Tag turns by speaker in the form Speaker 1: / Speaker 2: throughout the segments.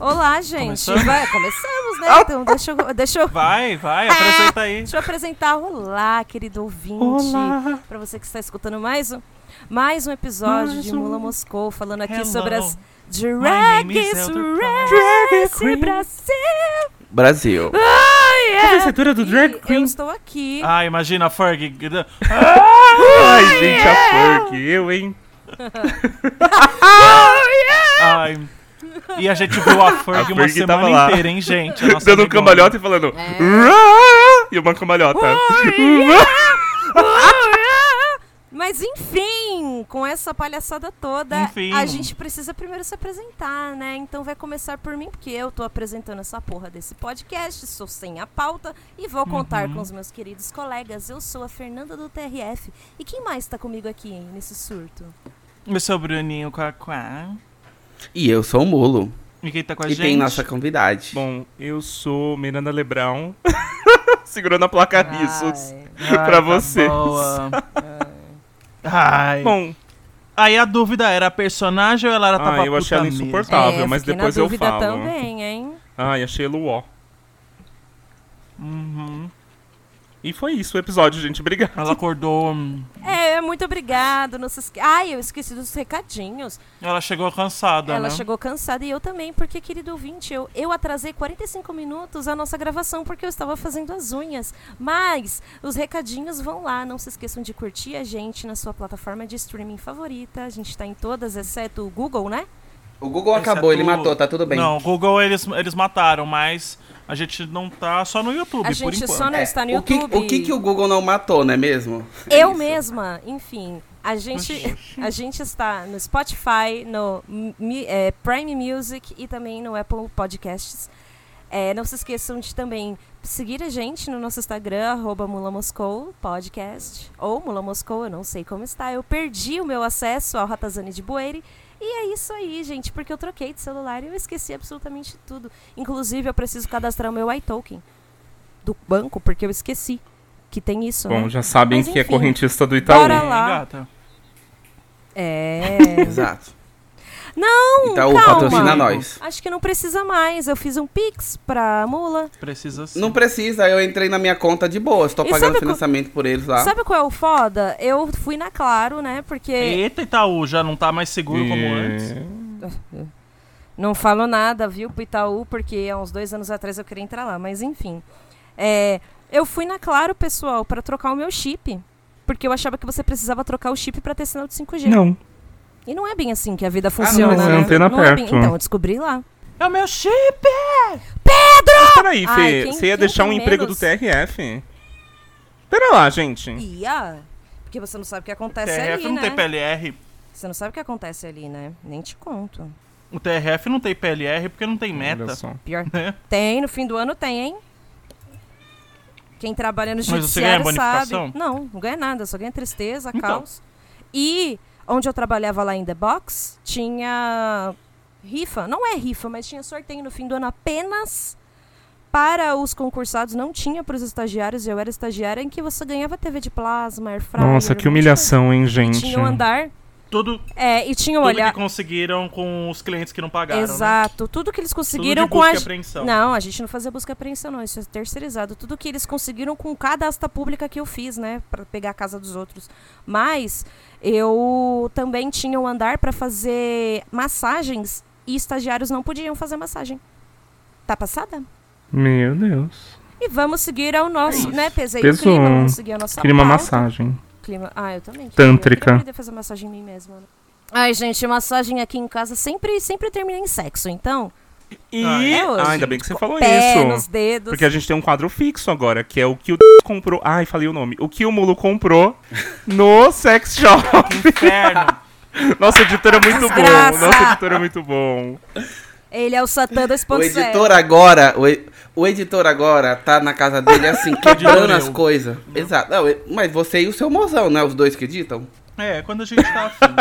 Speaker 1: Olá, gente.
Speaker 2: Começamos? Ah!
Speaker 1: Vai- começamos, né? Então, deixa eu, deixa, eu,
Speaker 2: Vai,
Speaker 3: Ah.
Speaker 2: vai, apresenta aí.
Speaker 1: deixa eu apresentar. Olá, querido ouvinte.
Speaker 2: Olá.
Speaker 1: Para você que está escutando mais um, mais um episódio
Speaker 2: Mais
Speaker 1: de
Speaker 2: um.
Speaker 1: Mula Moscou, falando aqui
Speaker 2: Hello.
Speaker 1: sobre as
Speaker 2: name
Speaker 1: drags
Speaker 2: is Elder Price.
Speaker 1: race
Speaker 2: Queen.
Speaker 1: Brasil.
Speaker 3: Brasil.
Speaker 1: Oh, yeah.
Speaker 2: vencedora do Drag
Speaker 1: E Eu
Speaker 2: Queen.
Speaker 1: estou aqui.
Speaker 2: Ah, imagina a Ferg.
Speaker 3: Ai, gente,
Speaker 1: é.
Speaker 3: a Ferg, eu, hein?
Speaker 2: Ai. E a gente viu a Ferg
Speaker 3: A
Speaker 2: uma
Speaker 3: Ferg tava
Speaker 2: semana
Speaker 3: lá.
Speaker 2: inteira, hein, gente? A nossa
Speaker 3: Dando um
Speaker 2: amigona.
Speaker 3: cambalhota e falando.
Speaker 1: É.
Speaker 3: "Ruá!" E uma cambalhota.
Speaker 1: Mas enfim, com essa palhaçada toda,
Speaker 2: Enfim.
Speaker 1: a gente precisa primeiro se apresentar, né? Então vai começar por mim, porque eu tô apresentando essa porra desse podcast, sou sem a pauta e vou contar
Speaker 4: Uhum.
Speaker 1: com os meus queridos colegas. Eu sou a Fernanda do TRF. E quem mais tá comigo aqui hein, nesse surto?
Speaker 2: Eu sou o Bruninho com a Quá.
Speaker 3: E eu sou o Mulo.
Speaker 2: E quem tá com a
Speaker 3: e
Speaker 2: gente?
Speaker 3: tem nossa convidada.
Speaker 4: Bom, eu sou Miranda Lebrão, segurando a placa riscos.
Speaker 2: Ai,
Speaker 4: pra
Speaker 2: tá
Speaker 4: vocês.
Speaker 2: boa. Ai.
Speaker 4: Bom,
Speaker 2: Aí a dúvida era a personagem ou ela era
Speaker 4: Ai,
Speaker 2: tava
Speaker 4: Ah, eu achei ela
Speaker 2: mesmo?
Speaker 4: insuportável. Otávio, Ah, mas
Speaker 1: É, fiquei
Speaker 4: depois
Speaker 1: na
Speaker 4: eu
Speaker 1: dúvida
Speaker 4: falo.
Speaker 1: também, hein?
Speaker 4: ai, achei ele ó.
Speaker 2: Uhum.
Speaker 4: E foi isso o episódio, gente. Obrigado.
Speaker 2: Ela acordou. hum,
Speaker 1: É, muito obrigado. Não se esque... Ai, eu esqueci dos recadinhos.
Speaker 2: Ela chegou cansada.
Speaker 1: Ela
Speaker 2: né?
Speaker 1: chegou cansada e eu também, porque, querido ouvinte, eu, eu atrasei 45 minutos a nossa gravação porque eu estava fazendo as unhas. Mas os recadinhos vão lá. Não se esqueçam de curtir a gente na sua plataforma de streaming favorita. A gente está em todas, exceto o Google, né?
Speaker 3: O Google
Speaker 2: Esse
Speaker 3: acabou,
Speaker 2: é
Speaker 3: ele
Speaker 2: tudo-
Speaker 3: matou, tá tudo bem.
Speaker 2: Não, o Google eles, eles mataram, mas a gente não tá só no YouTube,
Speaker 1: a
Speaker 2: por
Speaker 1: gente
Speaker 2: enquanto.
Speaker 1: só não
Speaker 3: É,
Speaker 1: está no
Speaker 3: o que,
Speaker 1: YouTube.
Speaker 3: O que, que o Google não matou, não é mesmo?
Speaker 1: Eu
Speaker 3: Isso.
Speaker 1: mesma, enfim. A gente, a gente está no Spotify, no Mi- eh, Prime Music e também no Apple Podcasts. Eh, não se esqueçam de também seguir a gente no nosso Instagram, arroba Mula Moscou Podcast, ou Mula Moscou, eu não sei como está. Eu perdi o meu acesso ao Ratazane de Boeri. E é isso aí, gente, porque eu troquei de celular e eu esqueci absolutamente tudo. Inclusive, eu preciso cadastrar o meu iToken do banco, porque eu esqueci que tem isso. né?
Speaker 4: Bom, já sabem
Speaker 1: Mas
Speaker 4: que é
Speaker 1: enfim.
Speaker 4: correntista do Itaú.
Speaker 3: tá
Speaker 1: Bora
Speaker 2: Hein,
Speaker 1: lá.
Speaker 2: gata?
Speaker 1: É.
Speaker 3: Exato.
Speaker 1: Não,
Speaker 3: Então,
Speaker 1: calma.
Speaker 3: patrocina nós.
Speaker 1: Acho que não precisa mais. Eu fiz um pix pra mula.
Speaker 2: Precisa sim.
Speaker 3: Não precisa, eu entrei na minha conta de boa. Estou
Speaker 1: E
Speaker 3: pagando
Speaker 1: sabe qual-
Speaker 3: financiamento por eles lá.
Speaker 1: Sabe qual é o foda? Eu fui na Claro, né? Porque
Speaker 2: Eita, Itaú, já não tá mais seguro como
Speaker 4: E-
Speaker 2: antes.
Speaker 1: não falo nada, viu, pro Itaú, porque há uns dois anos atrás eu queria entrar lá. Mas enfim. É, eu fui na Claro, pessoal, pra trocar o meu chip. Porque eu achava que você precisava trocar o chip pra ter sinal de 5G.
Speaker 4: Não.
Speaker 1: E não é bem assim que a vida
Speaker 3: mas
Speaker 1: funciona,
Speaker 3: é
Speaker 1: né?
Speaker 4: antena
Speaker 1: não é bem-
Speaker 4: perto.
Speaker 1: Então, eu descobri lá.
Speaker 2: É o meu chip! É,
Speaker 4: Mas peraí, Fê,
Speaker 1: Ai, quem-
Speaker 4: você ia
Speaker 1: quem
Speaker 4: deixar um
Speaker 1: tem
Speaker 4: emprego
Speaker 1: menos?
Speaker 4: do TRF? Pera lá, gente.
Speaker 1: Ia. Porque você não sabe o que acontece
Speaker 2: TRF
Speaker 1: ali,
Speaker 2: É, não
Speaker 1: né?
Speaker 2: tem PLR.
Speaker 1: Você não sabe o que acontece ali, né? Nem te conto.
Speaker 2: O TRF não tem PLR porque não tem meta.
Speaker 4: Olha só.
Speaker 1: Pior que
Speaker 2: Né?
Speaker 1: tem, no fim do ano tem, hein? Quem trabalha no
Speaker 2: você
Speaker 1: judiciário
Speaker 2: ganha bonificação?
Speaker 1: sabe. Não, não ganha nada, só ganha tristeza,
Speaker 2: Então.
Speaker 1: caos. E onde eu trabalhava lá em The Box, tinha rifa, não é rifa, mas tinha sorteio no fim do ano apenas para os concursados, não tinha para os estagiários, eu era estagiária, em que você ganhava TV de plasma, air fryer,
Speaker 4: Nossa, que
Speaker 1: um monte de coisa.
Speaker 4: humilhação, hein, gente.
Speaker 1: Tinha um andar,
Speaker 2: Tudo,
Speaker 1: é, e tinha um
Speaker 2: tudo
Speaker 1: olhar.
Speaker 2: que conseguiram com os clientes que não pagaram. Né?
Speaker 1: Exato, tudo que eles
Speaker 2: Tudo
Speaker 1: conseguiram
Speaker 2: de
Speaker 1: com
Speaker 2: busca
Speaker 1: a
Speaker 2: e
Speaker 3: Então.
Speaker 2: apreensão.
Speaker 1: Não, a gente não fazia busca e apreensão, não. Isso é terceirizado. Tudo que eles conseguiram com cada asta pública que eu fiz, né? Pra pegar a casa dos outros. Mas eu também tinha um andar pra fazer massagens e estagiários não podiam fazer massagem. Tá passada?
Speaker 4: Meu Deus.
Speaker 1: E vamos seguir ao nosso, né? Pesei o
Speaker 4: Pesou.
Speaker 1: clima, vamos seguir a nossa
Speaker 4: Queria uma
Speaker 1: pauta.
Speaker 4: massagem.
Speaker 1: Clima. Ah, eu também. queria. Eu
Speaker 4: Tântrica.
Speaker 1: queria aprender a fazer massagem em mim mesma. né? Ai, gente, massagem aqui em casa sempre, sempre termina em sexo, então.
Speaker 4: E...
Speaker 2: Ah, é
Speaker 1: hoje.
Speaker 4: Ah, ainda bem que você falou
Speaker 1: Pé
Speaker 4: isso.
Speaker 1: nos dedos.
Speaker 4: Porque a gente tem um quadro fixo agora, que é o que o comprou. Ai, falei o nome. O que o Mulo comprou no sex shop.
Speaker 2: Inferno.
Speaker 4: Nossa editor é muito
Speaker 1: Desgraça.
Speaker 4: bom. Nossa editor é muito bom.
Speaker 1: Ele é o Satã 2.0.
Speaker 3: O
Speaker 1: é?
Speaker 3: editor agora, o, e- o editor agora tá na casa dele assim, quebrando
Speaker 2: Editor
Speaker 3: as
Speaker 2: eu.
Speaker 3: coisas. Exato. Não, e- mas você e o seu mozão, né? Os dois que editam.
Speaker 2: é, quando a gente tá afim.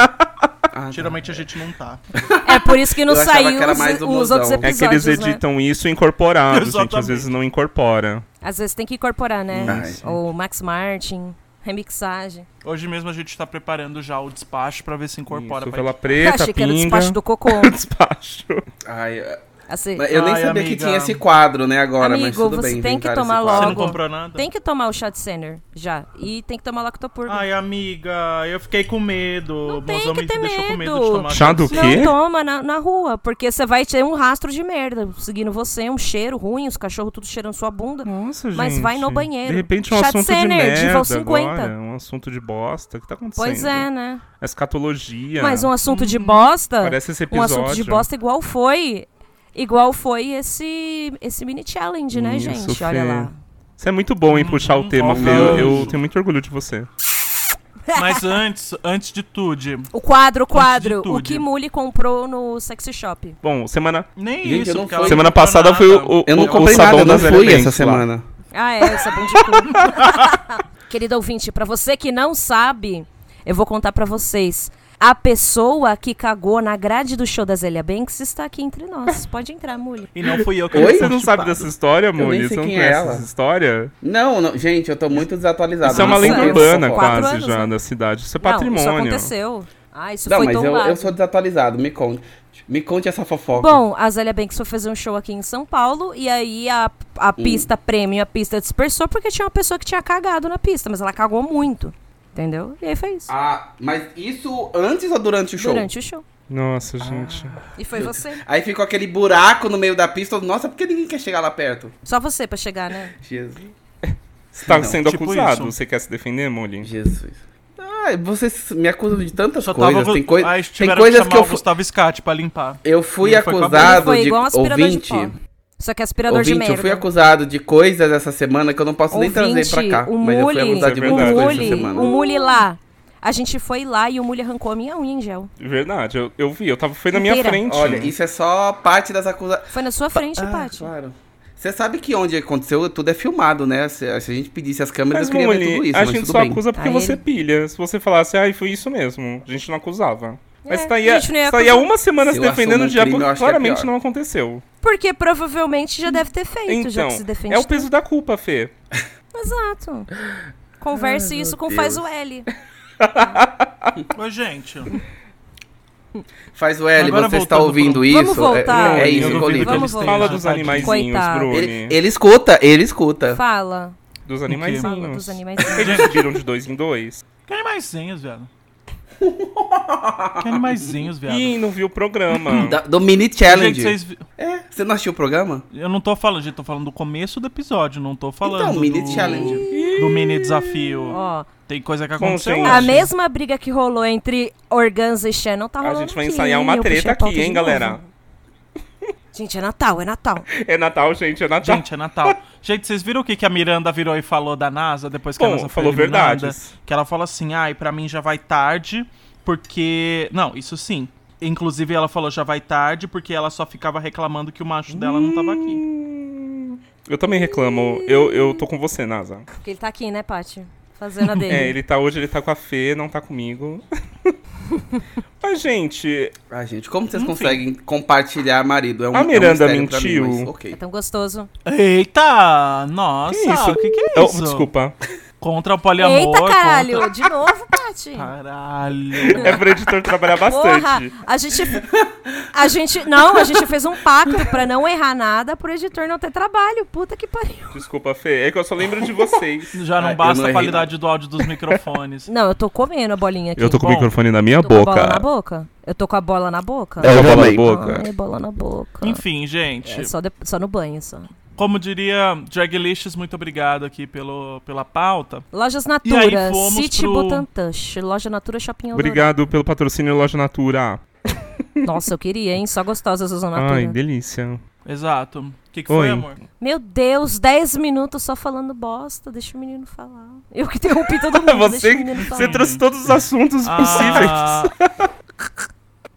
Speaker 3: Ah,
Speaker 2: Geralmente a gente não tá.
Speaker 1: É por isso que não
Speaker 3: Eu achava
Speaker 1: saiu
Speaker 3: que era
Speaker 1: os,
Speaker 3: mais do
Speaker 1: os
Speaker 3: mozão.
Speaker 1: outros episódios,
Speaker 4: É que eles
Speaker 1: né?
Speaker 4: editam isso incorporado, gente. Às
Speaker 2: Exatamente.
Speaker 4: vezes não incorpora.
Speaker 1: Às vezes tem que incorporar, né?
Speaker 4: Ah,
Speaker 3: Nice.
Speaker 1: Ou Max Martin, remixagem.
Speaker 2: Hoje mesmo a gente tá preparando já o despacho pra ver se incorpora.
Speaker 4: Isso,
Speaker 2: pra
Speaker 4: pela
Speaker 1: Eu
Speaker 4: preta,
Speaker 1: achei que era
Speaker 4: pinga.
Speaker 1: despacho do cocô.
Speaker 4: Despacho.
Speaker 3: Ai,
Speaker 1: Assim,
Speaker 3: Mas Eu nem
Speaker 2: Ai,
Speaker 3: sabia que
Speaker 2: amiga.
Speaker 3: tinha esse quadro, né, agora, mas
Speaker 1: Amigo,
Speaker 3: tudo
Speaker 1: você
Speaker 3: bem.
Speaker 1: tem que
Speaker 3: inventaram
Speaker 1: tomar
Speaker 3: esse
Speaker 2: Você
Speaker 3: quadro.
Speaker 2: não
Speaker 1: Logo.
Speaker 2: comprou nada?
Speaker 1: tem que tomar o shot center já. E tem que tomar lactopurgo.
Speaker 2: Ai, amiga, eu fiquei com medo.
Speaker 1: Não tem
Speaker 2: Meus
Speaker 1: que
Speaker 2: homens
Speaker 1: ter
Speaker 2: me deixou com medo de
Speaker 1: medo.
Speaker 2: tomar
Speaker 4: Chá do
Speaker 2: vacina.
Speaker 4: quê?
Speaker 1: Não toma na, na rua, porque você vai ter um rastro de merda seguindo você, um cheiro ruim, os cachorros tudo cheirando sua bunda.
Speaker 4: Nossa, gente.
Speaker 1: Mas vai no banheiro.
Speaker 4: De repente é um
Speaker 1: Chá de
Speaker 4: assunto de
Speaker 1: Zener, de
Speaker 4: merda
Speaker 1: Val 50.
Speaker 4: agora. Um assunto de bosta. O que tá acontecendo?
Speaker 1: Pois é, né?
Speaker 4: Escatologia.
Speaker 1: Mas um assunto de bosta,
Speaker 4: É. Hum. Parece esse
Speaker 1: um
Speaker 4: episódio.
Speaker 1: assunto de bosta igual foi, igual foi esse esse mini challenge, né,
Speaker 4: Isso,
Speaker 1: gente?
Speaker 4: Fê.
Speaker 1: Olha lá.
Speaker 4: Você é muito bom em
Speaker 1: Hum,
Speaker 4: puxar o tema,
Speaker 2: bom
Speaker 4: Fê. Eu, eu
Speaker 2: anjo.
Speaker 4: tenho muito orgulho de você.
Speaker 2: Mas antes, antes de tudo,
Speaker 1: O quadro, o quadro,
Speaker 2: tudo.
Speaker 1: o que Mule comprou no sexy shop.
Speaker 4: Bom, semana,
Speaker 2: nem
Speaker 3: Gente,
Speaker 2: isso.
Speaker 3: eu não
Speaker 2: porque
Speaker 3: fui.
Speaker 2: ela
Speaker 4: semana
Speaker 2: não comprou
Speaker 4: passada
Speaker 2: nada.
Speaker 4: foi o, o,
Speaker 3: Eu não
Speaker 4: o- o
Speaker 3: comprei
Speaker 4: sabão
Speaker 3: nada, eu não
Speaker 4: das
Speaker 3: fui
Speaker 4: Elementos
Speaker 3: essa
Speaker 4: lá.
Speaker 3: semana.
Speaker 1: Ah, é, o sabão de cu. Querido ouvinte, pra você que não sabe, eu vou contar pra vocês. A pessoa que cagou na grade do show da Zélia Banks está aqui entre nós. Pode entrar, Mule.
Speaker 2: E não fui eu que
Speaker 3: Oi?
Speaker 4: Você não sabe
Speaker 2: participado.
Speaker 4: dessa história,
Speaker 3: nem
Speaker 4: Moni?
Speaker 3: sei
Speaker 4: Você não
Speaker 3: quem é
Speaker 4: conhece
Speaker 3: ela.
Speaker 4: essa história?
Speaker 3: Não, não, gente, eu tô muito desatualizado.
Speaker 4: Isso é
Speaker 3: não
Speaker 4: uma
Speaker 1: nossa,
Speaker 3: sei
Speaker 4: lenda
Speaker 3: dessa
Speaker 4: urbana
Speaker 3: fofoca.
Speaker 1: quatro
Speaker 4: quase
Speaker 1: anos,
Speaker 4: já
Speaker 1: né?
Speaker 4: da cidade. Isso é
Speaker 1: Não,
Speaker 4: patrimônio.
Speaker 1: isso aconteceu. Ah, isso
Speaker 3: Não,
Speaker 1: foi
Speaker 3: mas eu,
Speaker 1: tombado.
Speaker 3: eu sou desatualizado, me conte. Me conte essa fofoca.
Speaker 1: Bom, a Zélia Banks foi fazer um show aqui em São Paulo e aí a, a pista premium, a pista dispersou porque tinha uma pessoa que tinha cagado na pista, mas ela cagou muito, entendeu? E aí foi isso.
Speaker 3: Ah, mas isso antes ou durante o show?
Speaker 1: Durante o show.
Speaker 4: Nossa, gente.
Speaker 3: Ah.
Speaker 1: E foi você.
Speaker 3: Aí ficou aquele buraco no meio da pista. Nossa, por que ninguém quer chegar lá perto?
Speaker 1: Só você pra chegar, né?
Speaker 3: Jesus.
Speaker 4: Você tá
Speaker 3: Não,
Speaker 4: sendo
Speaker 2: tipo
Speaker 4: acusado.
Speaker 2: isso.
Speaker 4: Você quer se defender, Moni?
Speaker 3: Jesus. Ah, vocês me acusam de tantas
Speaker 2: Só
Speaker 3: coisas.
Speaker 2: tava,
Speaker 3: Tem, coi-
Speaker 2: aí
Speaker 3: tem
Speaker 2: tiveram
Speaker 3: coisas
Speaker 2: que,
Speaker 3: que
Speaker 2: chamar
Speaker 3: eu,
Speaker 2: o
Speaker 3: fu-
Speaker 2: Gustavo Scott pra limpar.
Speaker 3: eu fui
Speaker 2: Ele foi com a boca.
Speaker 3: acusado
Speaker 1: Foi
Speaker 3: de
Speaker 1: igual um aspirador
Speaker 3: ouvinte.
Speaker 1: de pó. Só que aspirador de
Speaker 3: Ouvinte,
Speaker 1: merda.
Speaker 3: eu fui acusado de coisas essa semana que eu não posso nem trazer pra cá.
Speaker 1: o
Speaker 3: mas eu fui
Speaker 1: Mule-
Speaker 3: acusado de
Speaker 4: Isso é
Speaker 3: muitas
Speaker 1: o
Speaker 3: coisas
Speaker 1: Mule,
Speaker 3: essa semana.
Speaker 1: o Mule lá. A gente foi lá e o Mule arrancou a minha unha em gel.
Speaker 4: Verdade, eu, eu vi. Eu tava, foi na minha
Speaker 1: Inteira.
Speaker 4: frente.
Speaker 3: Olha, isso é só parte das acusações.
Speaker 1: Foi na sua frente,
Speaker 3: Ah,
Speaker 1: Paty.
Speaker 3: claro. Você sabe que onde aconteceu tudo é filmado, né? Se, se a gente pedisse as câmeras,
Speaker 4: Mas,
Speaker 3: eu queria ver
Speaker 4: Moni,
Speaker 3: é tudo isso.
Speaker 4: a
Speaker 3: mas
Speaker 4: gente
Speaker 3: tudo
Speaker 4: só
Speaker 3: bem.
Speaker 4: acusa porque
Speaker 1: Tá Aí
Speaker 4: você
Speaker 1: ele-
Speaker 4: pilha. Se você falasse, ai, foi isso mesmo, a gente não acusava. Mas
Speaker 1: É,
Speaker 4: tá aí,
Speaker 1: a gente não ia
Speaker 4: tá aí há
Speaker 1: acusar.
Speaker 4: uma semana
Speaker 3: Se
Speaker 4: se
Speaker 3: eu assumo
Speaker 4: defendendo
Speaker 3: um
Speaker 4: de algo
Speaker 3: crime, eu
Speaker 4: que
Speaker 3: acho que é
Speaker 4: claramente
Speaker 3: pior.
Speaker 4: não aconteceu.
Speaker 1: Porque provavelmente já deve ter feito, já
Speaker 4: Então,
Speaker 1: que se defende.
Speaker 4: é o peso da culpa, Fê.
Speaker 1: Exato. Converse
Speaker 3: Ai,
Speaker 1: isso
Speaker 3: meu
Speaker 1: com
Speaker 3: Deus.
Speaker 1: faz o L.
Speaker 2: Ô, gente.
Speaker 3: Faz o L,
Speaker 2: Agora
Speaker 3: você está
Speaker 2: voltando
Speaker 3: ouvindo
Speaker 2: pro-
Speaker 3: isso?
Speaker 1: Vamos voltar.
Speaker 3: É, é
Speaker 2: Eu
Speaker 3: isso,
Speaker 2: duvido
Speaker 3: Colina.
Speaker 2: que
Speaker 1: Vamos
Speaker 2: eles tenham,
Speaker 4: Fala dos
Speaker 2: tadinho.
Speaker 4: animaizinhos,
Speaker 1: Coitado.
Speaker 4: Bruni.
Speaker 3: Ele, ele escuta, ele escuta.
Speaker 1: Fala.
Speaker 4: Dos
Speaker 1: Fala
Speaker 4: animaizinhos.
Speaker 1: dos animais.
Speaker 4: Eles dividiram de dois em dois.
Speaker 2: Que animaizinhos, velho. que animaizinhos, velho.
Speaker 4: Ih, não viu o programa.
Speaker 1: Tá
Speaker 3: Da- do mini
Speaker 2: Gente,
Speaker 3: challenge.
Speaker 2: vocês vi-
Speaker 3: É, você não assistiu o programa?
Speaker 2: Eu não tô falando, gente, tô falando do começo do episódio, não tô falando
Speaker 3: então, mini
Speaker 2: do...
Speaker 3: challenge.
Speaker 2: do mini desafio.
Speaker 1: Ó,
Speaker 2: Tem coisa que
Speaker 4: Bom,
Speaker 2: aconteceu
Speaker 4: gente.
Speaker 1: a
Speaker 2: hoje.
Speaker 1: mesma briga que rolou entre Organza e Shannon tá
Speaker 4: A
Speaker 1: rolando
Speaker 4: gente vai
Speaker 1: aqui,
Speaker 4: ensaiar
Speaker 1: hein?
Speaker 4: uma
Speaker 1: Eu puxei
Speaker 4: treta
Speaker 1: a pauta
Speaker 4: aqui, hein,
Speaker 1: de novo.
Speaker 4: galera.
Speaker 1: Gente, é Natal, é Natal.
Speaker 4: É Natal, gente, é Natal.
Speaker 2: Gente, é Natal. Gente, vocês viram o que, que a Miranda virou e falou da NASA depois que a
Speaker 4: Bom,
Speaker 2: NASA
Speaker 4: falou
Speaker 2: foi eliminada?
Speaker 4: verdades.
Speaker 2: Que ela fala assim, ai, pra mim já vai tarde, porque... Não, isso sim. Inclusive, ela falou já vai tarde, porque ela só ficava reclamando que o macho dela não tava aqui.
Speaker 4: Hum, Eu também reclamo. Eu, eu tô com você, NASA.
Speaker 1: Porque ele tá aqui, né, Paty? Fazendo a dele.
Speaker 4: É, ele tá hoje, ele tá com a Fê, não tá comigo. Mas, gente,
Speaker 3: Ai, Ah, gente, como vocês
Speaker 2: Enfim.
Speaker 3: conseguem compartilhar marido? É um,
Speaker 4: A
Speaker 3: é um
Speaker 4: Miranda
Speaker 3: mistério pra mim,
Speaker 4: mentiu.
Speaker 3: mas
Speaker 1: É
Speaker 3: ok.
Speaker 1: tão gostoso.
Speaker 2: Eita! Nossa,
Speaker 4: que isso?
Speaker 2: o que, que é
Speaker 4: Oh,
Speaker 2: isso?
Speaker 4: desculpa.
Speaker 2: Contra o poliamor.
Speaker 1: Eita, caralho!
Speaker 2: contra-
Speaker 1: De novo, Paty?
Speaker 2: Caralho.
Speaker 4: É pro editor trabalhar
Speaker 1: Porra!
Speaker 4: Ah, bastante.
Speaker 1: A gente. A gente. Não, a gente fez um pacto pra não errar nada pro editor não ter trabalho. Puta que pariu.
Speaker 4: Desculpa, Fê. É que eu só lembro de vocês.
Speaker 2: Já não
Speaker 3: Ai, eu
Speaker 2: basta
Speaker 3: não
Speaker 2: a
Speaker 3: errei
Speaker 2: qualidade do áudio dos microfones.
Speaker 1: Não, eu tô comendo a bolinha aqui.
Speaker 2: com o Bom, microfone
Speaker 4: na minha
Speaker 1: Tô com a bola na boca? Eu tô com a bola na boca?
Speaker 3: É, bola na
Speaker 1: Ai, bola na boca.
Speaker 2: Enfim, gente.
Speaker 1: É, só, de- só no banho, só.
Speaker 2: Como diria Draglicious, muito obrigado aqui pelo, pela pauta.
Speaker 1: Lojas
Speaker 2: E aí
Speaker 1: Natura,
Speaker 2: fomos
Speaker 1: City
Speaker 2: pro-
Speaker 1: Butantan, Loja Natura Shopping Eldorado.
Speaker 4: Obrigado pelo patrocínio Loja Natura.
Speaker 1: Nossa, eu queria, hein? Só gostosas usam Natura.
Speaker 4: Ai, delícia.
Speaker 2: Exato. O que, que
Speaker 4: Oi.
Speaker 2: foi, amor?
Speaker 1: Meu Deus, 10 minutos só falando bosta. Deixa o menino falar. Eu que interrompi todo mundo.
Speaker 4: Você,
Speaker 1: deixa o menino falar.
Speaker 4: você trouxe todos os assuntos
Speaker 2: Ah,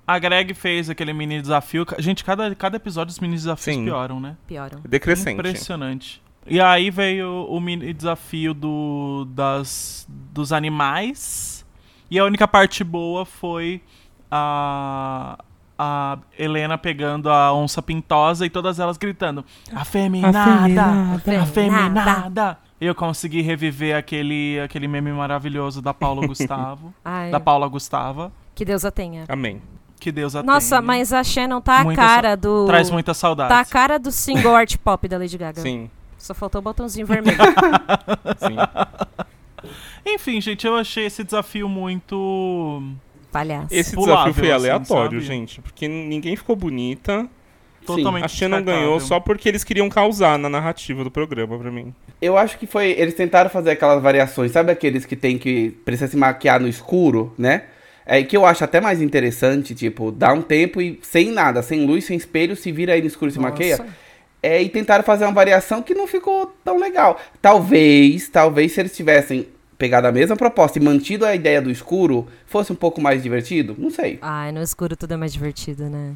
Speaker 2: a Greg fez aquele mini desafio. Gente, cada, cada episódio os mini desafios
Speaker 4: Sim.
Speaker 2: pioram, né?
Speaker 1: Pioram.
Speaker 4: possíveis. Decrescente.
Speaker 2: Impressionante. E aí veio o mini desafio do, das, dos animais. E a única parte boa foi a, a Helena pegando a onça pintosa e todas elas gritando: Afeminada!
Speaker 1: Afeminada.
Speaker 2: Ah, tá, Afeminada! Eu consegui reviver aquele, aquele meme maravilhoso da Paula Gustavo.
Speaker 1: Ai,
Speaker 2: da Paula Gustava.
Speaker 1: que Deus a tenha.
Speaker 4: Amém.
Speaker 2: Que Deus a
Speaker 1: Nossa,
Speaker 2: tenha.
Speaker 1: mas a Shannon tá a
Speaker 2: né? Muita
Speaker 1: cara do.
Speaker 2: Traz muita saudade.
Speaker 1: Tá a cara do single art pop da Lady Gaga.
Speaker 4: Sim,
Speaker 1: Só faltou o botãozinho vermelho.
Speaker 4: sim.
Speaker 2: Enfim, gente, eu achei esse desafio muito.
Speaker 1: Palhaço.
Speaker 4: Esse
Speaker 2: Pulável,
Speaker 4: desafio foi
Speaker 2: assim,
Speaker 4: aleatório,
Speaker 2: sabe?
Speaker 4: gente, porque ninguém ficou bonita.
Speaker 2: Totalmente.
Speaker 4: A Shannon ganhou só porque eles queriam causar na narrativa do programa pra mim.
Speaker 3: Eu acho que foi. Eles tentaram fazer aquelas variações, sabe aqueles que tem que. Precisa se maquiar no escuro, né? É que eu acho até mais interessante, tipo, dá um tempo e sem nada, sem luz, sem espelho, se vira aí no escuro e se maquia.
Speaker 1: Nossa.
Speaker 3: É, e tentaram fazer uma variação que não ficou tão legal. Talvez, talvez se eles tivessem pegado a mesma proposta e mantido a ideia do escuro, fosse um pouco mais divertido. Não sei.
Speaker 1: Ai, no escuro tudo é mais divertido, né?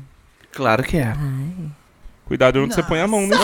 Speaker 3: Claro que é.
Speaker 1: Ai.
Speaker 4: Cuidado onde você põe a mão, né?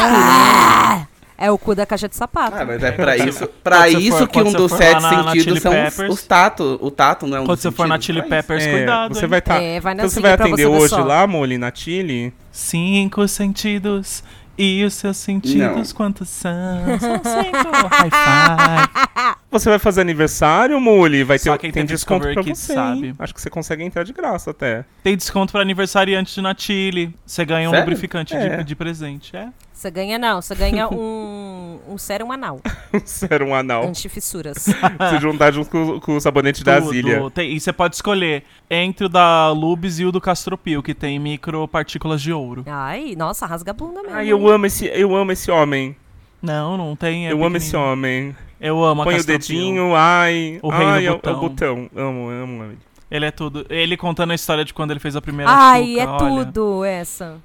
Speaker 1: É o cu da caixa de sapato.
Speaker 3: Ah, mas é pra
Speaker 2: Quando
Speaker 3: isso,
Speaker 2: você-
Speaker 3: pra
Speaker 2: quando você
Speaker 3: isso
Speaker 2: for-
Speaker 3: que
Speaker 2: quando
Speaker 3: um
Speaker 2: você
Speaker 3: dos
Speaker 2: for
Speaker 3: sete
Speaker 2: lá na- na
Speaker 3: sentidos
Speaker 2: Chili
Speaker 3: são os,
Speaker 2: Peppers.
Speaker 3: os tato. O tato não é um
Speaker 2: Quando
Speaker 3: dos
Speaker 2: você for na
Speaker 3: sentidos,
Speaker 2: Chili
Speaker 3: pra isso.
Speaker 2: Peppers,
Speaker 4: É,
Speaker 2: cuidado.
Speaker 4: você
Speaker 2: hein?
Speaker 4: vai estar.
Speaker 1: É, vai na
Speaker 4: então você
Speaker 1: Zing
Speaker 4: vai
Speaker 1: pra você
Speaker 4: atender
Speaker 1: ver
Speaker 4: hoje
Speaker 1: só.
Speaker 4: lá, Moli, na Chile?
Speaker 2: Cinco sentidos. E os seus sentidos,
Speaker 3: Não.
Speaker 2: quantos são? São cinco. High five.
Speaker 4: Você vai fazer aniversário, Muli? Vai
Speaker 2: Só
Speaker 4: ter
Speaker 2: quem
Speaker 4: tem
Speaker 2: tem
Speaker 4: desconto
Speaker 2: Discovery
Speaker 4: pra
Speaker 2: Kids
Speaker 4: você,
Speaker 2: sabe.
Speaker 4: hein? Acho que você consegue entrar de graça até.
Speaker 2: Tem desconto para aniversariante na Chile. Você ganha um
Speaker 3: Sério?
Speaker 2: lubrificante
Speaker 4: É.
Speaker 2: de, de presente. É.
Speaker 1: Você ganha não, você ganha um, um sérum anal,
Speaker 4: Ser um anal.
Speaker 1: antifissuras.
Speaker 4: Se juntar junto com, com o sabonete da
Speaker 2: Tudo.
Speaker 4: Zília.
Speaker 2: Tem- e você pode escolher entre o da Lubes e o do Castropil, que tem micropartículas de ouro.
Speaker 1: Ai, nossa, rasga a bunda mesmo.
Speaker 4: Ai, eu amo esse, eu amo esse homem.
Speaker 2: Não, não tem. é
Speaker 4: eu amo esse
Speaker 2: pequenininho.
Speaker 4: homem.
Speaker 2: Eu amo a
Speaker 4: Põe o
Speaker 2: Castropil.
Speaker 4: dedinho, ai.
Speaker 2: O rei do
Speaker 4: ai, é é o
Speaker 2: botão.
Speaker 4: botão. Amo, amo, amo.
Speaker 2: Ele é tudo. Ele contando a história de quando ele fez a primeira
Speaker 1: Ai,
Speaker 2: Xuca,
Speaker 1: é
Speaker 2: olha,
Speaker 1: tudo essa.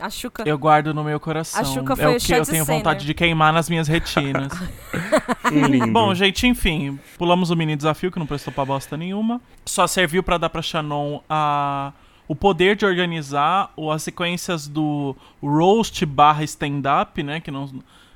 Speaker 1: A Xuca.
Speaker 2: Eu guardo no meu coração.
Speaker 1: A Xuca foi
Speaker 2: é
Speaker 1: o
Speaker 2: o que eu
Speaker 1: Chad
Speaker 2: tenho
Speaker 1: Senna.
Speaker 2: vontade de queimar nas minhas retinas.
Speaker 4: Um lindo.
Speaker 2: Bom, gente, enfim, pulamos o mini desafio que não prestou pra bosta nenhuma. Só serviu pra dar pra Shannon a o poder de organizar o- as sequências do roast barra stand-up, né? Que não,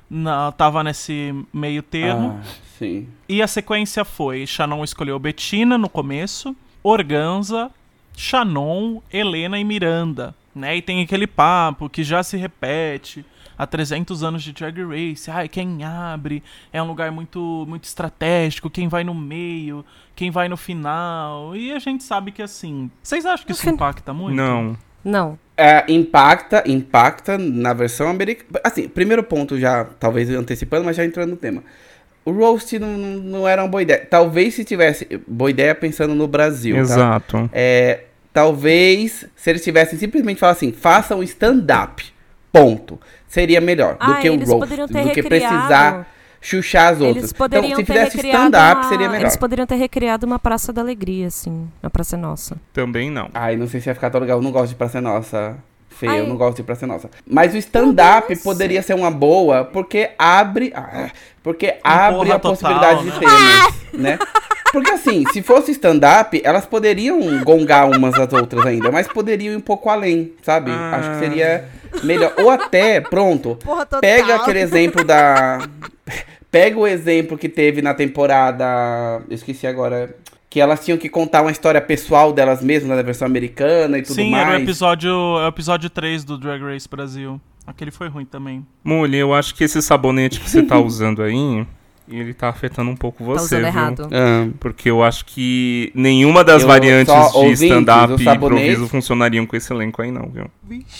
Speaker 2: na- tava nesse meio termo.
Speaker 3: Ah, sim.
Speaker 2: E a sequência foi: Shannon escolheu Bettina no começo, Organza, Shannon, Helena e Miranda. Né? E tem aquele papo que já se repete há 300 anos de Drag Race. Ai, quem abre é um lugar muito, muito estratégico. Quem vai no meio, quem vai no final. E a gente sabe que assim. Vocês acham que isso impacta muito?
Speaker 4: Não.
Speaker 1: Não.
Speaker 3: É, impacta, impacta na versão americana. Assim, primeiro ponto já, talvez antecipando, mas já entrando no tema. O roast não, não- não era uma boa ideia. Talvez se tivesse. Boa ideia pensando no Brasil, tá?
Speaker 4: Exato.
Speaker 3: É, talvez se eles tivessem simplesmente falado assim, façam stand-up. Ponto. Seria melhor do
Speaker 1: Ah,
Speaker 3: que o
Speaker 1: eles
Speaker 3: roast.
Speaker 1: poderiam ter
Speaker 3: do que
Speaker 1: recriado.
Speaker 3: precisar chuchar as outras.
Speaker 1: Eles poderiam
Speaker 3: então, se
Speaker 1: ter
Speaker 3: fizesse
Speaker 1: recriado
Speaker 3: stand-up,
Speaker 1: uma...
Speaker 3: seria melhor.
Speaker 1: Eles poderiam ter recriado uma Praça da Alegria, assim. Uma Praça Nossa.
Speaker 4: Também não.
Speaker 3: Ai, não sei se ia ficar tão legal. Eu não gosto de Praça é Nossa. Feia,
Speaker 1: Ai.
Speaker 3: eu não gosto de Praça é Nossa. Mas o stand-up poderia ser uma boa, porque abre. ah, Porque abre a
Speaker 2: total,
Speaker 3: possibilidade
Speaker 2: né?
Speaker 3: de temas, né? Porque assim, se fosse stand-up, elas poderiam gongar umas às outras ainda, mas poderiam ir um pouco além, sabe?
Speaker 4: Ah.
Speaker 3: Acho que seria melhor. Ou até, pronto,
Speaker 1: Porra, total.
Speaker 3: pega aquele exemplo da. Pega o exemplo que teve na temporada. Eu esqueci agora. Que elas tinham que contar uma história pessoal delas mesmas na versão americana e tudo
Speaker 2: Sim,
Speaker 3: mais.
Speaker 2: era o episódio, é o episódio 3 do Drag Race Brasil. Aquele foi ruim também.
Speaker 4: Mulher, eu acho que esse sabonete que você tá usando aí, ele tá afetando um pouco você,
Speaker 1: Tá usando
Speaker 4: viu?
Speaker 1: errado.
Speaker 3: Ah,
Speaker 4: Porque eu acho que nenhuma das
Speaker 3: Eu-
Speaker 4: variantes
Speaker 3: só
Speaker 4: de
Speaker 3: ouvintes,
Speaker 4: stand-up
Speaker 3: o
Speaker 4: e
Speaker 3: sabonete-
Speaker 4: improviso funcionariam com esse elenco aí, não, viu?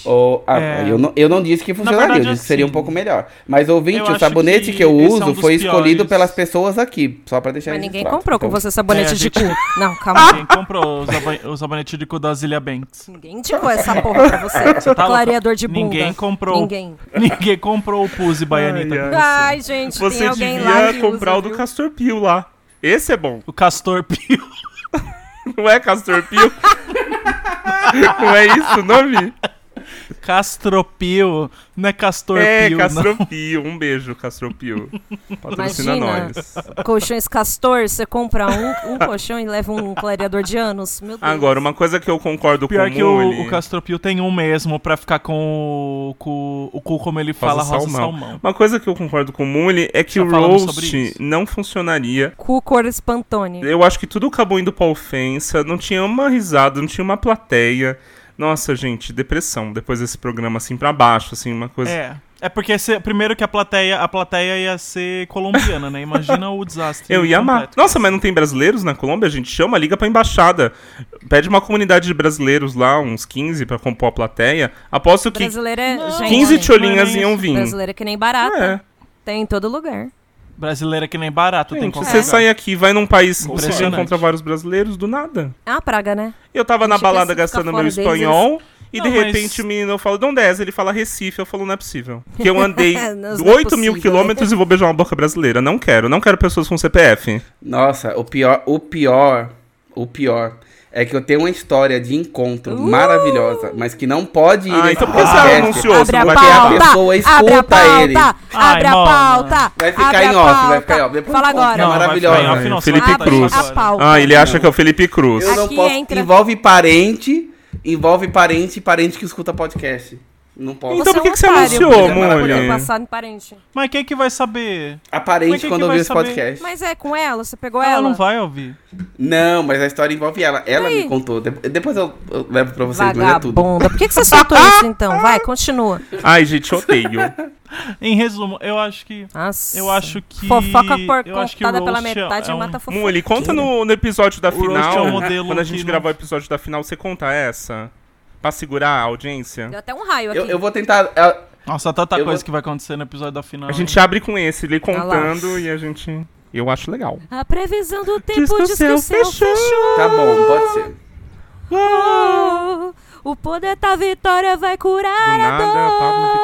Speaker 3: ou- ah,
Speaker 2: É.
Speaker 3: eu, não, eu não disse que funcionaria,
Speaker 2: verdade,
Speaker 3: eu disse que seria um
Speaker 2: assim,
Speaker 3: pouco melhor. Mas ouvinte,
Speaker 2: eu
Speaker 3: o
Speaker 2: acho
Speaker 3: sabonete
Speaker 2: que
Speaker 3: que, eu
Speaker 2: esse é um
Speaker 3: uso
Speaker 2: dos
Speaker 3: foi escolhido
Speaker 2: piores.
Speaker 3: pelas pessoas aqui. Só pra deixar
Speaker 1: Mas ninguém
Speaker 3: registrado.
Speaker 1: comprou com
Speaker 3: Então,
Speaker 1: você sabonete
Speaker 2: É, a
Speaker 1: de
Speaker 2: gente- Ah!
Speaker 1: cu. Não, calma.
Speaker 2: Quem comprou o saba- o sabonete de cu da Zilia Banks?
Speaker 1: Ninguém indicou essa porra pra você.
Speaker 2: Você tá louca?
Speaker 1: Clareador de bunda.
Speaker 2: Ninguém comprou.
Speaker 1: Ninguém.
Speaker 2: Ninguém comprou o Puzi Baianita.
Speaker 4: Ai,
Speaker 2: com
Speaker 4: ai.
Speaker 2: você.
Speaker 1: Ai, gente, tem
Speaker 4: Você
Speaker 1: alguém lá
Speaker 4: devia
Speaker 1: que
Speaker 4: comprar
Speaker 1: usa,
Speaker 4: o do
Speaker 1: viu?
Speaker 4: Castor Pio lá. Esse é bom.
Speaker 2: O Castor Pio.
Speaker 4: Não é Castor Pio? não é isso o nome?
Speaker 2: Castropio. Não é Castor
Speaker 4: é,
Speaker 2: Pio, não.
Speaker 4: Castor Pio. Um beijo, Castor Pio. Patrocina
Speaker 1: Imagina.
Speaker 4: nós.
Speaker 1: Colchões Castor, você compra um, um colchão e leva um clareador de anos. Meu Deus.
Speaker 4: Agora, uma coisa que eu concordo
Speaker 2: Pior
Speaker 4: com
Speaker 2: que
Speaker 4: o
Speaker 2: o,
Speaker 4: Muli...
Speaker 2: o Castropio tem um mesmo pra ficar com o cu, o cu como ele fala, rosa salmão.
Speaker 4: Uma coisa que eu concordo com o Muli é que
Speaker 2: Já
Speaker 4: o
Speaker 2: falamos sobre
Speaker 4: roast
Speaker 2: isso.
Speaker 4: não funcionaria.
Speaker 1: Cu cor espantone.
Speaker 4: Eu acho que tudo acabou indo pra ofensa, não tinha uma risada, não tinha uma plateia, Nossa, gente, depressão. Depois desse programa, assim, pra baixo, assim, uma coisa.
Speaker 2: É. É porque se- primeiro que a plateia, a plateia ia ser colombiana, né? Imagina o desastre.
Speaker 4: Eu ia amar.
Speaker 2: um completo.
Speaker 4: Nossa, mas não tem brasileiros na Colômbia? A gente chama, liga pra embaixada. Pede uma comunidade de brasileiros lá, uns 15, pra compor a plateia. Aposto que
Speaker 1: Brasileira é. gente,
Speaker 4: 15
Speaker 1: né?
Speaker 4: tcholinhas
Speaker 2: Não é
Speaker 4: iam vir.
Speaker 1: Brasileira é que nem barata.
Speaker 4: É.
Speaker 1: Tem em todo lugar.
Speaker 2: Brasileira que nem barato, tem
Speaker 4: Gente,
Speaker 2: qualquer
Speaker 4: você
Speaker 2: lugar.
Speaker 4: sai aqui, vai num país, você já
Speaker 2: Impressionante.
Speaker 4: encontra vários brasileiros do nada.
Speaker 1: É uma praga, né?
Speaker 4: Eu tava na
Speaker 1: Deixa eu
Speaker 4: balada
Speaker 1: pensar,
Speaker 4: gastando
Speaker 1: ficar fora
Speaker 4: meu
Speaker 1: deles,
Speaker 4: espanhol e
Speaker 2: Não,
Speaker 4: de
Speaker 2: mas-
Speaker 4: repente o menino fala, de onde és? Ele fala Recife. Eu falo, não é possível. Que eu andei
Speaker 1: Não, isso não é
Speaker 4: 8
Speaker 1: possível,
Speaker 4: mil
Speaker 1: né?
Speaker 4: quilômetros e vou beijar uma boca brasileira. Não quero, não quero pessoas com CPF.
Speaker 3: Nossa, o pior, o pior, o pior é que eu tenho uma história de encontro maravilhosa,
Speaker 1: Uh!
Speaker 3: mas que não pode ir
Speaker 4: Ah,
Speaker 3: nesse
Speaker 4: então por que você
Speaker 2: um
Speaker 3: podcast,
Speaker 4: anunciou? Você
Speaker 1: abre a
Speaker 4: não
Speaker 3: porque
Speaker 4: vai
Speaker 3: a
Speaker 4: falar.
Speaker 3: pessoa
Speaker 1: pauta! Abre a
Speaker 3: escuta ele.
Speaker 1: pauta!
Speaker 2: Ai,
Speaker 1: Abre a
Speaker 2: Mona.
Speaker 1: pauta!
Speaker 3: Vai ficar
Speaker 1: abre a
Speaker 3: em off, vai
Speaker 1: pauta.
Speaker 3: ficar em off. Depois
Speaker 1: Fala
Speaker 3: eu conto,
Speaker 1: agora.
Speaker 3: é
Speaker 2: vai ficar
Speaker 3: maravilhosa.
Speaker 2: em off, não, só
Speaker 4: né? Felipe
Speaker 2: conta
Speaker 4: Cruz.
Speaker 2: isso agora.
Speaker 1: Abre a pauta.
Speaker 4: Ah, ele acha que é o Felipe Cruz.
Speaker 3: Eu não
Speaker 1: Aqui
Speaker 3: posso.
Speaker 1: entra-
Speaker 3: Envolve parente, envolve parente e parente que escuta podcast. Não posso.
Speaker 4: Então por que, que você
Speaker 1: Você é um
Speaker 4: anunciou,
Speaker 1: otário,
Speaker 3: Olha.
Speaker 1: Por
Speaker 4: Mônica?
Speaker 1: passar no parente.
Speaker 2: Mas quem que vai saber?
Speaker 3: a
Speaker 2: mas
Speaker 3: parente
Speaker 2: quem que
Speaker 3: quando
Speaker 2: vai
Speaker 3: ouviu esse
Speaker 2: saber?
Speaker 3: podcast.
Speaker 1: Mas é com ela? Você pegou
Speaker 2: Ela
Speaker 1: ela?
Speaker 2: Ah, não vai ouvir.
Speaker 3: Não, mas a história envolve ela. Ela
Speaker 1: E aí?
Speaker 3: me contou. De- Depois eu, eu levo pra vocês, mas é tudo.
Speaker 1: Vagabunda. Por que, que você soltou isso então? Vai, continua.
Speaker 4: Ai, gente, odeio.
Speaker 2: Em resumo, eu acho que
Speaker 1: Nossa.
Speaker 2: Eu acho que-
Speaker 1: Fofoca por
Speaker 2: eu acho que
Speaker 1: contada
Speaker 2: o
Speaker 1: pela
Speaker 2: roast é-
Speaker 1: metade
Speaker 2: é um-
Speaker 1: mata fofoca.
Speaker 4: Mu, ele conta no, no episódio da
Speaker 2: O roast é
Speaker 4: final.
Speaker 2: um modelo
Speaker 4: Quando a
Speaker 2: que
Speaker 4: gente
Speaker 2: não-
Speaker 4: gravar o episódio da final, você conta essa? Pra segurar a audiência?
Speaker 1: Deu até um raio aqui.
Speaker 3: Eu, eu vou tentar. ela-
Speaker 2: Nossa, tanta
Speaker 3: Eu
Speaker 2: coisa
Speaker 3: vou-
Speaker 2: que vai acontecer no episódio da final.
Speaker 4: A gente abre com esse, ele
Speaker 1: Tá lá.
Speaker 4: contando e a gente. Eu acho legal.
Speaker 1: A previsão do tempo
Speaker 4: que o
Speaker 1: diz que o céu fechou. Tá.
Speaker 3: Tá bom, pode ser.
Speaker 1: O poder da vitória vai curar
Speaker 4: Do
Speaker 1: a
Speaker 4: nada, Pablo
Speaker 1: dor.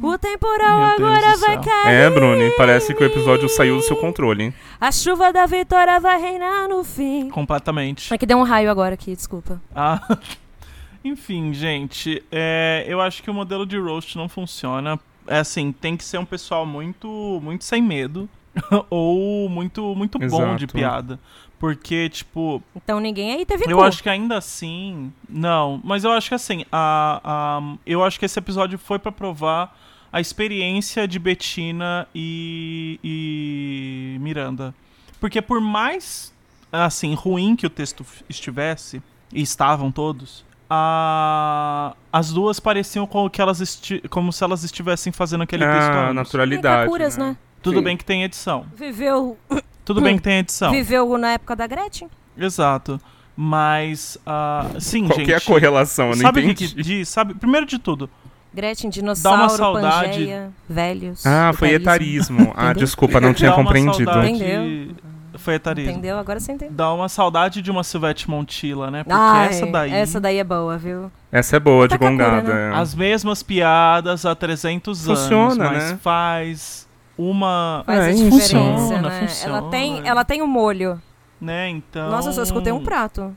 Speaker 1: O temporal
Speaker 2: Meu Deus
Speaker 1: agora
Speaker 2: do
Speaker 1: vai
Speaker 2: céu.
Speaker 1: cair.
Speaker 4: É, Bruni, parece que o episódio saiu do seu controle.
Speaker 1: A chuva da vitória vai reinar no fim.
Speaker 2: Completamente.
Speaker 1: É que deu um raio agora aqui, desculpa.
Speaker 2: Ah. Enfim, gente, é, eu acho que o modelo de roast não funciona. É assim, tem que ser um pessoal muito, muito sem medo ou muito, muito bom de
Speaker 4: Exato.
Speaker 2: piada, porque tipo,
Speaker 1: Então ninguém aí teve
Speaker 2: eu
Speaker 1: cu.
Speaker 2: acho que ainda assim, não. Mas eu acho que assim, a, a, eu acho que esse episódio foi pra provar a experiência de Betina e, e Miranda, porque por mais assim ruim que o texto f- estivesse e estavam todos, a, as duas pareciam como que elas esti- como se elas estivessem fazendo aquele texto. é um
Speaker 4: Ah,
Speaker 2: antes.
Speaker 1: Nem
Speaker 4: naturalidade.
Speaker 1: Kakuras,
Speaker 4: né?
Speaker 1: né?
Speaker 2: Tudo
Speaker 3: Sim.
Speaker 2: bem que tem edição.
Speaker 1: Viveu,
Speaker 2: Tudo bem que tem edição.
Speaker 1: viveu na época da Gretchen.
Speaker 2: Exato. Mas ah, sim,
Speaker 4: Qual que é a
Speaker 2: gente.
Speaker 4: correlação? Eu não
Speaker 2: Sabe o que
Speaker 4: entendi.
Speaker 2: que diz? Sabe? Primeiro de tudo,
Speaker 1: Gretchen, dinossauro,
Speaker 2: saudade.
Speaker 1: Pangeia, velhos.
Speaker 4: Ah, foi etarismo. Ah,
Speaker 1: Entendeu?
Speaker 4: desculpa, não tinha
Speaker 2: dá uma
Speaker 4: compreendido.
Speaker 2: saudade-
Speaker 1: Entendeu?
Speaker 2: Foi etarismo.
Speaker 1: Entendeu? Agora você entendeu.
Speaker 2: Dá uma saudade de uma Silvete Montila, né? Porque
Speaker 1: Ai,
Speaker 2: essa daí.
Speaker 1: essa daí Ah, é boa, viu?
Speaker 4: Essa é boa, de
Speaker 1: Takakura,
Speaker 4: gongada.
Speaker 1: né?
Speaker 4: é.
Speaker 2: As mesmas piadas há 300 anos,
Speaker 4: Funciona,
Speaker 2: mas
Speaker 4: né?
Speaker 2: faz uma,
Speaker 1: Faz
Speaker 4: É,
Speaker 1: a
Speaker 4: funciona,
Speaker 1: diferença, né?
Speaker 2: funciona.
Speaker 1: Ela tem, ela tem um molho.
Speaker 2: né? Então.
Speaker 1: Nossa, eu só escutei um prato.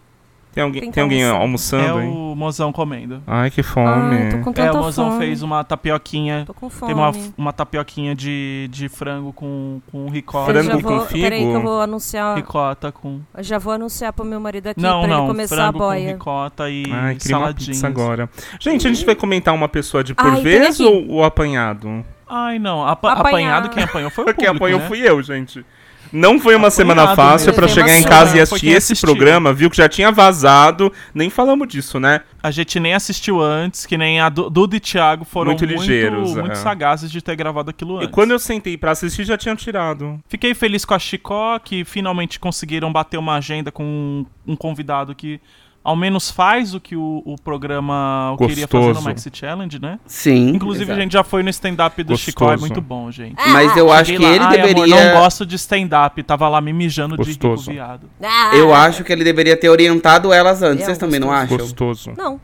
Speaker 4: Tem alguém,
Speaker 1: Tem que
Speaker 4: tem alguém
Speaker 1: almoçar.
Speaker 2: É
Speaker 4: almoçando, hein?
Speaker 2: o mozão comendo.
Speaker 4: Ai, que fome.
Speaker 1: Ai, Ah, tô com
Speaker 2: é,
Speaker 1: tanta
Speaker 2: o mozão
Speaker 1: fome.
Speaker 2: fez um uma tapioquinha.
Speaker 1: Um Tô com fome.
Speaker 2: Tem uma, uma tapioquinha de, de frango com, com
Speaker 1: Eu
Speaker 2: ricota.
Speaker 4: Frango
Speaker 1: já
Speaker 4: com
Speaker 1: vou, Peraí que eu
Speaker 4: figo?
Speaker 1: vou anunciar,
Speaker 2: Ricota com.
Speaker 1: eu já vou anunciar pro meu marido aqui
Speaker 2: Não,
Speaker 1: pra ele
Speaker 2: não.
Speaker 1: começar a
Speaker 2: frango com
Speaker 1: boia.
Speaker 2: ricota e
Speaker 4: Ai, queria uma
Speaker 2: saladinhas.
Speaker 4: pizza agora. Gente, a gente vai comentar uma pessoa de por
Speaker 1: Ai, tem
Speaker 4: vez
Speaker 1: aqui.
Speaker 4: ou o apanhado?
Speaker 2: Ai, não. apa-
Speaker 1: Apanhar.
Speaker 2: Apanhado, quem apanhou foi o público,
Speaker 4: Quem apanhou
Speaker 2: né?
Speaker 4: fui eu, gente. Não foi uma semana
Speaker 2: Apanhado
Speaker 4: fácil
Speaker 1: mesmo.
Speaker 4: pra
Speaker 1: Foi
Speaker 4: chegar em
Speaker 1: uma
Speaker 4: casa e
Speaker 2: semana, foi
Speaker 4: assistir
Speaker 2: quem
Speaker 4: esse
Speaker 2: assistiu.
Speaker 4: programa, viu que já tinha vazado. Nem falamos disso, né?
Speaker 2: A gente nem assistiu antes, que nem a Du- Duda e Thiago foram
Speaker 4: Muito
Speaker 2: muito,
Speaker 4: ligeiros,
Speaker 2: muito
Speaker 4: é.
Speaker 2: sagazes de ter gravado aquilo
Speaker 4: E
Speaker 2: antes.
Speaker 4: quando eu sentei pra assistir, já tinham tirado.
Speaker 2: Fiquei feliz com a Chicó, que finalmente conseguiram bater uma agenda com um, um convidado que ao menos faz o que o, o programa queria fazer no
Speaker 4: Gostoso.
Speaker 2: Maxi Challenge, né?
Speaker 3: Sim.
Speaker 2: Inclusive,
Speaker 3: Uhum, exato.
Speaker 2: a gente já foi no stand-up do
Speaker 4: Gostoso.
Speaker 2: Chicó, é muito bom, gente.
Speaker 1: Ah,
Speaker 3: Mas eu acho
Speaker 2: Cheguei
Speaker 3: que
Speaker 2: lá,
Speaker 3: ele
Speaker 2: "Ai, amor,
Speaker 3: deveria.
Speaker 2: não gosto de stand-up, tava lá me mijando de
Speaker 4: Gostoso.
Speaker 2: rico viado.
Speaker 1: Ah!
Speaker 3: Eu acho que ele deveria ter orientado elas antes.
Speaker 1: É,
Speaker 3: Vocês também não acham?
Speaker 4: Gostoso.
Speaker 1: Não.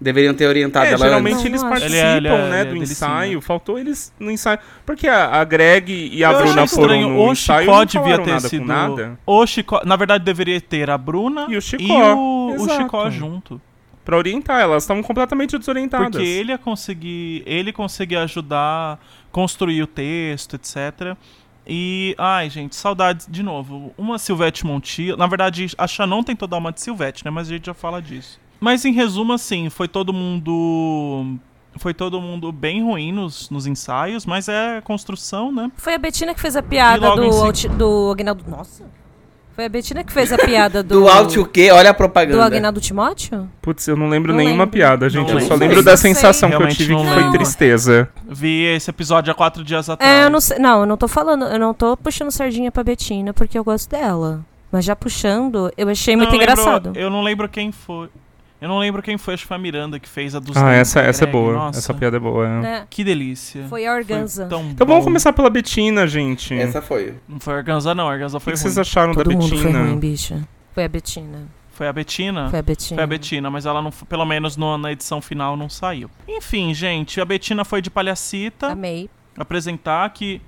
Speaker 3: Deveriam ter orientado
Speaker 4: É,
Speaker 3: elas
Speaker 4: geralmente
Speaker 1: Não,
Speaker 3: antes.
Speaker 4: eles
Speaker 1: não acho.
Speaker 4: participam,
Speaker 2: Ele é- ele é-
Speaker 4: né,
Speaker 2: ele é
Speaker 4: do
Speaker 2: delicinho,
Speaker 4: ensaio. Faltou eles no ensaio. Porque a, a Greg e a
Speaker 2: Eu
Speaker 4: Bruna
Speaker 2: achei
Speaker 4: foram
Speaker 2: estranho.
Speaker 4: no
Speaker 2: o
Speaker 4: ensaio
Speaker 2: Chicó
Speaker 4: e não
Speaker 2: devia
Speaker 4: falaram
Speaker 2: ter
Speaker 4: nada
Speaker 2: sido.
Speaker 4: com nada.
Speaker 2: O Chicó, na verdade, deveria ter a Bruna
Speaker 4: E o Chicó,
Speaker 2: o, o
Speaker 4: exato.
Speaker 2: Chicó junto.
Speaker 4: Pra orientar, elas estavam completamente desorientadas.
Speaker 2: Porque ele ia conseguir. Ele conseguia ajudar, construir o texto, etc. E, ai, gente, saudades de novo. Uma Silvete Montilla. Na verdade, a Shannon tentou dar uma de Silvete, né? Mas a gente já fala disso. Mas em resumo, assim, foi todo mundo. Foi todo mundo bem ruim nos, nos ensaios, mas é construção, né?
Speaker 1: Foi a Betina que fez a
Speaker 2: E
Speaker 1: piada
Speaker 2: logo em
Speaker 1: do,
Speaker 2: segu-
Speaker 1: Alt- do Aguinaldo. Nossa. Foi a Betina que fez a piada do.
Speaker 3: Do alt o né? quê? Olha a propaganda.
Speaker 1: Do Agnaldo Timóteo?
Speaker 4: Putz, eu não lembro
Speaker 1: Não
Speaker 4: nenhuma
Speaker 1: lembro.
Speaker 4: piada, gente.
Speaker 2: Não
Speaker 4: eu só
Speaker 2: lembro.
Speaker 4: lembro da
Speaker 1: Não sei.
Speaker 4: sensação que eu
Speaker 2: Realmente
Speaker 4: tive
Speaker 2: não
Speaker 4: que
Speaker 1: lembro.
Speaker 4: foi tristeza.
Speaker 2: Vi esse episódio há quatro dias atrás.
Speaker 1: É, eu não sei. Não, eu não tô falando, eu não tô puxando sardinha pra Betina porque eu gosto dela. Mas já puxando, eu achei
Speaker 2: Não,
Speaker 1: muito
Speaker 2: eu lembro-
Speaker 1: engraçado.
Speaker 2: Eu não lembro quem foi. Eu não lembro quem foi, acho que foi a Miranda que fez a dos
Speaker 4: Ah,
Speaker 2: dentes
Speaker 4: essa,
Speaker 2: do
Speaker 4: essa é
Speaker 2: Greg.
Speaker 4: boa.
Speaker 2: Nossa,
Speaker 4: Essa piada é boa. é.
Speaker 1: Né?
Speaker 2: Que delícia.
Speaker 1: Foi a organza.
Speaker 2: tão
Speaker 4: Então
Speaker 2: bom.
Speaker 4: vamos começar pela Betina, gente.
Speaker 3: Essa foi.
Speaker 2: Não foi a Organza, não. A Organza
Speaker 4: O que
Speaker 2: foi
Speaker 4: que
Speaker 2: ruim.
Speaker 4: vocês acharam
Speaker 1: Todo
Speaker 4: da
Speaker 1: mundo foi ruim,
Speaker 4: Betina?
Speaker 1: bicha. Foi a Betina.
Speaker 2: Foi a Betina?
Speaker 1: Foi a Betina.
Speaker 2: Ah. Foi a Betina, mas ela não, f- pelo menos no- na edição final não saiu. Enfim, gente, a Betina foi de palhacita
Speaker 1: Amei.
Speaker 2: apresentar que,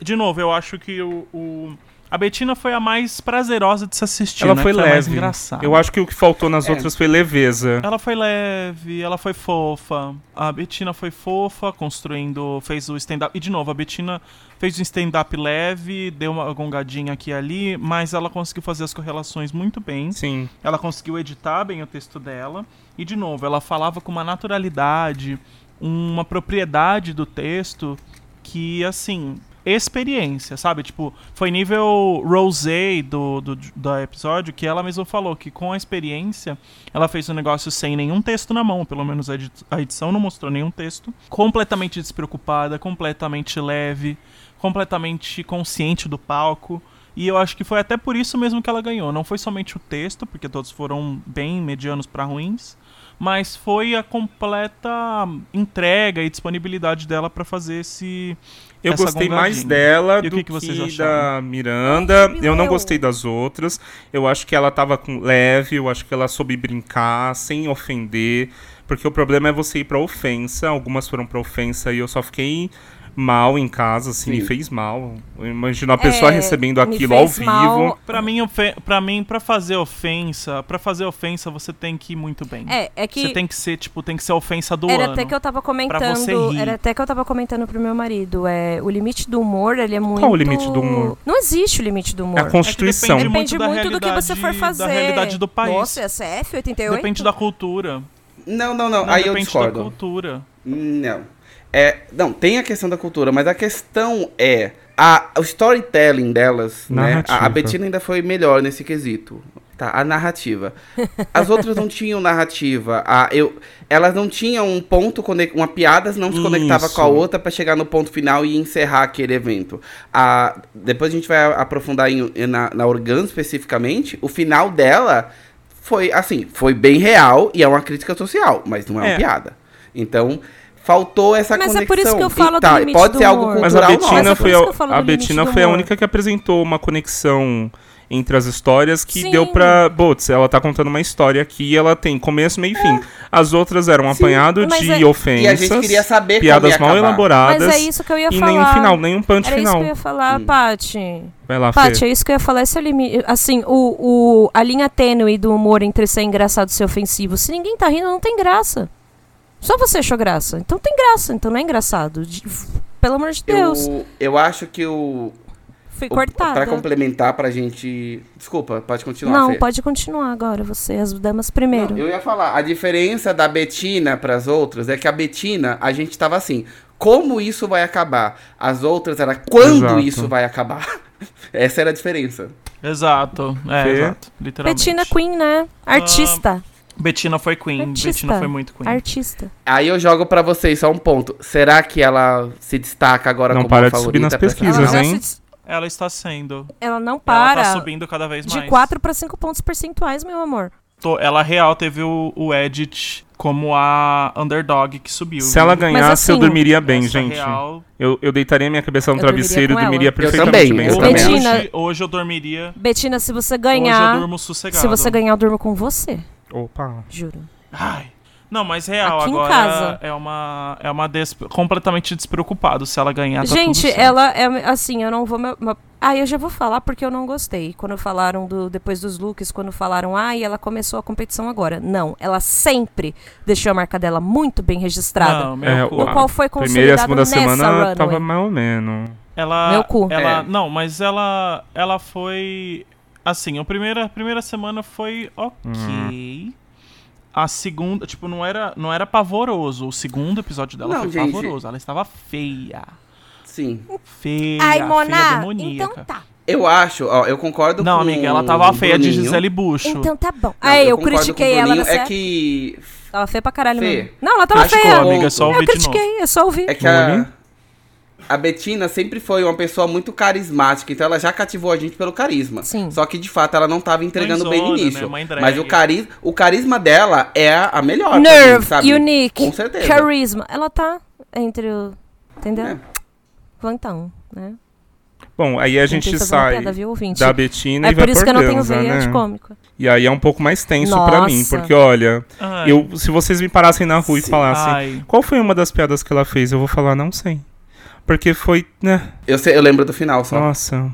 Speaker 2: de novo, eu acho que o, o- a Betina foi a mais prazerosa de se assistir.
Speaker 4: Ela
Speaker 2: né?
Speaker 4: foi
Speaker 2: a mais
Speaker 4: leve.
Speaker 2: engraçada. Ah.
Speaker 4: Eu acho que o que faltou nas
Speaker 3: É.
Speaker 4: outras foi leveza.
Speaker 2: Ela foi leve, ela foi fofa. A Betina foi fofa, construindo, fez o stand-up. E de novo, a Betina fez um stand-up leve, deu uma gongadinha aqui e ali, mas ela conseguiu fazer as correlações muito bem.
Speaker 4: Sim.
Speaker 2: Ela conseguiu editar bem o texto dela. E, de novo, ela falava com uma naturalidade, uma propriedade do texto que, assim, experiência, sabe? Tipo, foi nível Rosé do, do, do episódio que ela mesma falou que com a experiência ela fez um negócio sem nenhum texto na mão, pelo menos a edi- a edição não mostrou nenhum texto. Completamente despreocupada, completamente leve, completamente consciente do palco. E eu acho que foi até por isso mesmo que ela ganhou. Não foi somente o texto, porque todos foram bem medianos pra ruins, mas foi a completa entrega e disponibilidade dela pra fazer esse.
Speaker 4: Eu
Speaker 2: essa
Speaker 4: gostei mais
Speaker 2: gongadinha.
Speaker 4: dela
Speaker 2: E o que
Speaker 4: do que,
Speaker 2: que vocês acharam?
Speaker 4: da Miranda.
Speaker 1: Ai,
Speaker 4: eu não
Speaker 1: meu.
Speaker 4: gostei das outras. Eu acho que ela tava com leve, eu acho que ela soube brincar, sem ofender. Porque o problema é você ir pra ofensa. Algumas foram pra ofensa e eu só fiquei mal em casa, assim, me
Speaker 3: Sim.
Speaker 4: fez mal. Eu imagino a pessoa
Speaker 1: É,
Speaker 4: recebendo
Speaker 1: me
Speaker 4: aquilo ao
Speaker 1: fez
Speaker 4: vivo.
Speaker 1: mal.
Speaker 2: Pra mim, ofe- pra mim, pra fazer ofensa, pra fazer ofensa, você tem que ir muito bem.
Speaker 1: É, é
Speaker 2: Você
Speaker 1: que.
Speaker 2: tem que ser, tipo, tem que ser a ofensa do
Speaker 1: Era
Speaker 2: ano.
Speaker 1: até que eu tava
Speaker 2: você
Speaker 1: comentando.
Speaker 2: rir.
Speaker 1: Era até que eu tava comentando pro meu marido. É, o limite do humor, ele é muito.
Speaker 4: o limite do humor?
Speaker 1: Não existe o limite do humor.
Speaker 4: É a Constituição.
Speaker 2: depende
Speaker 1: Depende
Speaker 2: muito da
Speaker 1: muito do que
Speaker 2: realidade-
Speaker 1: você for
Speaker 2: da
Speaker 1: fazer.
Speaker 2: realidade do país.
Speaker 1: Nossa, essa é F 88?
Speaker 2: Depende da cultura.
Speaker 3: Não, não, não.
Speaker 2: Não
Speaker 3: Aí eu
Speaker 2: depende da
Speaker 3: discordo.
Speaker 2: cultura.
Speaker 3: Não. É, não, tem a questão da cultura, mas a questão é a, o storytelling delas, né? A,
Speaker 4: Narrativa.
Speaker 3: a Bettina ainda foi melhor nesse quesito. Tá, a narrativa. As outras não tinham narrativa. A, eu, elas não tinham um ponto, conex- uma piada não se conectava
Speaker 4: Isso.
Speaker 3: com a outra pra chegar no ponto final e encerrar aquele evento. A, depois a gente vai aprofundar em- em- na, na Organ especificamente. O final dela foi assim, foi bem real e é uma crítica social, mas não é uma
Speaker 4: É.
Speaker 3: piada. Então, faltou essa
Speaker 1: Mas
Speaker 3: conexão.
Speaker 1: é por isso que eu
Speaker 3: E
Speaker 1: falo do
Speaker 3: tá,
Speaker 1: limite
Speaker 3: Pode
Speaker 1: do
Speaker 3: ser algo
Speaker 1: humor.
Speaker 3: cultural
Speaker 4: Mas a
Speaker 1: Mas
Speaker 4: Betina
Speaker 1: é
Speaker 4: foi,
Speaker 1: por isso
Speaker 4: a,
Speaker 1: que eu falo
Speaker 4: a
Speaker 1: do limite
Speaker 4: Betina
Speaker 1: do
Speaker 4: foi a
Speaker 1: humor.
Speaker 4: única que apresentou uma conexão entre as histórias que
Speaker 1: Sim.
Speaker 4: deu pra. Butz, ela tá contando uma história aqui e ela tem começo, meio e fim. As outras eram um apanhado
Speaker 1: É. Mas é- E
Speaker 4: de
Speaker 1: a gente
Speaker 3: E a gente
Speaker 4: ofensas,
Speaker 3: queria saber
Speaker 4: piadas
Speaker 3: como ia
Speaker 4: mal
Speaker 3: acabar.
Speaker 4: elaboradas
Speaker 1: Mas é isso que eu ia
Speaker 4: e
Speaker 1: falar.
Speaker 4: nenhum final, nenhum punch
Speaker 1: Era isso
Speaker 4: final.
Speaker 1: que eu ia
Speaker 3: Hum.
Speaker 1: falar, Paty.
Speaker 4: Vai lá,
Speaker 1: Paty,
Speaker 4: Fê.
Speaker 1: é isso que eu ia falar. Esse é o limite. Assim, o, o- a linha tênue do humor entre ser engraçado e ser ofensivo. Se ninguém tá rindo, não tem graça. Só você achou graça. Então tem graça, então não é engraçado. De- Pelo amor de Deus.
Speaker 3: Eu, eu acho que o.
Speaker 1: Fui
Speaker 3: o
Speaker 1: cortada.
Speaker 3: Pra complementar pra gente. Desculpa, pode continuar.
Speaker 1: não,
Speaker 3: Fê.
Speaker 1: pode continuar agora, você, as damas
Speaker 3: Não,
Speaker 1: primeiro.
Speaker 3: eu ia falar, a diferença da Betina pras outras é que a Betina, a gente tava assim, como isso vai acabar? As outras era quando
Speaker 4: Exato.
Speaker 3: isso vai acabar. Essa era a diferença.
Speaker 2: Exato. É,
Speaker 4: Fê?
Speaker 2: exato. Literalmente.
Speaker 1: Bettina Queen, né? Artista.
Speaker 2: Betina foi Queen.
Speaker 1: Artista.
Speaker 2: Betina foi muito Ah, Queen.
Speaker 1: Artista.
Speaker 3: Aí eu jogo pra vocês só um ponto. Será que ela se destaca agora
Speaker 4: Não
Speaker 3: como
Speaker 4: para
Speaker 3: a
Speaker 4: de subir
Speaker 3: favorita
Speaker 4: nas
Speaker 3: pra essa
Speaker 4: pesquisas,
Speaker 3: final?
Speaker 1: ela,
Speaker 4: hein?
Speaker 1: não se des-
Speaker 2: Ela está sendo.
Speaker 1: ela não para.
Speaker 2: Ela tá subindo cada vez mais.
Speaker 1: de 4 para 5 pontos percentuais, meu amor.
Speaker 2: Tô- Ela real teve o, o edit como a underdog que subiu.
Speaker 4: Se ela
Speaker 2: viu?
Speaker 4: ganhasse, eu
Speaker 1: assim,
Speaker 4: dormiria bem,
Speaker 2: Essa
Speaker 4: gente.
Speaker 2: real-
Speaker 4: Eu, eu deitaria minha cabeça no
Speaker 1: Eu dormiria
Speaker 4: travesseiro e
Speaker 1: com ela.
Speaker 4: dormiria
Speaker 1: Eu
Speaker 4: perfeitamente
Speaker 3: também,
Speaker 4: bem.
Speaker 3: eu
Speaker 4: essa
Speaker 1: também.
Speaker 4: merda.
Speaker 1: Betina,
Speaker 2: Hoje, hoje eu dormiria.
Speaker 1: Betina, se você
Speaker 2: Hoje eu
Speaker 1: ganhar.
Speaker 2: durmo sossegado.
Speaker 1: Se você ganhar, eu durmo com você.
Speaker 4: Opa.
Speaker 1: Juro.
Speaker 2: Ai. Não, mas real,
Speaker 1: Aqui em
Speaker 2: agora
Speaker 1: casa.
Speaker 2: é uma. É uma des- completamente despreocupado. Se ela ganhar, tá tudo
Speaker 1: Gente,
Speaker 2: certo.
Speaker 1: ela é assim, eu não vou. me- me- Ah, eu já vou falar porque eu não gostei. Quando falaram do depois dos looks, quando falaram, ah, e ela começou a competição agora. Não, ela sempre deixou a marca dela muito bem registrada.
Speaker 2: Não, meu
Speaker 4: É,
Speaker 2: cu.
Speaker 1: O
Speaker 4: a
Speaker 1: qual foi
Speaker 4: primeira e a
Speaker 1: consolidado
Speaker 4: segunda
Speaker 1: nessa
Speaker 4: semana
Speaker 1: runway.
Speaker 4: tava mais ou menos.
Speaker 2: Ela,
Speaker 1: Meu cu.
Speaker 2: Ela,
Speaker 3: É.
Speaker 2: Não, mas ela, ela foi. Assim, a primeira, a primeira semana foi ok.
Speaker 3: Hum.
Speaker 2: A segunda, tipo, não era, não era pavoroso. O segundo episódio dela
Speaker 3: Não,
Speaker 2: foi
Speaker 3: gente.
Speaker 2: pavoroso. Ela estava feia.
Speaker 3: Sim.
Speaker 2: Feia.
Speaker 1: Ai,
Speaker 2: feia
Speaker 1: Mona,
Speaker 2: demoníaca.
Speaker 1: então tá.
Speaker 3: Eu acho, ó, eu concordo
Speaker 2: Não,
Speaker 3: com
Speaker 2: amiga, ela
Speaker 3: o
Speaker 2: tava feia de
Speaker 3: Bruninho.
Speaker 2: Gisele Bucho.
Speaker 1: Então tá bom.
Speaker 3: Não,
Speaker 1: Aí, eu,
Speaker 3: concordo com o
Speaker 1: critiquei ela
Speaker 3: Bruninho.
Speaker 1: na
Speaker 3: É
Speaker 1: série.
Speaker 3: que.
Speaker 1: Tava feia pra caralho
Speaker 3: Fê,
Speaker 1: mesmo. Não, ela tava
Speaker 3: acho que
Speaker 1: feia.
Speaker 3: o-
Speaker 2: amiga, só
Speaker 1: eu
Speaker 2: ouvi de novo.
Speaker 1: critiquei, eu só ouvi.
Speaker 3: É que a,
Speaker 4: Bruninho?
Speaker 3: a Betina sempre foi uma pessoa muito carismática, então ela já cativou a gente pelo carisma.
Speaker 1: Sim.
Speaker 3: Só que de fato ela não tava entregando
Speaker 2: Mãezona,
Speaker 3: bem no início.
Speaker 2: né? Mãe drag.
Speaker 3: Mas o, cari o carisma dela é a a melhor. pra mim,
Speaker 1: Nerve,
Speaker 3: sabe?
Speaker 1: unique,
Speaker 3: Com certeza.
Speaker 1: charisma. Ela tá entre o. Entendeu?
Speaker 3: É.
Speaker 1: Vou então, né?
Speaker 4: Bom, aí a gente
Speaker 1: Tentei fazer uma
Speaker 4: sai
Speaker 1: piada, viu, ouvinte?
Speaker 4: da Betina
Speaker 1: É
Speaker 4: e vai
Speaker 1: por isso
Speaker 4: por
Speaker 1: que eu não tenho
Speaker 4: Deusa,
Speaker 1: veia
Speaker 4: né?
Speaker 1: de cômico.
Speaker 4: E aí é um pouco mais tenso pra mim,
Speaker 1: Nossa.
Speaker 4: porque olha,
Speaker 2: Ai.
Speaker 4: eu se vocês me parassem na rua e falassem,
Speaker 2: Ai.
Speaker 4: qual foi uma das piadas que ela fez? Eu vou falar, não sei. Porque foi, né?
Speaker 3: Eu, sei- eu lembro do final só.
Speaker 4: Nossa.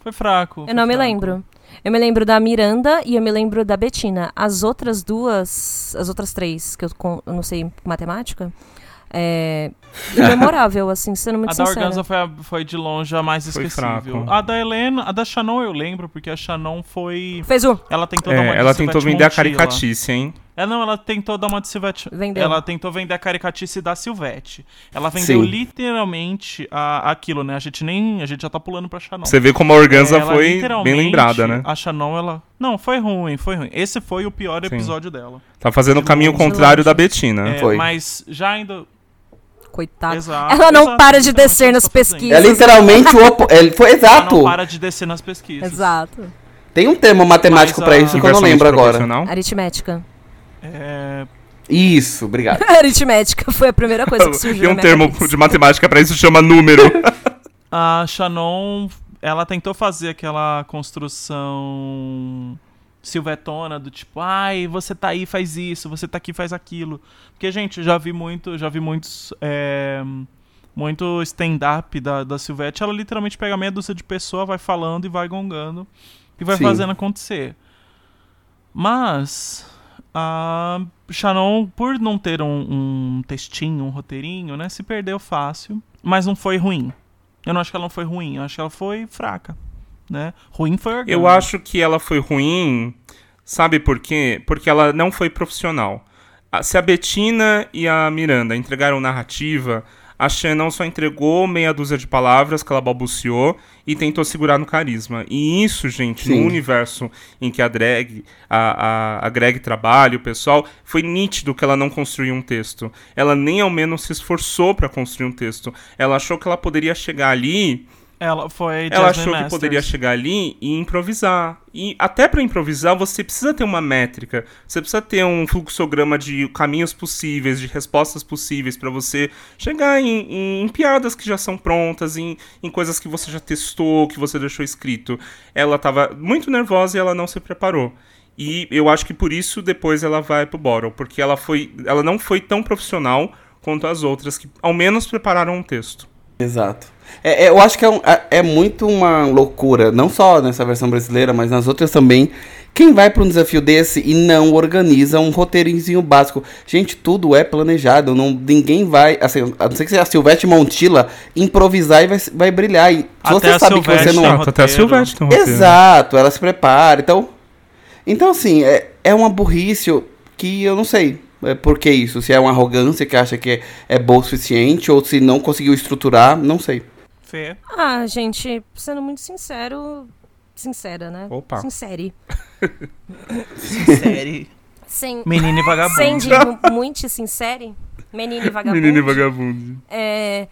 Speaker 2: Foi fraco. foi
Speaker 1: Eu não me
Speaker 4: Tá
Speaker 2: fraco.
Speaker 1: lembro. Eu me lembro da Miranda e eu me lembro da Betina. As outras duas, as outras três, que eu, con- eu não sei matemática, é memorável, assim, sendo muito
Speaker 2: a da
Speaker 1: sincera.
Speaker 2: Organza foi, a- foi de longe a mais
Speaker 4: Foi
Speaker 2: esquecível.
Speaker 4: fraco.
Speaker 2: A da Helena, a da Shannon eu lembro, porque a Shannon foi.
Speaker 1: Fez um.
Speaker 2: Ela tentou dar uma
Speaker 4: É,
Speaker 2: de
Speaker 4: ela
Speaker 2: Silvete
Speaker 4: tentou vender a
Speaker 2: Montilla.
Speaker 4: caricatice, hein?
Speaker 2: É, não, ela tentou dar uma de Silvete.
Speaker 1: Vendeu.
Speaker 2: Ela tentou vender a caricatice da Silvete. Ela vendeu
Speaker 3: Sim.
Speaker 2: literalmente a, aquilo, né? A gente nem. A gente já tá pulando pra Shannon.
Speaker 4: Você vê como a Organza
Speaker 2: é, Ela
Speaker 4: foi bem
Speaker 2: literalmente,
Speaker 4: lembrada, né?
Speaker 2: A Shannon, ela. Não, foi ruim, foi ruim. Esse foi o pior
Speaker 4: Sim.
Speaker 2: episódio dela.
Speaker 4: Tá fazendo o
Speaker 2: De
Speaker 4: caminho
Speaker 2: longe, de
Speaker 4: contrário
Speaker 2: longe.
Speaker 4: da Betina.
Speaker 2: É,
Speaker 3: Foi.
Speaker 2: Mas já ainda.
Speaker 1: Coitada.
Speaker 2: Exato,
Speaker 1: Ela não
Speaker 2: exato,
Speaker 1: para de
Speaker 2: exatamente
Speaker 1: descer
Speaker 2: o que
Speaker 1: nas
Speaker 2: eu tô fazendo.
Speaker 1: pesquisas.
Speaker 3: É literalmente o opo... é, Foi
Speaker 2: Ela
Speaker 3: exato.
Speaker 2: não para de descer nas pesquisas.
Speaker 1: Exato.
Speaker 4: Hum?
Speaker 3: Tem um termo matemático
Speaker 2: Mas
Speaker 3: pra
Speaker 2: a-
Speaker 3: isso que eu não
Speaker 4: Inversamente
Speaker 3: lembro agora.
Speaker 4: proporcional.
Speaker 1: Aritmética.
Speaker 2: É,
Speaker 3: Isso, obrigado.
Speaker 1: Aritmética foi a primeira coisa é que surgiu.
Speaker 4: Tem
Speaker 1: na
Speaker 4: um
Speaker 1: minha
Speaker 4: termo
Speaker 1: cabeça.
Speaker 4: de matemática pra isso chama número.
Speaker 2: a Shannon, ela tentou fazer aquela construção silvetona do tipo, ai, você tá aí, faz isso, você tá aqui, faz aquilo. Porque, gente, eu já vi muito, já vi muitos. é, muito stand-up da, da Silvete, ela literalmente pega meia dúzia de pessoa, vai falando e vai gongando e vai
Speaker 3: Sim.
Speaker 2: fazendo acontecer. Mas a Shannon, por não ter um, um textinho, um roteirinho, né, se perdeu fácil, mas não foi ruim. Eu não acho que ela não foi ruim, eu acho que ela foi fraca, né? Ruim foi orgânico.
Speaker 4: Eu acho que ela foi ruim, sabe por quê? Porque ela não foi profissional. A- Se a Betina e a Miranda entregaram narrativa, a Shannon só entregou meia dúzia de palavras que ela balbuciou e tentou segurar no carisma. E isso, gente,
Speaker 3: Sim.
Speaker 4: no universo em que a drag, a, a, a drag trabalha, o pessoal, foi nítido que ela não construiu um texto. Ela nem ao menos se esforçou para construir um texto. Ela achou que ela poderia chegar ali
Speaker 2: Ela foi Jasmine
Speaker 4: ela achou que
Speaker 2: Masters.
Speaker 4: poderia chegar ali e improvisar. E até pra improvisar, você precisa ter uma métrica. Você precisa ter um fluxograma de caminhos possíveis, de respostas possíveis pra você chegar em, em- em piadas que já são prontas, em, em coisas que você já testou, que você deixou escrito. Ela tava muito nervosa e ela não se preparou. E eu acho que por isso depois ela vai pro Bottle, porque ela foi, ela não foi tão profissional quanto as outras que ao menos prepararam um texto.
Speaker 3: Exato. É, é, eu acho que é, um- é- é muito uma loucura, não só nessa versão brasileira, mas nas outras também. Quem vai para um desafio desse e não organiza um roteirinho básico? Gente, tudo é planejado, não, ninguém vai, assim, a não ser que seja a Silvete Montila, improvisar e vai, vai brilhar. E se
Speaker 2: Até
Speaker 3: você
Speaker 2: a
Speaker 3: sabe que você
Speaker 2: Silvete
Speaker 3: não.
Speaker 2: tem
Speaker 4: Exato, até a
Speaker 2: roteiro.
Speaker 4: Silvete tem um roteiro.
Speaker 3: Exato, ela se prepara. Então, então assim, é, é uma burrice eu- que eu não sei é, por que isso. Se é uma arrogância que acha que é, é boa o suficiente ou se não conseguiu estruturar, não sei.
Speaker 2: Fê.
Speaker 1: Ah, gente, sendo muito sincero. Sincera, né?
Speaker 4: Opa.
Speaker 1: Sincere.
Speaker 2: Série.
Speaker 1: Sem,
Speaker 2: Menina e vagabundo.
Speaker 1: sem de mu- muito sincere. Menino e vagabundo.
Speaker 4: Menino e vagabundo.
Speaker 1: É.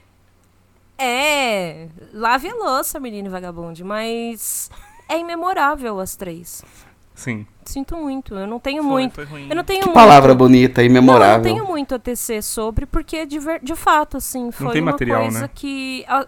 Speaker 1: É. Lave a louça, menino e vagabundo. Mas. É imemorável as três.
Speaker 4: Sim.
Speaker 1: Sinto muito. Eu não tenho
Speaker 2: Foi,
Speaker 1: muito.
Speaker 2: foi ruim.
Speaker 1: Eu não tenho
Speaker 3: Que
Speaker 1: muito.
Speaker 3: palavra bonita
Speaker 1: um
Speaker 3: e
Speaker 1: Não, eu
Speaker 3: memorável.
Speaker 1: não tenho muito a tecer sobre, porque de, ver- de fato, assim, foi
Speaker 4: tem
Speaker 1: uma
Speaker 4: material,
Speaker 1: coisa
Speaker 4: né?
Speaker 1: que. ah,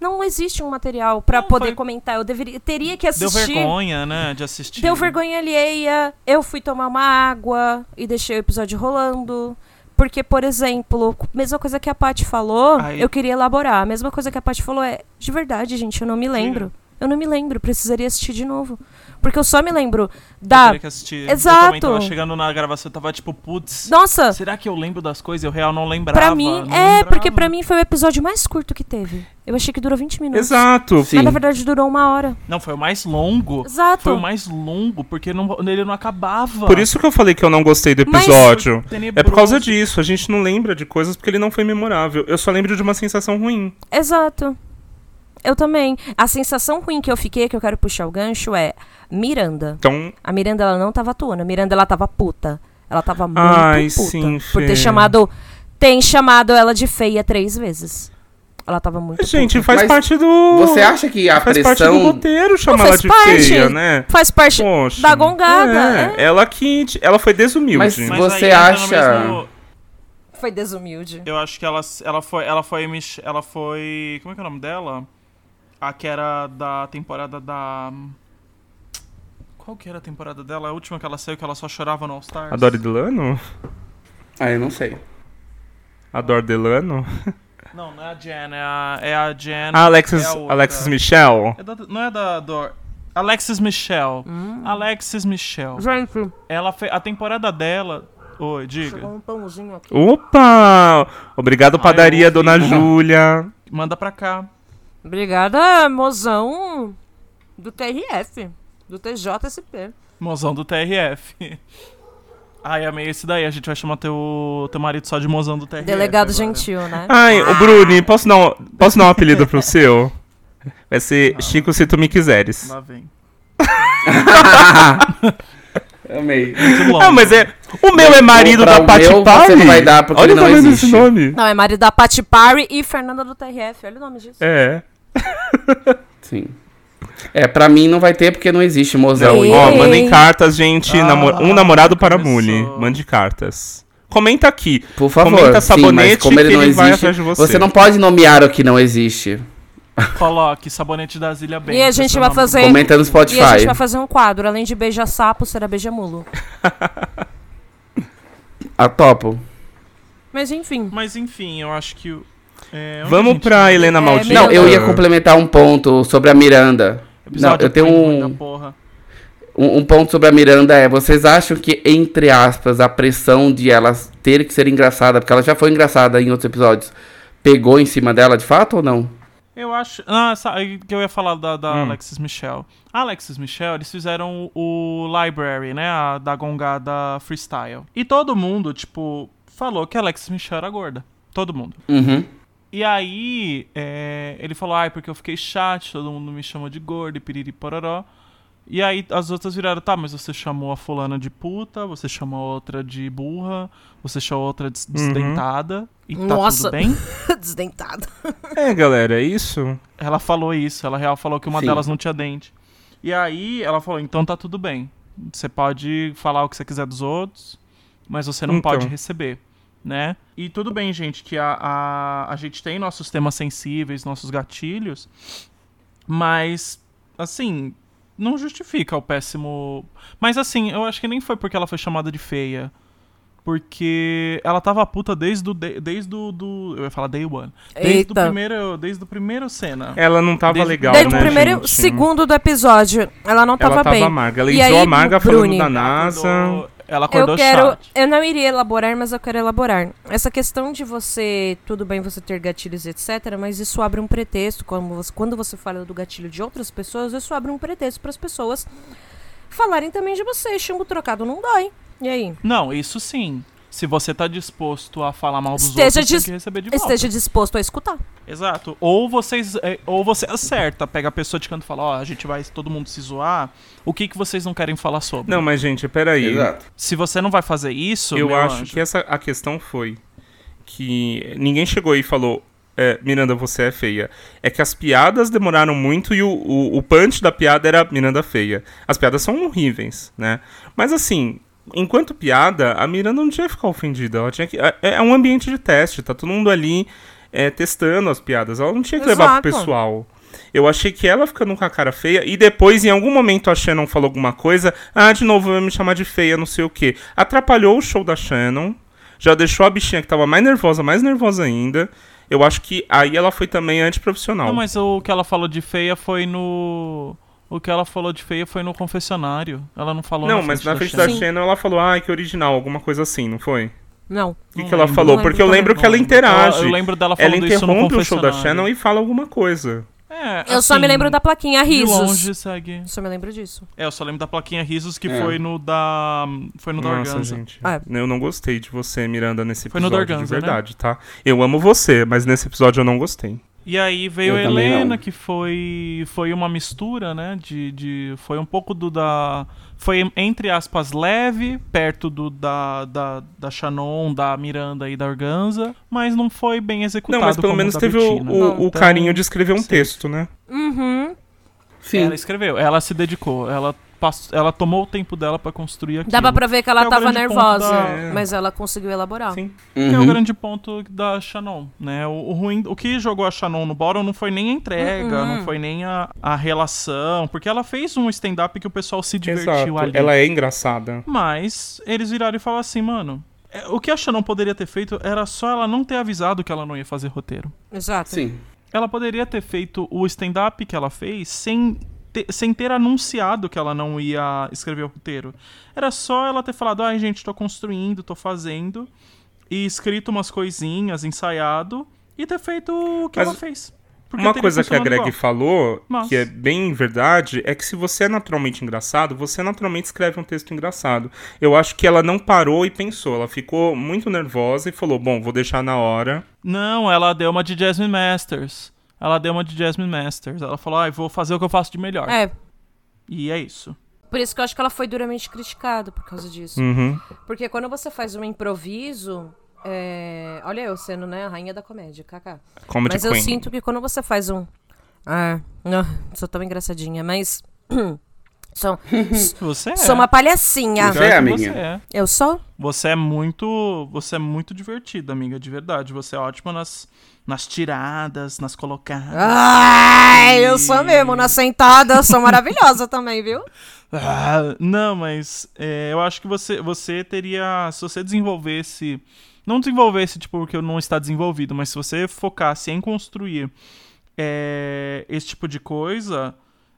Speaker 1: não existe um material pra
Speaker 2: Não,
Speaker 1: poder
Speaker 2: foi-
Speaker 1: comentar. Eu deveria, teria que
Speaker 2: Deu
Speaker 1: assistir.
Speaker 2: vergonha, né, de assistir.
Speaker 1: Deu vergonha alheia. Eu fui tomar uma água e deixei o episódio rolando. Porque, por exemplo, mesma coisa que a Paty falou,
Speaker 2: Aí-
Speaker 1: eu queria elaborar. A mesma coisa que a Paty falou é, de verdade, gente, eu não me lembro. Eu não me lembro, precisaria assistir de novo. Porque eu só me lembro
Speaker 2: Eu
Speaker 1: da.
Speaker 2: teria que assistir. Eu também
Speaker 1: Exato.
Speaker 2: tava chegando na gravação, eu tava tipo, putz,
Speaker 1: Nossa!
Speaker 2: será que eu lembro das coisas? Eu real não lembrava.
Speaker 1: Pra mim,
Speaker 2: não
Speaker 1: é,
Speaker 2: lembrava.
Speaker 1: porque pra mim foi o episódio mais curto que teve. Eu achei que durou 20 minutos.
Speaker 4: Exato.
Speaker 3: Sim.
Speaker 1: Mas na verdade durou uma hora.
Speaker 2: Não, foi o mais longo.
Speaker 1: Exato.
Speaker 2: Foi o mais longo, porque não, ele não acabava.
Speaker 4: Por isso que eu falei que eu não gostei do
Speaker 1: Mas-
Speaker 4: episódio.
Speaker 2: Tenebroso.
Speaker 4: É por causa disso. A gente não lembra de coisas porque ele não foi memorável. Eu só lembro de uma sensação ruim.
Speaker 1: Exato. Eu também. A sensação ruim que eu fiquei, que eu quero puxar o gancho, é Miranda.
Speaker 4: Então,
Speaker 1: A Miranda, ela não tava atuando. A Miranda, ela tava puta. Ela tava muito
Speaker 4: Ai,
Speaker 1: puta.
Speaker 4: sim,
Speaker 1: por
Speaker 4: Fê.
Speaker 1: ter chamado... Tem chamado ela de feia três vezes. Ela tava muito
Speaker 4: gente,
Speaker 1: puta.
Speaker 4: faz
Speaker 3: Mas
Speaker 4: parte
Speaker 1: um
Speaker 4: do.
Speaker 3: Você acha que a
Speaker 4: faz parte do
Speaker 3: pressão.
Speaker 4: roteiro
Speaker 1: Não,
Speaker 4: chamar ela
Speaker 1: faz
Speaker 4: de
Speaker 1: parte. né?
Speaker 4: feia, né?
Speaker 1: Faz parte
Speaker 4: Poxa.
Speaker 1: da gongada.
Speaker 4: É, Ela que. Ela foi desumilde.
Speaker 3: Mas-
Speaker 2: Mas
Speaker 3: Você
Speaker 2: aí entra no
Speaker 3: acha-
Speaker 2: mesmo-
Speaker 1: Foi desumilde.
Speaker 2: eu acho que ela, ela foi. Ela foi. mich- Ela foi. Como é que é o nome dela? A que era da temporada da. Qual que era a temporada dela? A última que ela saiu, que ela só chorava no All Stars.
Speaker 4: A Dori Delano?
Speaker 3: Ah, eu não sei.
Speaker 4: A Dor Delano?
Speaker 2: Não, não é a Jen, é a, é a Jen.
Speaker 4: A Alexis,
Speaker 2: é a outra.
Speaker 4: Alexis Michel?
Speaker 2: É da- não é da Dor. Alexis Michel. Alexis Michel.
Speaker 1: Gente,
Speaker 2: Ela fe... A temporada dela. Oi, diga.
Speaker 1: um pãozinho aqui.
Speaker 4: Opa!
Speaker 2: Ah, é
Speaker 4: Obrigado, padaria
Speaker 2: eu
Speaker 4: Dona Júlia.
Speaker 2: Manda pra cá.
Speaker 1: Obrigada, mozão do TRF, do TJSP.
Speaker 2: Mozão do TRF. Ai, amei esse daí. A gente vai chamar teu, teu marido só de mozão do TRF.
Speaker 1: Delegado
Speaker 2: agora.
Speaker 1: gentil, né?
Speaker 4: Ai, ô Bruni, posso dar, um- posso dar um apelido pro seu? Vai ser Chico se tu me quiseres.
Speaker 2: Lá vem.
Speaker 3: Amei.
Speaker 2: Muito longe.
Speaker 4: Ah, mas é. O meu é marido
Speaker 3: Pra
Speaker 4: da
Speaker 3: o
Speaker 4: Paty
Speaker 3: meu,
Speaker 4: Pari.
Speaker 3: você não vai dar, porque
Speaker 4: Olha
Speaker 3: ele
Speaker 4: o
Speaker 3: não
Speaker 4: tamanho
Speaker 3: existe.
Speaker 4: desse nome.
Speaker 1: Não, é marido da Patti Parry e Fernanda do TRF. Olha o nome disso.
Speaker 4: É.
Speaker 3: Sim. É, pra mim não vai ter porque não existe mozão.
Speaker 1: Não,
Speaker 4: Ó,
Speaker 1: Ei.
Speaker 4: mandem cartas, gente.
Speaker 2: Ah,
Speaker 4: namor- um namorado para a
Speaker 2: começou.
Speaker 4: Muni. Mande cartas. Comenta aqui.
Speaker 3: Por favor.
Speaker 4: Comenta
Speaker 3: Sim, mas
Speaker 4: sabonete
Speaker 3: como ele
Speaker 4: que
Speaker 3: não
Speaker 4: ele vai
Speaker 3: existe,
Speaker 4: atrás de você.
Speaker 3: não pode nomear o que não existe.
Speaker 2: Coloque sabonete das ilhas bem.
Speaker 1: E a gente vai fazer.
Speaker 3: Comenta
Speaker 1: E
Speaker 3: no
Speaker 1: a gente
Speaker 3: Spotify.
Speaker 1: vai fazer um quadro. Além de beija sapo, será beija mulo.
Speaker 3: A Ah, topo.
Speaker 1: Mas enfim.
Speaker 2: Mas enfim, eu acho que. o- é, onde a
Speaker 4: Vamos
Speaker 2: gente
Speaker 4: pra
Speaker 2: tá?
Speaker 4: Helena
Speaker 1: É,
Speaker 4: Maldita.
Speaker 3: Não, eu ia complementar um ponto sobre a Miranda. Não,
Speaker 2: Episódio
Speaker 3: eu tenho
Speaker 2: ruim da
Speaker 3: um-
Speaker 2: porra.
Speaker 3: Um, um ponto sobre a Miranda é: vocês acham que, entre aspas, a pressão de ela ter que ser engraçada, porque ela já foi engraçada em outros episódios, pegou em cima dela de fato ou não?
Speaker 2: Eu acho. Ah, sabe que eu ia falar da, da
Speaker 4: Hum.
Speaker 2: Alexis Michel. A Alexis Michel, eles fizeram o o Library, né? A da gongada freestyle. E todo mundo, tipo, falou que a Alexis Michel era gorda. Todo mundo.
Speaker 3: Uhum.
Speaker 2: E aí, é, ele falou, ai, porque eu fiquei chato, todo mundo me chama de gordo e piriri pororó. E aí as outras viraram, tá, mas você chamou a fulana de puta, você chamou a outra de burra, você chamou a outra de desdentada, e tá
Speaker 1: Nossa.
Speaker 2: tudo bem?
Speaker 1: Desdentado.
Speaker 4: É, galera, é isso?
Speaker 2: Ela falou isso, ela real falou que uma
Speaker 3: Sim.
Speaker 2: delas não tinha dente. E aí ela falou, então tá tudo bem. Você pode falar o que você quiser dos outros, mas você não
Speaker 4: Então.
Speaker 2: pode receber, né? E tudo bem, gente, que a, a, a gente tem nossos temas sensíveis, nossos gatilhos, mas, assim, não justifica o péssimo... Mas, assim, eu acho que nem foi porque ela foi chamada de feia. Porque ela tava puta desde o... de- Desde o do, eu ia falar day one. Desde o
Speaker 1: Eita.
Speaker 2: primeiro, desde o primeiro cena.
Speaker 4: Ela não tava
Speaker 2: Desde-
Speaker 4: legal,
Speaker 1: Desde
Speaker 4: né,
Speaker 1: o primeiro
Speaker 4: gente?
Speaker 1: segundo do episódio, ela não
Speaker 4: Ela
Speaker 1: tava,
Speaker 4: tava
Speaker 1: bem.
Speaker 4: amarga. Ela
Speaker 1: E
Speaker 4: entrou
Speaker 1: aí,
Speaker 4: amarga
Speaker 1: Bruni?
Speaker 4: falando da NASA.
Speaker 2: Acordou- Ela acordou
Speaker 1: Eu quero.
Speaker 2: chato.
Speaker 1: Eu não iria elaborar, mas eu quero elaborar. Essa questão de você. Tudo bem você ter gatilhos, etc. Mas isso abre um pretexto. Como você- quando você fala do gatilho de outras pessoas, isso abre um pretexto para as pessoas falarem também de você. Chumbo trocado não dói. E aí?
Speaker 2: Não, isso sim. Se você tá disposto a falar mal dos
Speaker 1: Esteja
Speaker 2: outros, tem
Speaker 1: dis-
Speaker 2: que receber de volta.
Speaker 1: Esteja disposto a escutar.
Speaker 2: Exato. Ou vocês, é, ou você acerta, pega a pessoa de canto e fala, ó, a gente vai todo mundo se zoar. O que que vocês não querem falar sobre?
Speaker 4: Não, mas, gente, peraí.
Speaker 2: Se você não vai fazer isso,
Speaker 4: Eu
Speaker 2: meu
Speaker 4: acho
Speaker 2: anjo,
Speaker 4: que essa, a questão foi que ninguém chegou aí e falou. "É, Miranda, você é feia. É que as piadas demoraram muito e o, o, o punch da piada era Miranda feia. As piadas são horríveis, né? Mas assim, enquanto piada, a Miranda não tinha que ficar ofendida. Ela tinha que. É, é um ambiente de teste, tá todo mundo ali é, testando as piadas. Ela não tinha que levar pro
Speaker 1: Exato.
Speaker 4: pessoal. Eu achei que ela ficando com a cara feia e depois, em algum momento, a Shannon falou alguma coisa. Ah, de novo, vai me chamar de feia, não sei o quê. Atrapalhou o show da Shannon. Já deixou a bichinha que tava mais nervosa, mais nervosa ainda. Eu acho que aí ela foi também antiprofissional.
Speaker 2: Não, mas o que ela falou de feia foi no o que ela falou de feia foi no confessionário. Ela não falou
Speaker 4: Não,
Speaker 2: na
Speaker 4: mas
Speaker 2: frente
Speaker 4: na
Speaker 2: da
Speaker 4: frente
Speaker 2: Xena.
Speaker 4: da Shannon ela falou, ah, que original, alguma coisa assim, não foi?
Speaker 1: Não.
Speaker 4: O que,
Speaker 2: Não
Speaker 4: que ela
Speaker 2: lembro.
Speaker 4: falou?
Speaker 1: Não lembro
Speaker 4: Porque eu
Speaker 1: também,
Speaker 4: lembro que
Speaker 2: Não
Speaker 4: ela
Speaker 2: lembro.
Speaker 4: interage.
Speaker 2: Eu, eu lembro dela
Speaker 4: Ela
Speaker 2: falando isso no
Speaker 4: interrompe o show da
Speaker 2: confessionário.
Speaker 4: Shannon e fala alguma coisa.
Speaker 2: É,
Speaker 1: Eu só me
Speaker 2: assim,
Speaker 1: lembro da plaquinha
Speaker 2: de
Speaker 1: risos.
Speaker 2: longe segue.
Speaker 1: Só me lembro disso.
Speaker 2: É, eu só lembro da plaquinha risos que
Speaker 3: É.
Speaker 2: foi no da. Foi no da
Speaker 4: Nossa,
Speaker 2: Organza.
Speaker 4: gente.
Speaker 1: Ah.
Speaker 4: Eu não gostei de você, Miranda, nesse
Speaker 2: Foi no né?
Speaker 4: episódio,
Speaker 2: da Organza,
Speaker 4: de verdade, tá? Eu amo você, mas nesse episódio eu não gostei.
Speaker 2: E aí veio
Speaker 3: Eu
Speaker 2: a
Speaker 3: também
Speaker 2: Helena,
Speaker 3: não.
Speaker 2: que foi, foi uma mistura, né? De, de, foi um pouco do da. Foi, entre aspas, leve, perto do da, da, da Shannon, da Miranda e da Organza, mas não foi bem executado.
Speaker 4: Não, mas pelo
Speaker 2: como
Speaker 4: menos
Speaker 2: da
Speaker 4: teve o,
Speaker 2: Bettina.
Speaker 4: o- o
Speaker 1: tá.
Speaker 2: Então,
Speaker 4: carinho de escrever um
Speaker 2: sim.
Speaker 4: texto, né?
Speaker 1: Uhum.
Speaker 3: Sim.
Speaker 2: Ela escreveu, ela se dedicou, ela, pass- ela tomou o tempo dela pra construir aquilo.
Speaker 1: Dá pra ver que ela
Speaker 2: Que é o
Speaker 1: tava
Speaker 2: grande ponto
Speaker 1: nervosa,
Speaker 2: da-
Speaker 1: mas ela conseguiu elaborar.
Speaker 4: Sim.
Speaker 2: Que é o
Speaker 3: Uhum.
Speaker 2: grande ponto da Shannon, né? O, o ruim, o que jogou a Shannon no bottom não foi nem a entrega, não foi nem a, a relação, porque ela fez um stand-up que o pessoal se divertiu
Speaker 4: Exato.
Speaker 2: ali.
Speaker 4: Ela é engraçada.
Speaker 2: Mas eles viraram e falaram assim, mano, é, o que a Shannon poderia ter feito era só ela não ter avisado que ela não ia fazer roteiro.
Speaker 1: Exato.
Speaker 3: Sim.
Speaker 2: Ela poderia ter feito o stand-up que ela fez sem ter, sem ter anunciado que ela não ia escrever o roteiro. Era só ela ter falado, ai gente, tô construindo, tô fazendo, e escrito umas coisinhas, ensaiado, e ter feito o que
Speaker 4: Mas
Speaker 2: ela fez. Porque
Speaker 4: Uma
Speaker 2: teria
Speaker 4: coisa que a
Speaker 2: funcionado
Speaker 4: Greg
Speaker 2: igual.
Speaker 4: falou,
Speaker 2: Mas-
Speaker 4: que é bem verdade, é que se você é naturalmente engraçado, você naturalmente escreve um texto engraçado. Eu acho que ela não parou e pensou. Ela ficou muito nervosa e falou: Bom, vou deixar na hora.
Speaker 2: Não, ela deu uma de Jasmine Masters. Ela deu uma de Jasmine Masters. Ela falou, ai, vou fazer o que eu faço de melhor.
Speaker 1: É,
Speaker 2: E é isso.
Speaker 1: por isso que eu acho que ela foi duramente criticada por causa disso.
Speaker 4: Uhum.
Speaker 1: Porque quando você faz um improviso. é, Olha eu sendo, né, a rainha da comédia, kaká.
Speaker 4: Comedy
Speaker 1: Mas eu
Speaker 4: Queen.
Speaker 1: sinto que quando você faz um. Ah, não, sou tão engraçadinha, mas. sou,
Speaker 2: Você é.
Speaker 1: sou uma palhacinha.
Speaker 3: Você é,
Speaker 2: Pior que
Speaker 3: amiguinha.
Speaker 2: Você é.
Speaker 1: Eu sou?
Speaker 2: Você é muito, você é muito divertida, amiga, de verdade. Você é ótima nas, nas tiradas, nas
Speaker 1: Ah!
Speaker 2: colocadas.
Speaker 1: Ai, eu sou mesmo. Na sentada, eu sou maravilhosa também, viu?
Speaker 2: Ah, não, mas é, eu acho que você, você teria, se você desenvolvesse, não desenvolvesse tipo porque não está desenvolvido, mas se você focasse em construir é, esse tipo de coisa,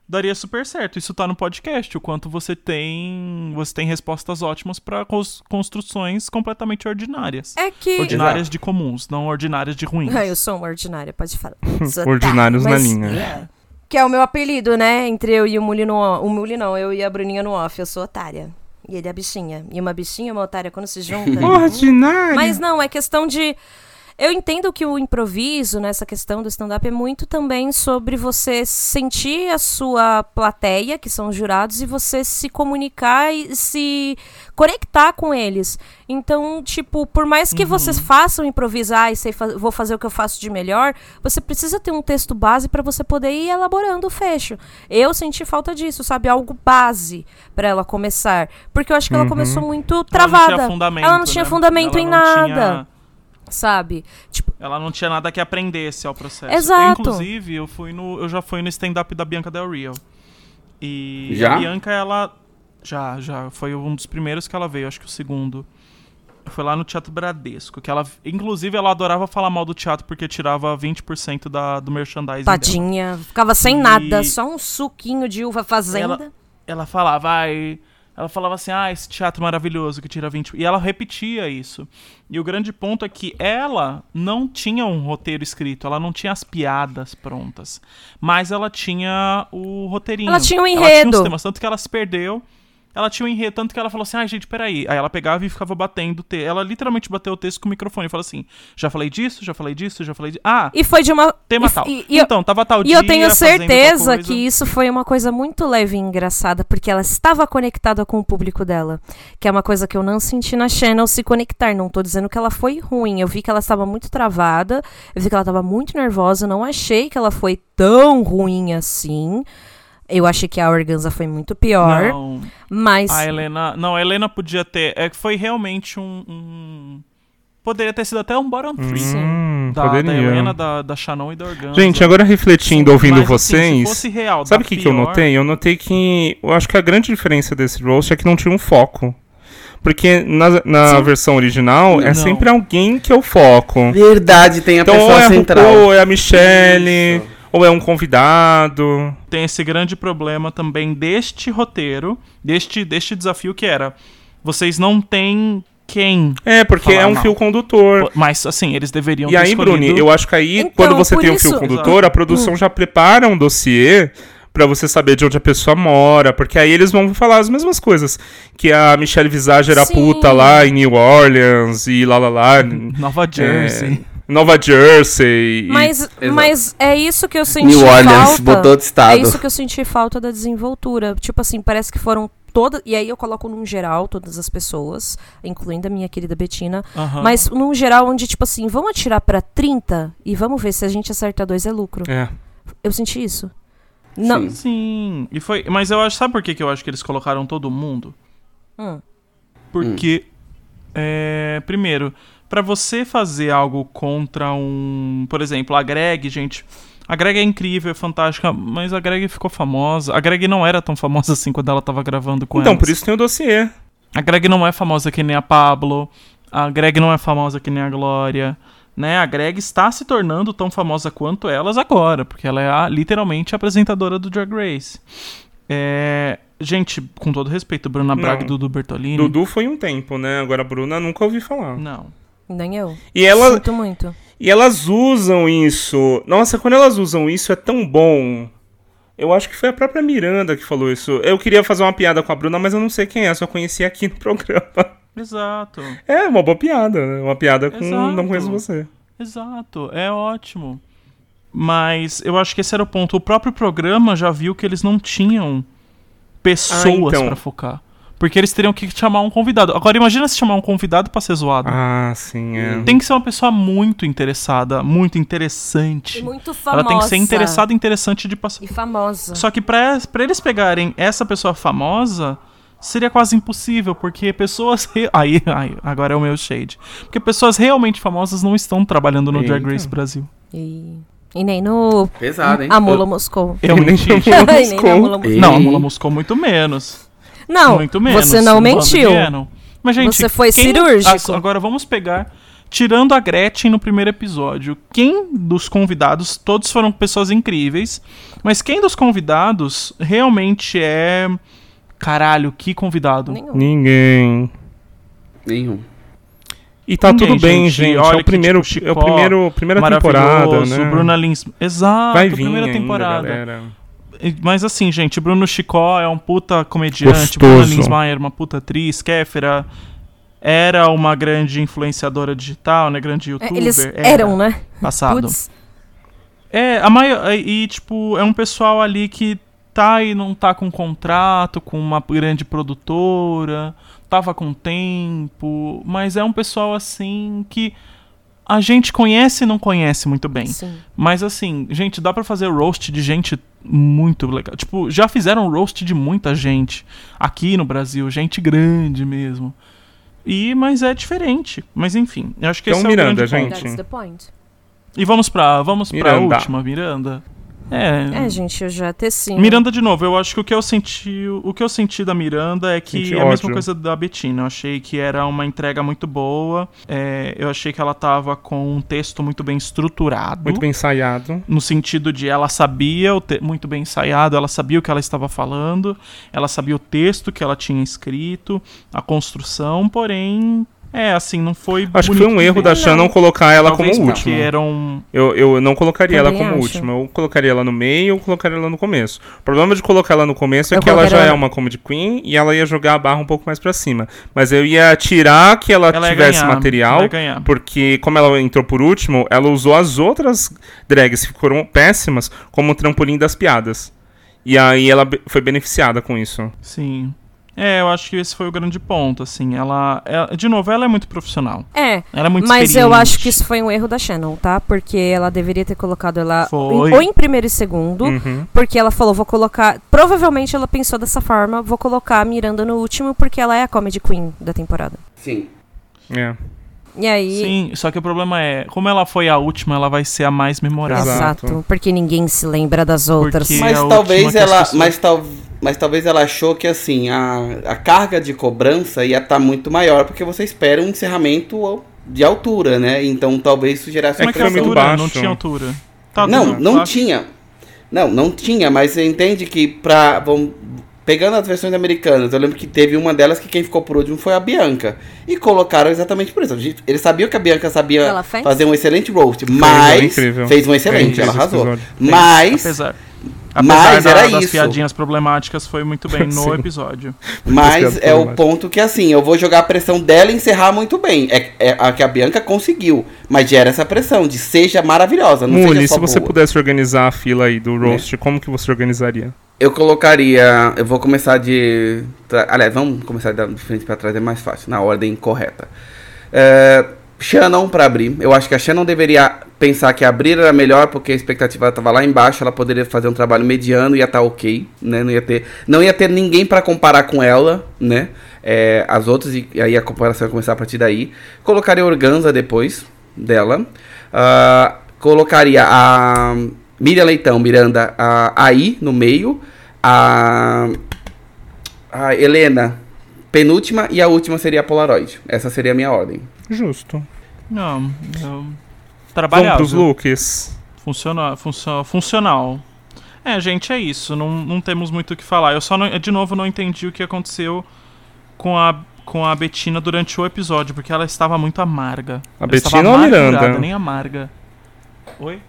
Speaker 2: daria super certo. Isso tá no podcast, o quanto você tem, você tem respostas ótimas para construções completamente ordinárias.
Speaker 1: É que.
Speaker 2: Ordinárias
Speaker 3: Exato.
Speaker 2: de comuns, não ordinárias de ruins.
Speaker 1: Ah, eu sou uma ordinária, pode falar. Sou
Speaker 4: Ordinários
Speaker 1: tá,
Speaker 4: na
Speaker 1: mas-
Speaker 4: linha.
Speaker 1: Que é o meu apelido, né? Entre eu e o Muli no o- O Muli não, eu e a Bruninha no off. Eu sou otária. E ele é a bichinha. E uma bichinha e uma otária quando se juntam.
Speaker 4: Ordinário!
Speaker 1: Mas não, é questão de. Eu entendo que o improviso, nessa questão do stand-up, é muito também sobre você sentir a sua plateia, que são os jurados, e você se comunicar e se conectar com eles. Então, tipo, por mais que
Speaker 2: Uhum.
Speaker 1: vocês façam improvisar e sei, fa- vou fazer o que eu faço de melhor, você precisa ter um texto base para você poder ir elaborando o fecho. Eu senti falta disso, sabe? Algo base para ela começar. Porque eu acho que ela começou muito travada.
Speaker 2: Uhum. Ela não tinha fundamento,
Speaker 1: Ela não tinha
Speaker 2: né?
Speaker 1: fundamento
Speaker 2: Ela
Speaker 1: em
Speaker 2: não
Speaker 1: nada,
Speaker 2: tinha-
Speaker 1: sabe? Tipo,
Speaker 2: ela não tinha nada que aprendesse ao processo.
Speaker 1: Exato.
Speaker 2: Eu, inclusive, eu fui no, eu já fui no stand-up da Bianca Del Rio. E
Speaker 3: Já?
Speaker 2: a Bianca, ela já, já foi um dos primeiros que ela veio, acho que o segundo. Foi lá no Teatro Bradesco, que ela, inclusive, ela adorava falar mal do teatro porque tirava 20% da, do merchandising. dela.
Speaker 1: tadinha, ficava sem
Speaker 2: E-
Speaker 1: nada, só um suquinho de uva fazenda.
Speaker 2: Ela, ela falava, ai. Ela falava assim, ah, esse teatro maravilhoso que tira 20. E ela repetia isso. E o grande ponto é que ela não tinha um roteiro escrito, ela não tinha as piadas prontas. Mas ela tinha o roteirinho.
Speaker 1: Ela tinha um
Speaker 2: Ela tinha
Speaker 1: enredo.
Speaker 2: os temas, tanto que ela se perdeu. Ela tinha um enredo, tanto que ela falou assim, ai, gente, peraí. Aí ela pegava e ficava batendo o texto. Ela literalmente bateu o texto com o microfone. Fala assim, já falei disso, já falei disso, já falei disso. Ah,
Speaker 1: E foi de uma.
Speaker 2: tema
Speaker 1: e,
Speaker 2: tal.
Speaker 1: E, e eu-
Speaker 2: então, tava tal
Speaker 1: e
Speaker 2: dia.
Speaker 1: eu tenho
Speaker 2: fazendo tal
Speaker 1: certeza
Speaker 2: coisa.
Speaker 1: que isso foi uma coisa muito leve e engraçada, porque ela estava conectada com o público dela. Que é uma coisa que eu não senti na Channel se conectar. Não tô dizendo que ela foi ruim. Eu vi que ela estava muito travada, eu vi que ela estava muito nervosa. Não achei que ela foi tão ruim assim. Eu achei que a Organza foi muito pior.
Speaker 2: Não. Ah,
Speaker 1: Mas.
Speaker 2: A Helena. Não, a Helena podia ter. É que foi realmente um. um- poderia ter sido até um bottom three.
Speaker 4: Hum,
Speaker 2: Da, da
Speaker 4: poderia.
Speaker 2: Helena, da, da Shannon e da Organza.
Speaker 4: Gente, agora refletindo, ouvindo
Speaker 2: Mas, assim,
Speaker 4: vocês.
Speaker 2: se fosse real,
Speaker 4: Sabe o
Speaker 2: da
Speaker 4: que, que eu
Speaker 2: pior-
Speaker 4: notei? Eu notei que. Eu acho que a grande diferença desse roast é que não tinha um foco. Porque na, na versão original é
Speaker 2: Não.
Speaker 4: sempre alguém que é o foco.
Speaker 3: Verdade, tem a
Speaker 4: Então ou
Speaker 3: pessoa
Speaker 4: é a
Speaker 3: central.
Speaker 4: RuPaul, ou é a Michelle,
Speaker 3: Isso.
Speaker 4: ou é um convidado.
Speaker 2: Tem esse grande problema também deste roteiro, deste, deste desafio que era. Vocês não têm quem.
Speaker 4: É, porque
Speaker 2: Falar
Speaker 4: é um
Speaker 2: mal.
Speaker 4: fio condutor.
Speaker 2: Mas, assim, eles deveriam
Speaker 4: E
Speaker 2: ter
Speaker 4: aí,
Speaker 2: escolhido...
Speaker 4: Bruni, eu acho que aí,
Speaker 1: Então,
Speaker 4: quando você
Speaker 1: por
Speaker 4: tem um
Speaker 1: isso- Uhum.
Speaker 4: fio condutor, a produção já prepara um dossiê pra você saber de onde a pessoa mora, porque aí eles vão falar as mesmas coisas. Que a Michelle Visage era
Speaker 1: Sim.
Speaker 2: Uhum.
Speaker 4: puta lá em New Orleans e lá lá lá.
Speaker 2: Nova Jersey.
Speaker 4: É, Nova Jersey. e-
Speaker 1: Mas,
Speaker 3: Exato.
Speaker 1: mas é isso que eu senti
Speaker 3: New Orleans,
Speaker 1: falta.
Speaker 3: botou de estado.
Speaker 1: É isso que eu senti falta da desenvoltura. Tipo assim, parece que foram todas. E aí eu coloco num geral todas as pessoas, incluindo a minha querida Betina.
Speaker 2: Aham.
Speaker 1: Mas num geral onde, tipo assim, vamos atirar pra 30 e vamos ver se a gente acertar dois é lucro.
Speaker 4: É.
Speaker 1: Eu senti isso. Não.
Speaker 3: Sim.
Speaker 2: Sim, e foi. Mas eu acho, sabe por que, que eu acho que eles colocaram todo mundo?
Speaker 1: Hum.
Speaker 2: Porque, é, primeiro, pra você fazer algo contra um, por exemplo, a Greg, gente, a Greg é incrível, é fantástica, mas a Greg ficou famosa. A Greg não era tão famosa assim quando ela tava gravando com
Speaker 4: Então,
Speaker 2: elas.
Speaker 4: por isso tem o dossiê.
Speaker 2: A Greg não é famosa que nem a Pablo. A Greg não é famosa que nem a Glória. Né? A Greg está se tornando tão famosa quanto elas agora, porque ela é a- literalmente a apresentadora do Drag Race. É, Gente, com todo respeito, Bruna Braga e
Speaker 4: Não.
Speaker 2: Dudu Bertolini.
Speaker 4: Dudu foi um tempo, né? Agora a Bruna nunca ouvi falar.
Speaker 2: Não.
Speaker 1: Nem eu.
Speaker 4: E ela,
Speaker 1: Sinto muito.
Speaker 4: E elas usam isso. Nossa, quando elas usam isso é tão bom. Eu acho que foi a própria Miranda que falou isso. Eu queria fazer uma piada com a Bruna, mas eu não sei quem é, só conheci aqui no programa.
Speaker 2: Exato.
Speaker 4: É, uma boa piada, né? Uma piada com não conheço
Speaker 2: Exato.
Speaker 4: você.
Speaker 2: Exato. É ótimo. Mas eu acho que esse era o ponto. O próprio programa já viu que eles não tinham pessoas
Speaker 4: Ah, então.
Speaker 2: pra focar. Porque eles teriam que chamar um convidado. Agora imagina se chamar um convidado pra ser zoado.
Speaker 4: Ah, sim, é.
Speaker 2: Tem que ser uma pessoa muito interessada, muito interessante.
Speaker 1: E muito famosa.
Speaker 2: Ela tem que ser interessada e interessante de passar.
Speaker 1: E famosa.
Speaker 2: Só que pra pra eles pegarem essa pessoa famosa, seria quase impossível, porque pessoas. re- Aí, aí, agora é o meu shade. Porque pessoas realmente famosas não estão trabalhando no Drag
Speaker 4: Eita.
Speaker 2: Race Brasil.
Speaker 1: E, e nem no
Speaker 3: Pesado, hein?
Speaker 1: A Mula Moscou.
Speaker 2: Eu menti.
Speaker 1: E nem na Mula Moscou.
Speaker 2: Não, a
Speaker 3: Ei.
Speaker 2: Mula Moscou muito menos.
Speaker 1: Não,
Speaker 2: muito menos.
Speaker 1: você não
Speaker 2: no modo
Speaker 1: mentiu.
Speaker 2: Gannon. Mas, gente,
Speaker 1: Você foi
Speaker 2: quem-
Speaker 1: cirúrgico.
Speaker 2: Ah, Agora vamos pegar. Tirando a Gretchen no primeiro episódio, quem dos convidados, todos foram pessoas incríveis, mas quem dos convidados realmente é. Caralho, que convidado.
Speaker 1: Nenhum.
Speaker 4: Ninguém.
Speaker 3: Nenhum.
Speaker 4: E tá
Speaker 2: Ninguém,
Speaker 4: tudo bem,
Speaker 2: gente.
Speaker 4: gente.
Speaker 2: Olha
Speaker 4: É
Speaker 2: que,
Speaker 4: o primeiro,
Speaker 2: tipo,
Speaker 4: é o
Speaker 2: Chicó,
Speaker 4: primeiro, primeira temporada,
Speaker 2: Maravilhoso,
Speaker 4: né?
Speaker 2: Bruna Lins. Exato,
Speaker 4: Vai vir
Speaker 2: é primeira
Speaker 4: ainda,
Speaker 2: temporada.
Speaker 4: galera.
Speaker 2: E- Mas assim, gente, Bruno Chicó é um puta comediante,
Speaker 4: Gostoso.
Speaker 2: Bruna Linsmeyer, uma puta atriz, Kéfera era uma grande influenciadora digital, né? Grande
Speaker 1: É,
Speaker 2: youtuber.
Speaker 1: Eles
Speaker 2: era,
Speaker 1: eram, né?
Speaker 2: Passado.
Speaker 1: Putz.
Speaker 2: É, a maior. E, tipo, é um pessoal ali que tá e não tá com contrato com uma grande produtora, tava com tempo, mas é um pessoal assim que a gente conhece e não conhece muito bem.
Speaker 1: Sim.
Speaker 2: Mas assim, gente, dá pra fazer roast de gente muito legal. Tipo, já fizeram roast de muita gente aqui no Brasil, gente grande mesmo. E mas é diferente. Mas enfim, eu acho que
Speaker 4: Então,
Speaker 2: esse é o
Speaker 4: Miranda,
Speaker 2: grande ponto.
Speaker 4: gente.
Speaker 1: That's the point.
Speaker 2: E vamos pra, vamos pra
Speaker 4: Miranda.
Speaker 2: última, Miranda. É.
Speaker 1: É, gente, eu já teci.
Speaker 2: Miranda de novo, eu acho que o que eu senti, o que eu senti da Miranda é que
Speaker 4: Senti
Speaker 2: é a mesma
Speaker 4: ódio.
Speaker 2: coisa da Bettina. Eu achei que era uma entrega muito boa. é, eu achei que ela tava com um texto muito bem estruturado
Speaker 4: Muito bem ensaiado.
Speaker 2: no sentido de ela sabia o te- muito bem ensaiado, ela sabia o que ela estava falando, ela sabia o texto que ela tinha escrito, a construção, porém, é assim, não foi
Speaker 4: Acho que
Speaker 2: bonito
Speaker 4: foi um erro
Speaker 2: ver.
Speaker 4: da Shan não colocar ela
Speaker 2: Talvez
Speaker 4: como
Speaker 2: porque um,
Speaker 4: última.
Speaker 2: eram
Speaker 4: Eu, eu não colocaria ela
Speaker 1: Também
Speaker 4: como
Speaker 1: acho.
Speaker 4: última. Eu colocaria ela no meio ou colocaria ela no começo. O problema de colocar ela no começo é
Speaker 1: Eu
Speaker 4: que ela já
Speaker 1: colocaria
Speaker 4: é
Speaker 1: ela-
Speaker 4: uma comedy queen e ela ia jogar a barra um pouco mais pra cima. Mas eu ia tirar que ela,
Speaker 2: Ela ia
Speaker 4: tivesse
Speaker 2: ganhar, ela
Speaker 4: material,
Speaker 2: ia ganhar.
Speaker 4: porque como ela entrou por último, ela usou as outras drags que foram péssimas como trampolim das piadas. E aí ela be- foi beneficiada com isso.
Speaker 2: Sim. É, eu acho que esse foi o grande ponto, assim. Ela, ela- de novo, ela é muito profissional.
Speaker 1: É,
Speaker 2: Ela é muito
Speaker 1: mas eu
Speaker 2: experiente.
Speaker 1: acho que isso foi um erro da Shannon, tá? Porque ela deveria ter colocado ela
Speaker 2: Foi. Hum.
Speaker 1: em- ou em primeiro e segundo,
Speaker 4: Uhum.
Speaker 1: porque ela falou, vou colocar. Provavelmente ela pensou dessa forma, vou colocar a Miranda no último, porque ela é a Comedy Queen da temporada.
Speaker 3: Sim.
Speaker 4: É.
Speaker 1: E aí.
Speaker 2: Sim, só que o problema é, como ela foi a última, ela vai ser a mais memorável.
Speaker 1: Exato.
Speaker 4: Exato.
Speaker 1: porque ninguém se lembra das outras.
Speaker 2: Porque- E
Speaker 3: Mas
Speaker 2: a última
Speaker 3: talvez
Speaker 2: que as
Speaker 3: ela.
Speaker 2: pessoas-
Speaker 3: Mas, tal, mas talvez ela achou que assim, a, a carga de cobrança ia estar muito maior, porque você espera um encerramento ao- de altura, né? Então talvez isso gerasse
Speaker 4: É
Speaker 2: Mas
Speaker 4: que
Speaker 2: que
Speaker 4: foi muito
Speaker 2: altura?
Speaker 4: baixo.
Speaker 2: Não tinha altura. Tá,
Speaker 3: Não,
Speaker 2: tá,
Speaker 3: não
Speaker 2: tá.
Speaker 3: tinha. Não, não tinha, mas você entende que pra. Vamos, pegando as versões americanas, eu lembro que teve uma delas que quem ficou por último foi a Bianca. E colocaram exatamente por isso. Eles sabiam que a Bianca sabia
Speaker 1: Ela fez?
Speaker 3: fazer um excelente roast,
Speaker 4: ela é
Speaker 3: mas.
Speaker 4: incrível.
Speaker 3: Fez um
Speaker 4: É
Speaker 3: excelente,
Speaker 4: incrível
Speaker 3: ela
Speaker 4: esse
Speaker 3: arrasou.
Speaker 4: episódio.
Speaker 3: Mas.
Speaker 2: Apesar. Apesar
Speaker 3: Mas era
Speaker 2: da- das
Speaker 3: isso.
Speaker 2: piadinhas problemáticas, foi muito bem no
Speaker 4: Sim.
Speaker 2: episódio.
Speaker 3: Mas
Speaker 4: Obrigado,
Speaker 3: é o
Speaker 4: Tomás.
Speaker 3: ponto que, assim, eu vou jogar a pressão dela e encerrar muito bem. É, é a que a Bianca conseguiu. Mas gera essa pressão de seja maravilhosa, não
Speaker 4: Muli,
Speaker 3: seja só
Speaker 4: se você
Speaker 3: boa.
Speaker 4: pudesse organizar a fila aí do roast, como que você organizaria?
Speaker 3: Eu colocaria... Eu vou começar de... tra- Aliás, vamos começar da- de frente pra trás, é mais fácil. Na ordem correta. É, Shannon pra abrir. Eu acho que a Shannon deveria pensar que abrir era melhor, porque a expectativa tava lá embaixo. Ela poderia fazer um trabalho mediano e ia estar ok, né? Não ia ter, não ia ter ninguém pra comparar com ela, né? É, as outras, e e aí a comparação ia começar a partir daí. Colocaria a Organza depois dela. Ah, colocaria a Miriam Leitão, Miranda, a Aí no meio. A a Helena, penúltima, e a última seria a Polaroid. Essa seria a minha ordem.
Speaker 4: Justo.
Speaker 2: Não, eu...
Speaker 4: Vamos
Speaker 2: trabalhado.
Speaker 4: pros looks.
Speaker 2: Funciona, funcio- funcional. É, gente, é isso. Não, não temos muito o que falar. Eu só, não- de novo, não entendi o que aconteceu com a, com a Betina durante o episódio, porque ela estava muito amarga.
Speaker 4: A
Speaker 2: Ela estava
Speaker 4: Bettina ou a
Speaker 2: amargurada,
Speaker 4: Miranda?
Speaker 2: Nem amarga. Oi?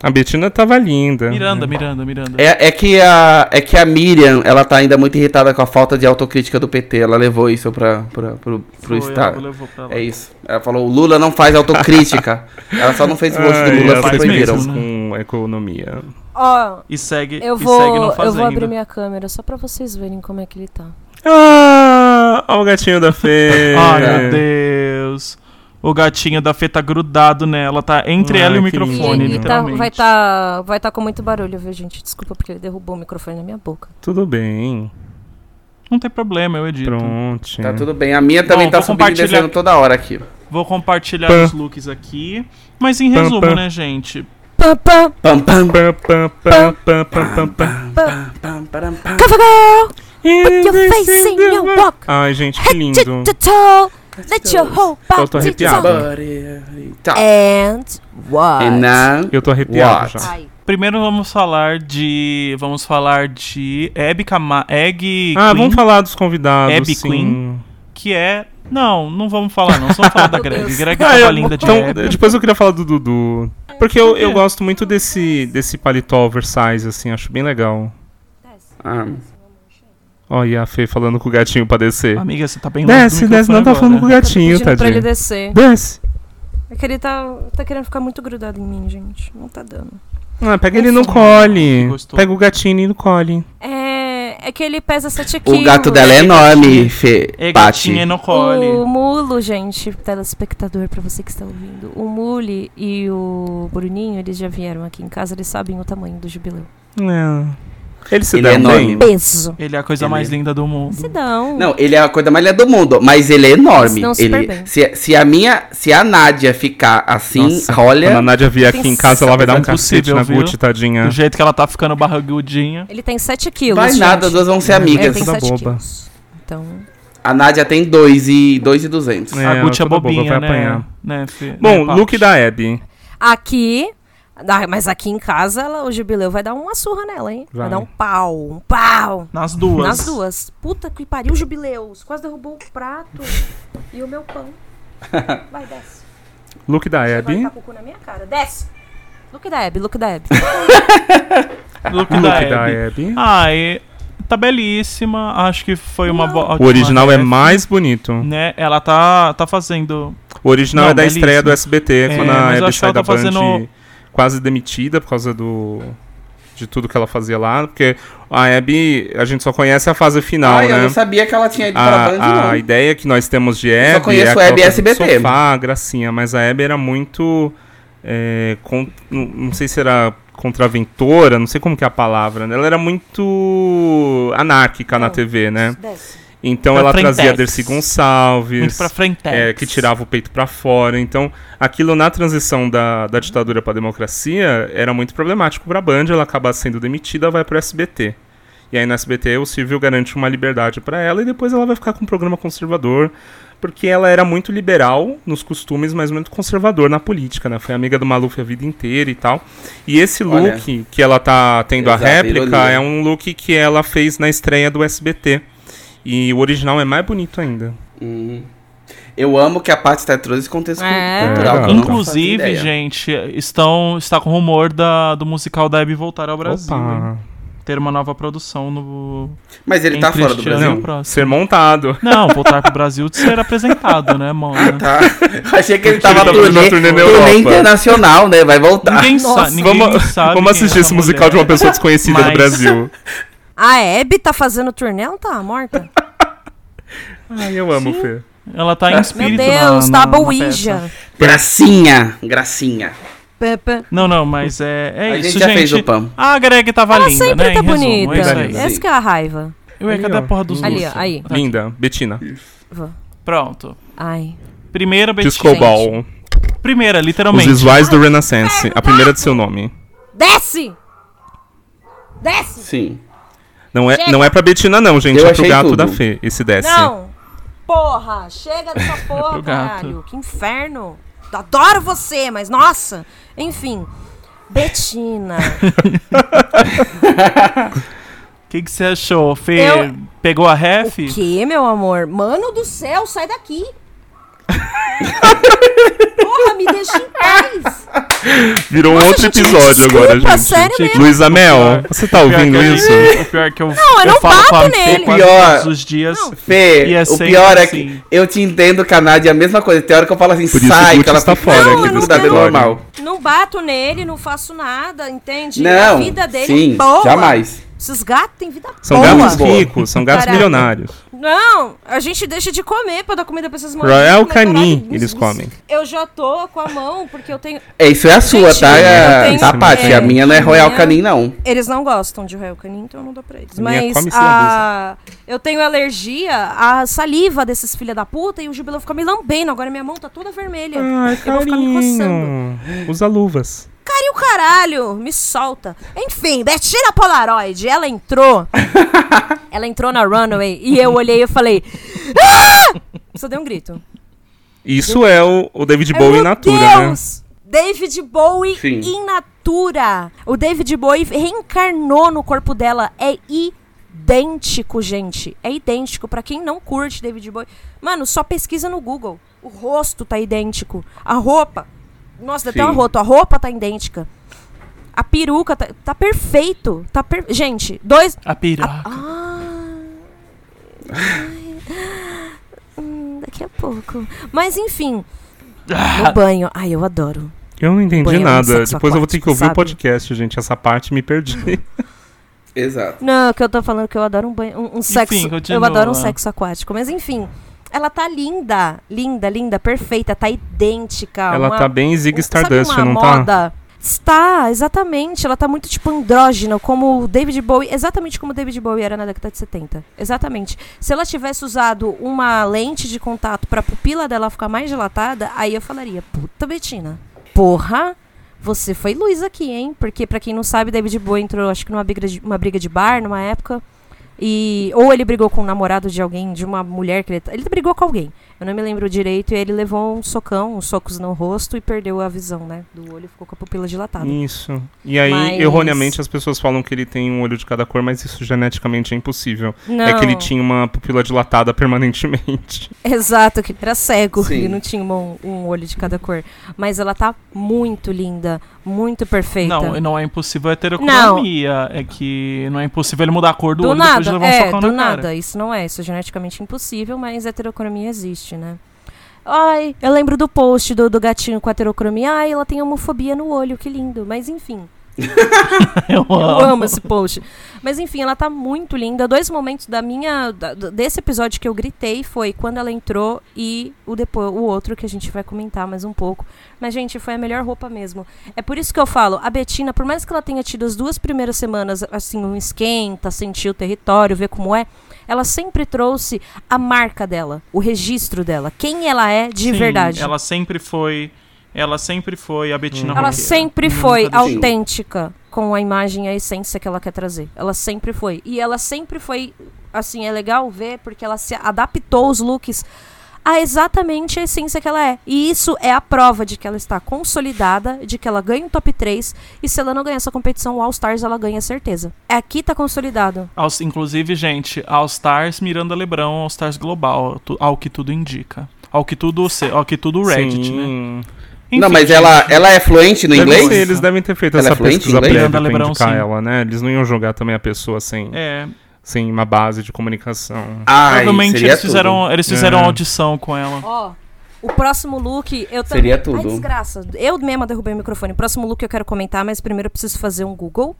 Speaker 4: A Betina tava linda.
Speaker 2: Miranda, Miranda, Miranda.
Speaker 3: É, é que a, é que a Miriam, ela tá ainda muito irritada com a falta de autocrítica do PT. Ela levou isso pra, pra, pro, pro
Speaker 2: Foi, ela
Speaker 3: Estado.
Speaker 2: levou pra lá.
Speaker 3: É isso. Ela falou, o Lula não faz autocrítica. ela só não fez o rosto do
Speaker 4: Ai,
Speaker 3: Lula,
Speaker 4: as
Speaker 3: só
Speaker 2: faz
Speaker 3: proibiram.
Speaker 4: pesquisas
Speaker 2: É, mesmo,
Speaker 4: com economia.
Speaker 1: Ó,
Speaker 2: E segue,
Speaker 1: eu
Speaker 2: e segue não
Speaker 1: vou, eu
Speaker 2: fazendo.
Speaker 1: vou abrir minha câmera só pra vocês verem como é que ele tá.
Speaker 4: Ah, olha o gatinho da Fê.
Speaker 2: Ai,
Speaker 4: É.
Speaker 2: meu Deus. O gatinho da Fê tá grudado nela, tá entre
Speaker 4: Ai,
Speaker 2: ela e o
Speaker 4: que
Speaker 1: E
Speaker 2: microfone,
Speaker 1: ele
Speaker 4: lindo.
Speaker 1: tá,
Speaker 2: literalmente.
Speaker 1: vai tá, vai tá com muito barulho, viu, gente? Desculpa porque ele derrubou o microfone na minha boca.
Speaker 4: Tudo bem.
Speaker 2: Não tem problema, eu edito.
Speaker 4: Pronto.
Speaker 3: Tá tudo bem. A minha também
Speaker 2: Bom,
Speaker 3: tá
Speaker 2: vou
Speaker 3: subindo e
Speaker 2: compartilhar-
Speaker 3: descendo toda hora aqui.
Speaker 2: Vou compartilhar
Speaker 4: Pã.
Speaker 2: os looks aqui. Mas em
Speaker 4: Pã,
Speaker 2: resumo,
Speaker 4: pã.
Speaker 2: né, gente?
Speaker 1: Pam, pam,
Speaker 3: Pam, pam,
Speaker 4: Pam, pam, pam, pam, pam, pam, pam.
Speaker 1: pam.
Speaker 3: pam, param, pam.
Speaker 1: Cover girl, put your face in your walk.
Speaker 4: Ai, gente, que
Speaker 1: Head
Speaker 4: lindo.
Speaker 1: to the toe, let your whole
Speaker 4: Eu
Speaker 1: body
Speaker 4: tô arrepiado.
Speaker 1: dissolve.
Speaker 3: Tá.
Speaker 1: É. And what?
Speaker 3: E na-
Speaker 4: Eu tô arrepiado
Speaker 3: What?
Speaker 4: já.
Speaker 1: Ai,
Speaker 2: Primeiro vamos falar de. Vamos falar de Abby Cama Egg
Speaker 4: Ah,
Speaker 2: Queen,
Speaker 4: vamos falar dos convidados,
Speaker 2: Abby
Speaker 4: sim.
Speaker 2: Queen. que é. Não, não vamos falar, não. Só vamos falar da
Speaker 1: Meu
Speaker 2: Greg.
Speaker 1: Deus.
Speaker 2: Greg
Speaker 4: Ah,
Speaker 2: tava
Speaker 4: eu-
Speaker 2: linda de
Speaker 4: então,
Speaker 2: Abby.
Speaker 4: depois eu queria falar do Dudu. Porque eu, eu
Speaker 2: quê?
Speaker 4: gosto muito desse, desse paletó oversize, assim, acho bem legal.
Speaker 3: Ah,
Speaker 4: Olha a Fê falando com o gatinho pra descer.
Speaker 2: Amiga, você tá bem longe do
Speaker 4: desce, desce,
Speaker 2: microfone
Speaker 4: não
Speaker 2: agora.
Speaker 4: tá
Speaker 2: né?
Speaker 4: falando com o gatinho,
Speaker 1: pedindo pra ele
Speaker 4: tadinho.
Speaker 1: descer.
Speaker 4: Desce.
Speaker 1: É que ele tá, tá querendo ficar muito grudado em mim, gente. Não tá dando.
Speaker 4: Ah, pega ele no
Speaker 2: Nossa, que
Speaker 4: cole.
Speaker 2: gostoso.
Speaker 4: Pega o gatinho e no cole.
Speaker 1: É, é que ele pesa 7 quilos.
Speaker 3: O gato dela é enorme, Fê.
Speaker 2: É
Speaker 3: Paty.
Speaker 2: gatinha no cole.
Speaker 1: O Mulo, gente, telespectador, pra você que está ouvindo, o Mule e o Bruninho, eles já vieram aqui em casa, eles sabem o tamanho do jubileu.
Speaker 4: É. Ele se
Speaker 3: Ele
Speaker 4: dá
Speaker 3: é enorme.
Speaker 4: bem.
Speaker 1: Peso.
Speaker 2: Ele é a coisa
Speaker 3: Ele-
Speaker 2: mais linda do mundo.
Speaker 1: Se dão.
Speaker 3: Não, ele é a coisa mais linda do mundo, mas ele é enorme.
Speaker 1: Se não, super
Speaker 3: Ele,
Speaker 1: bem.
Speaker 3: se, se a minha, se a Nádia ficar assim,
Speaker 4: Nossa, Quando a
Speaker 3: olha,
Speaker 4: Nádia vier aqui em casa, ela vai dar um
Speaker 2: Não é
Speaker 4: cacete
Speaker 2: possível,
Speaker 4: na
Speaker 2: viu?
Speaker 4: Gucci, tadinha.
Speaker 2: Do jeito que ela tá ficando barrigudinha.
Speaker 1: Ele tem 7 quilos.
Speaker 3: vai
Speaker 1: gente.
Speaker 3: nada, as duas vão ser
Speaker 1: É,
Speaker 3: amigas.
Speaker 1: ele tem
Speaker 4: Essa
Speaker 1: 7
Speaker 4: boba.
Speaker 1: quilos. Então,
Speaker 3: A Nádia tem dois e dois e duzentos.
Speaker 4: É,
Speaker 2: a Gucci é
Speaker 4: toda boba,
Speaker 2: bobinha,
Speaker 4: vai
Speaker 2: né?
Speaker 4: apanhar.
Speaker 2: né Fê?
Speaker 4: Bom,
Speaker 2: Né, Paty?
Speaker 4: look da Abby.
Speaker 1: aqui... ah, mas aqui em casa, ela- o jubileu vai dar uma surra nela, hein?
Speaker 4: Vai.
Speaker 1: vai dar um pau, um pau.
Speaker 2: Nas duas.
Speaker 1: Nas duas. Puta que pariu, jubileus. Quase derrubou o prato e o meu pão. Vai, desce.
Speaker 4: Look da Abby.
Speaker 1: Vai com o cu na minha cara. Desce. Look da Abby, look da Abby.
Speaker 2: Look,
Speaker 4: Look
Speaker 2: da
Speaker 4: da
Speaker 2: Abby.
Speaker 4: Abby.
Speaker 2: Ai, tá belíssima. Acho que foi uma boa.
Speaker 4: O original é mais bonito.
Speaker 2: Né? Ela tá, tá fazendo.
Speaker 4: O original
Speaker 2: Não,
Speaker 4: é da
Speaker 2: belíssimo.
Speaker 4: estreia do SBT,
Speaker 2: É,
Speaker 4: quando
Speaker 2: mas
Speaker 4: a
Speaker 2: eu
Speaker 4: Hebe
Speaker 2: acho que ela
Speaker 4: sai da
Speaker 2: tá fazendo-
Speaker 4: Band quase demitida por causa do de tudo que ela fazia lá, porque a Hebe, a gente só conhece a fase final,
Speaker 3: Ai, eu
Speaker 4: né? Ah,
Speaker 3: não sabia que ela tinha ido pra Band,
Speaker 4: A,
Speaker 3: não.
Speaker 4: a ideia que nós temos de Hebe
Speaker 3: conheço
Speaker 4: aquela
Speaker 3: a Hebe
Speaker 4: coisa do
Speaker 3: SBT.
Speaker 4: sofá, gracinha, mas a Hebe era muito é, con- não, não sei se era contraventora, não sei como que é a palavra, né? Ela era muito anárquica na
Speaker 1: Não.
Speaker 4: TV,
Speaker 2: É.
Speaker 4: né?
Speaker 1: Desce.
Speaker 4: Então
Speaker 2: Pra
Speaker 4: ela
Speaker 2: frentex.
Speaker 4: trazia a Dercy
Speaker 2: Muito
Speaker 4: Gonçalves,
Speaker 2: pra frente.
Speaker 4: é, que tirava o peito pra fora. Então, aquilo na transição da, da ditadura pra democracia era muito problemático pra Band. Ela acaba sendo demitida, vai pro SBT. E aí no SBT o Silvio garante uma liberdade pra ela e depois ela vai ficar com um programa conservador, porque ela era muito liberal nos costumes, mas muito conservador na política, né? Foi amiga do Maluf a vida inteira e tal. E esse look
Speaker 3: Olha.
Speaker 4: que ela tá tendo
Speaker 3: Exato,
Speaker 4: a réplica
Speaker 3: ironia.
Speaker 4: é um look que ela fez na estreia do SBT. E o original é mais bonito ainda.
Speaker 3: Hum. Eu amo que a Paty tá trouxe esse contexto
Speaker 1: É.
Speaker 3: cultural. que eu não
Speaker 2: Inclusive,
Speaker 3: fazia ideia.
Speaker 2: gente, estão, está com rumor da, do musical da Abby voltar ao Brasil. hein?
Speaker 4: Opa.
Speaker 2: ter uma nova produção no.
Speaker 3: Mas ele
Speaker 2: em
Speaker 3: tá fora do
Speaker 2: Christian
Speaker 3: Brasil?
Speaker 2: no próximo.
Speaker 4: Ser montado.
Speaker 2: Não, voltar pro Brasil de ser apresentado, né, mona?
Speaker 3: Tá. Achei que ele tava
Speaker 4: tava
Speaker 3: turnê,
Speaker 4: fazendo uma
Speaker 3: turnê,
Speaker 4: turnê na Europa.
Speaker 3: internacional, né? Vai voltar.
Speaker 2: Ninguém, sa-
Speaker 1: Tá. Nossa.
Speaker 2: ninguém
Speaker 4: vamos
Speaker 2: sabe.
Speaker 4: vamos
Speaker 2: quem é
Speaker 4: assistir
Speaker 2: essa
Speaker 4: esse musical
Speaker 2: mulher.
Speaker 4: de uma pessoa desconhecida
Speaker 2: Mas-
Speaker 4: do Brasil.
Speaker 1: A Abby tá fazendo turnê, ela não tá morta?
Speaker 4: Ai, eu amo, Fê.
Speaker 2: Ela tá em espírito.
Speaker 1: Meu Deus,
Speaker 2: na,
Speaker 1: tá
Speaker 2: na,
Speaker 1: a
Speaker 2: na
Speaker 1: Ouija.
Speaker 2: peça.
Speaker 3: Gracinha, gracinha.
Speaker 1: Pã, pã.
Speaker 2: Não, não, mas é, é
Speaker 3: A
Speaker 2: isso,
Speaker 3: gente já fez o pam.
Speaker 2: A Greg tava
Speaker 1: Ela
Speaker 2: linda,
Speaker 1: sempre
Speaker 2: né?
Speaker 1: tá
Speaker 2: em resumo,
Speaker 1: bonita.
Speaker 2: é isso aí.
Speaker 3: Sim.
Speaker 1: Essa que é a raiva.
Speaker 2: Ué,
Speaker 4: Ali,
Speaker 2: cadê
Speaker 4: ó.
Speaker 2: a porra dos
Speaker 1: Ali, ó,
Speaker 2: ursos?
Speaker 1: aí.
Speaker 2: Tá aqui.
Speaker 4: Linda, Betina.
Speaker 1: Vou.
Speaker 2: Pronto.
Speaker 1: Ai.
Speaker 2: Primeira
Speaker 4: Disco
Speaker 2: Betina.
Speaker 4: Ball.
Speaker 2: Primeira,
Speaker 4: Os
Speaker 2: literalmente.
Speaker 4: visuais do Renaissance. A primeira de seu nome.
Speaker 1: Desce! Desce!
Speaker 3: Sim.
Speaker 4: Não é,
Speaker 1: Chega.
Speaker 4: não é pra Betina, não, gente.
Speaker 3: Eu
Speaker 4: é pro
Speaker 3: achei
Speaker 4: gato
Speaker 3: tudo.
Speaker 4: da Fê, esse desce.
Speaker 1: Não! Porra! Chega
Speaker 4: É
Speaker 1: dessa porra,
Speaker 2: Pro gato.
Speaker 1: caralho! Que inferno! Adoro você, mas nossa! Enfim. Betina.
Speaker 2: O que que você achou? Fê,
Speaker 1: Eu-
Speaker 2: pegou a ref?
Speaker 1: que, meu amor? Mano do céu, sai daqui! Porra, me deixa em paz!
Speaker 4: Virou um
Speaker 1: Nossa,
Speaker 4: outro
Speaker 1: gente, me
Speaker 4: episódio
Speaker 1: desculpa,
Speaker 4: agora, gente.
Speaker 1: sério mesmo.
Speaker 4: Luísa Mel,
Speaker 2: Pior-
Speaker 4: você tá
Speaker 2: pior
Speaker 4: ouvindo
Speaker 2: que eu-
Speaker 4: isso?
Speaker 2: O pior que eu
Speaker 1: Não, eu não
Speaker 2: falo com a
Speaker 1: bato
Speaker 2: Fê
Speaker 1: nele.
Speaker 2: quase
Speaker 3: Pior.
Speaker 2: todos os dias.
Speaker 1: Não.
Speaker 3: Fê,
Speaker 2: E é
Speaker 3: o
Speaker 2: sempre
Speaker 3: pior é que
Speaker 2: assim.
Speaker 3: eu te entendo, Canadi, é a mesma coisa. Tem hora que eu falo assim,
Speaker 4: Por isso
Speaker 3: sai,
Speaker 4: que o
Speaker 3: que ela
Speaker 4: está
Speaker 3: fica
Speaker 4: fora
Speaker 1: Não,
Speaker 3: aqui
Speaker 1: eu
Speaker 3: do
Speaker 1: não
Speaker 3: da
Speaker 1: quero.
Speaker 3: normal.
Speaker 1: Não bato nele, não faço nada, entende?
Speaker 3: Não,
Speaker 1: a vida dele
Speaker 3: sim,
Speaker 1: é boa.
Speaker 3: jamais.
Speaker 1: Esses gatos têm vida
Speaker 4: São
Speaker 1: boa.
Speaker 4: gatos
Speaker 3: Boa.
Speaker 4: ricos, são gatos
Speaker 1: Caraca.
Speaker 4: milionários.
Speaker 1: Não, a gente deixa de comer pra dar comida pra essas mulheres.
Speaker 4: Royal
Speaker 1: mas caralho,
Speaker 4: Canin,
Speaker 1: isso-
Speaker 4: eles
Speaker 1: isso-
Speaker 4: comem.
Speaker 1: Eu já tô com a mão, porque eu tenho...
Speaker 3: É, isso é a sua,
Speaker 1: Gente,
Speaker 3: tá?
Speaker 1: eu
Speaker 3: É,
Speaker 1: tenho-
Speaker 3: tá, Paty?
Speaker 1: é,
Speaker 3: a minha não é Royal
Speaker 1: minha-
Speaker 3: Canin, não.
Speaker 1: Eles não gostam de Royal Canin, então eu não dou pra eles.
Speaker 4: A minha
Speaker 1: Mas
Speaker 4: come
Speaker 1: a... eu tenho alergia à saliva desses filha da puta e o jubilo fica me lambendo. Agora minha mão tá toda vermelha.
Speaker 4: Ai,
Speaker 1: eu vou ficar me coçando.
Speaker 4: carinho. Usa luvas.
Speaker 1: Cara, e o caralho? Me solta. Enfim, Betina Polaroid, ela entrou. ela entrou na runway e eu olhei e falei... "Ah!" Só dei um grito.
Speaker 4: Isso é o, o David
Speaker 1: É,
Speaker 4: Bowie
Speaker 1: meu
Speaker 4: in natura, né?
Speaker 1: Deus! David Bowie
Speaker 3: Sim.
Speaker 1: in natura. O David Bowie reencarnou no corpo dela. É idêntico, gente. É idêntico. Pra quem não curte David Bowie. Mano, só pesquisa no Google. O rosto tá idêntico. A roupa. Nossa, deu até
Speaker 3: Sim.
Speaker 1: uma roupa. A roupa tá idêntica. A peruca tá, tá perfeito. Tá per... Gente, dois.
Speaker 2: A piroca.
Speaker 1: Ah. Ai. Hum, Daqui a pouco. Mas enfim.
Speaker 4: Ah.
Speaker 1: No banho. Ai, eu adoro.
Speaker 4: Eu não entendi
Speaker 1: Põe um
Speaker 4: nada.
Speaker 1: sexo
Speaker 4: Depois eu vou ter que
Speaker 1: aquático,
Speaker 4: ouvir o
Speaker 1: sabe?
Speaker 4: podcast, gente. Essa parte me perdi.
Speaker 3: Exato.
Speaker 1: Não, que eu tô falando que eu adoro um banho. Um, um sexo. eu
Speaker 2: continua.
Speaker 1: adoro um sexo aquático. Mas enfim. Ela tá linda. Linda, linda, perfeita. Tá idêntica.
Speaker 4: Ela
Speaker 1: uma-
Speaker 4: tá bem Zig
Speaker 1: um- sabe
Speaker 4: Stardust,
Speaker 1: uma
Speaker 4: não tá?
Speaker 1: moda? Está, exatamente. Ela tá muito tipo andrógena, como o David Bowie, exatamente como o David Bowie era na década de 70. Exatamente. Se ela tivesse usado uma lente de contato pra pupila dela ficar mais dilatada, aí eu falaria: "Puta Betina. Porra, você foi luz aqui, hein?" Porque pra quem não sabe, David Bowie entrou acho que numa briga de, uma briga de bar numa época. E ou ele brigou com o namorado de alguém, de uma mulher que ele ele brigou com alguém. Eu não me lembro direito e ele levou um socão, uns socos no rosto e perdeu a visão, né, do olho, ficou com a pupila dilatada.
Speaker 4: Isso. E aí,
Speaker 1: Mas-
Speaker 4: erroneamente, as pessoas falam que ele tem um olho de cada cor, mas isso geneticamente é impossível.
Speaker 1: Não.
Speaker 4: É que ele tinha uma pupila dilatada permanentemente.
Speaker 1: Exato, que ele era cego
Speaker 3: Sim.
Speaker 1: e não tinha um, um olho de cada cor. Mas ela tá muito linda, muito perfeita.
Speaker 2: Não, não é impossível a heterocromia. É que não é impossível ele mudar a cor do,
Speaker 1: do
Speaker 2: olho depois
Speaker 1: nada,
Speaker 2: de levar um
Speaker 1: é,
Speaker 2: socão
Speaker 1: do
Speaker 2: na cara.
Speaker 1: nada. Isso não é, isso é geneticamente impossível, mas heterocromia existe, né? Ai, eu lembro do post do, do gatinho com heterocromia. Ai, ela tem homofobia no olho, que lindo. Mas enfim.
Speaker 2: Eu
Speaker 1: Eu
Speaker 2: amo.
Speaker 1: amo assim, esse post. Mas enfim, ela tá muito linda. Dois momentos da minha. da- d- desse episódio que eu gritei foi quando ela entrou e o, depois, o outro que a gente vai comentar mais um pouco. Mas, gente, foi a melhor roupa mesmo. É por isso que eu falo, a Betina, por mais que ela tenha tido as duas primeiras semanas, assim, um esquenta, sentir o território, ver como é. Ela sempre trouxe a marca dela, o registro dela, quem ela é de
Speaker 2: Sim,
Speaker 1: verdade.
Speaker 2: Ela sempre foi. Ela sempre foi a Betina
Speaker 1: Ela
Speaker 2: Roqueira.
Speaker 1: sempre
Speaker 2: Nunca
Speaker 1: foi
Speaker 2: deixou.
Speaker 1: autêntica com a imagem e a essência que ela quer trazer. Ela sempre foi. E ela sempre foi, assim, é legal ver porque ela se adaptou os looks a exatamente a essência que ela é. E isso é a prova de que ela está consolidada, de que ela ganha um top 3 e se ela não ganhar essa competição, o All Stars ela ganha certeza. É aqui tá consolidado.
Speaker 2: Aos- Inclusive, gente, All Stars Miranda Lebrão, All Stars Global, tu- ao que tudo indica. Ao que tudo, se- ao que tudo Reddit, né? Enfim,
Speaker 3: não, mas ela,
Speaker 2: gente,
Speaker 3: ela é fluente no
Speaker 4: Deve ser,
Speaker 3: inglês?
Speaker 4: eles devem ter feito
Speaker 3: Ela um é
Speaker 4: essa
Speaker 3: fluente em
Speaker 4: pesquisa
Speaker 3: inglês?
Speaker 4: prévia
Speaker 2: Fernanda
Speaker 4: pra
Speaker 2: Lebrão,
Speaker 4: indicar
Speaker 2: sim.
Speaker 4: ela, né? Eles não iam jogar também a pessoa sem,
Speaker 2: É,
Speaker 4: sem uma base de comunicação.
Speaker 3: Ai,
Speaker 2: provavelmente
Speaker 3: seria
Speaker 2: eles fizeram,
Speaker 3: tudo. Uhum.
Speaker 2: eles fizeram
Speaker 4: É.
Speaker 2: audição com ela.
Speaker 1: Ó, o próximo look, eu também.
Speaker 3: Seria tudo.
Speaker 1: Ai, desgraça. Eu mesma derrubei o microfone. O próximo look eu quero comentar, mas primeiro eu preciso fazer um Google.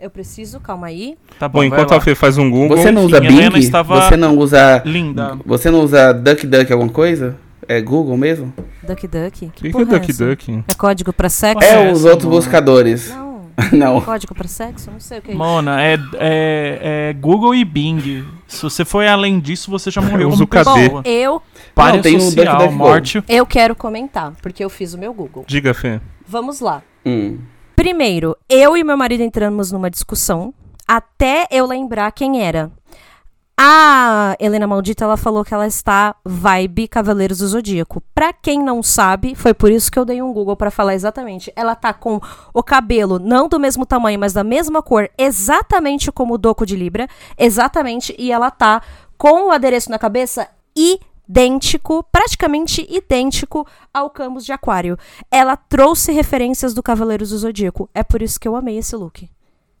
Speaker 1: Eu preciso, calma aí.
Speaker 2: Tá bom,
Speaker 4: Bom, enquanto
Speaker 2: vai
Speaker 4: a
Speaker 2: lá.
Speaker 4: Fê faz um Google...
Speaker 3: Você não usa
Speaker 2: Enfim, Helena
Speaker 3: Bing?
Speaker 2: estava
Speaker 3: Você não usa...
Speaker 2: Linda.
Speaker 3: Você não usa DuckDuck alguma coisa? É Google mesmo?
Speaker 1: Duck Duck.
Speaker 4: O que, que
Speaker 1: porra
Speaker 4: é Duck
Speaker 1: essa?
Speaker 4: Duck?
Speaker 1: É código pra sexo?
Speaker 3: É
Speaker 2: Acesso,
Speaker 3: os outros
Speaker 2: mano.
Speaker 3: buscadores.
Speaker 1: Não. É
Speaker 3: Não.
Speaker 1: Código pra sexo? Não sei o que é isso.
Speaker 2: Mona, é, é, é Google e Bing. Se você foi além disso, você já morreu
Speaker 4: uso
Speaker 2: como
Speaker 4: o KD.
Speaker 2: pessoa.
Speaker 1: Eu,
Speaker 2: Pare
Speaker 3: tem um o
Speaker 2: social,
Speaker 3: DuckDuckGo.
Speaker 2: morte.
Speaker 1: eu quero comentar, porque eu fiz o meu Google.
Speaker 4: Diga, Fê.
Speaker 1: Vamos lá.
Speaker 3: Hum.
Speaker 1: Primeiro, eu e meu marido entramos numa discussão até eu lembrar quem era. A Helena Maldita, ela falou que ela está vibe Cavaleiros do Zodíaco. Pra quem não sabe, foi por isso que eu dei um Google pra falar exatamente. Ela tá com o cabelo não do mesmo tamanho, mas da mesma cor, exatamente como o Doco de Libra, exatamente, e ela tá com o adereço na cabeça idêntico, praticamente idêntico ao Camus de Aquário. Ela trouxe referências do Cavaleiros do Zodíaco. É por isso que eu amei esse look.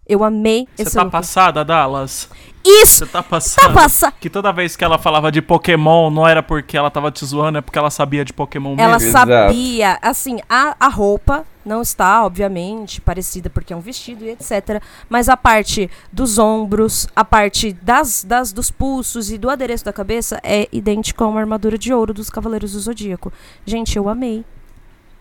Speaker 1: Eu amei esse
Speaker 2: Você tá
Speaker 1: look.
Speaker 2: passada, Dallas?
Speaker 1: Isso
Speaker 2: Você tá passada?
Speaker 1: tá passando.
Speaker 2: Que toda vez que ela falava de Pokémon, não era porque ela tava te zoando, é porque ela sabia de
Speaker 4: um
Speaker 2: Pokémon
Speaker 1: Ela
Speaker 2: mesmo.
Speaker 3: Exato.
Speaker 1: sabia, assim, a, a roupa não está, obviamente, parecida porque é um vestido e etc. Mas a parte dos ombros, a parte das, das dos pulsos e do adereço da cabeça é idêntica a uma armadura de ouro dos Cavaleiros do Zodíaco. Gente, eu amei.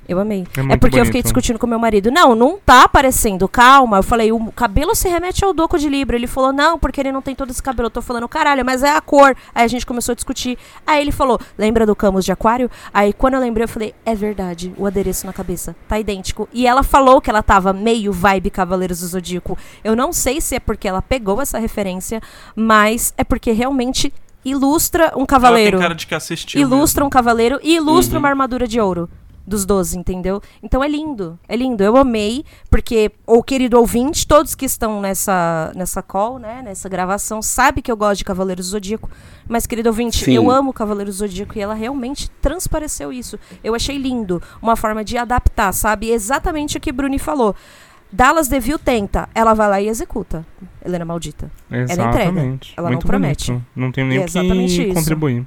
Speaker 1: Eu amei.
Speaker 4: É
Speaker 1: É,
Speaker 4: muito
Speaker 1: porque eu fiquei
Speaker 4: bonito.
Speaker 1: discutindo com meu marido. Não, não tá aparecendo. Calma. Eu falei, o cabelo se remete ao doco de Libra. Ele falou, não, porque ele não tem todo esse cabelo. Eu tô falando, caralho, mas é a cor. Aí a gente começou a discutir. Aí ele falou, lembra do Camus de Aquário? Aí quando eu lembrei, eu falei, é verdade. O adereço na cabeça tá idêntico. E ela falou que ela tava meio vibe Cavaleiros do Zodíaco. Eu não sei se é porque ela pegou essa referência, mas é porque realmente ilustra um
Speaker 2: Ela tem
Speaker 1: cavaleiro
Speaker 2: cara de que assistiu.
Speaker 1: ilustra um cavaleiro e ilustra
Speaker 3: Uhum.
Speaker 1: uma armadura de ouro dos 12, entendeu? Então é lindo, é lindo. Eu amei, porque o querido ouvinte, todos que estão nessa nessa call, né, nessa gravação, sabe que eu gosto de Cavaleiros do Zodíaco, mas querido ouvinte,
Speaker 3: Sim.
Speaker 1: eu amo Cavaleiros do Zodíaco e ela realmente transpareceu isso. Eu achei lindo, uma forma de adaptar, sabe? Exatamente o que Bruni falou. Dallas DeVille tenta, ela vai lá e executa. Helena Maldita.
Speaker 4: Exatamente.
Speaker 1: Ela não
Speaker 4: Muito
Speaker 1: promete.
Speaker 4: bonito. Não tenho nem
Speaker 1: E é
Speaker 4: o
Speaker 1: exatamente
Speaker 4: que
Speaker 1: isso.
Speaker 4: contribuir.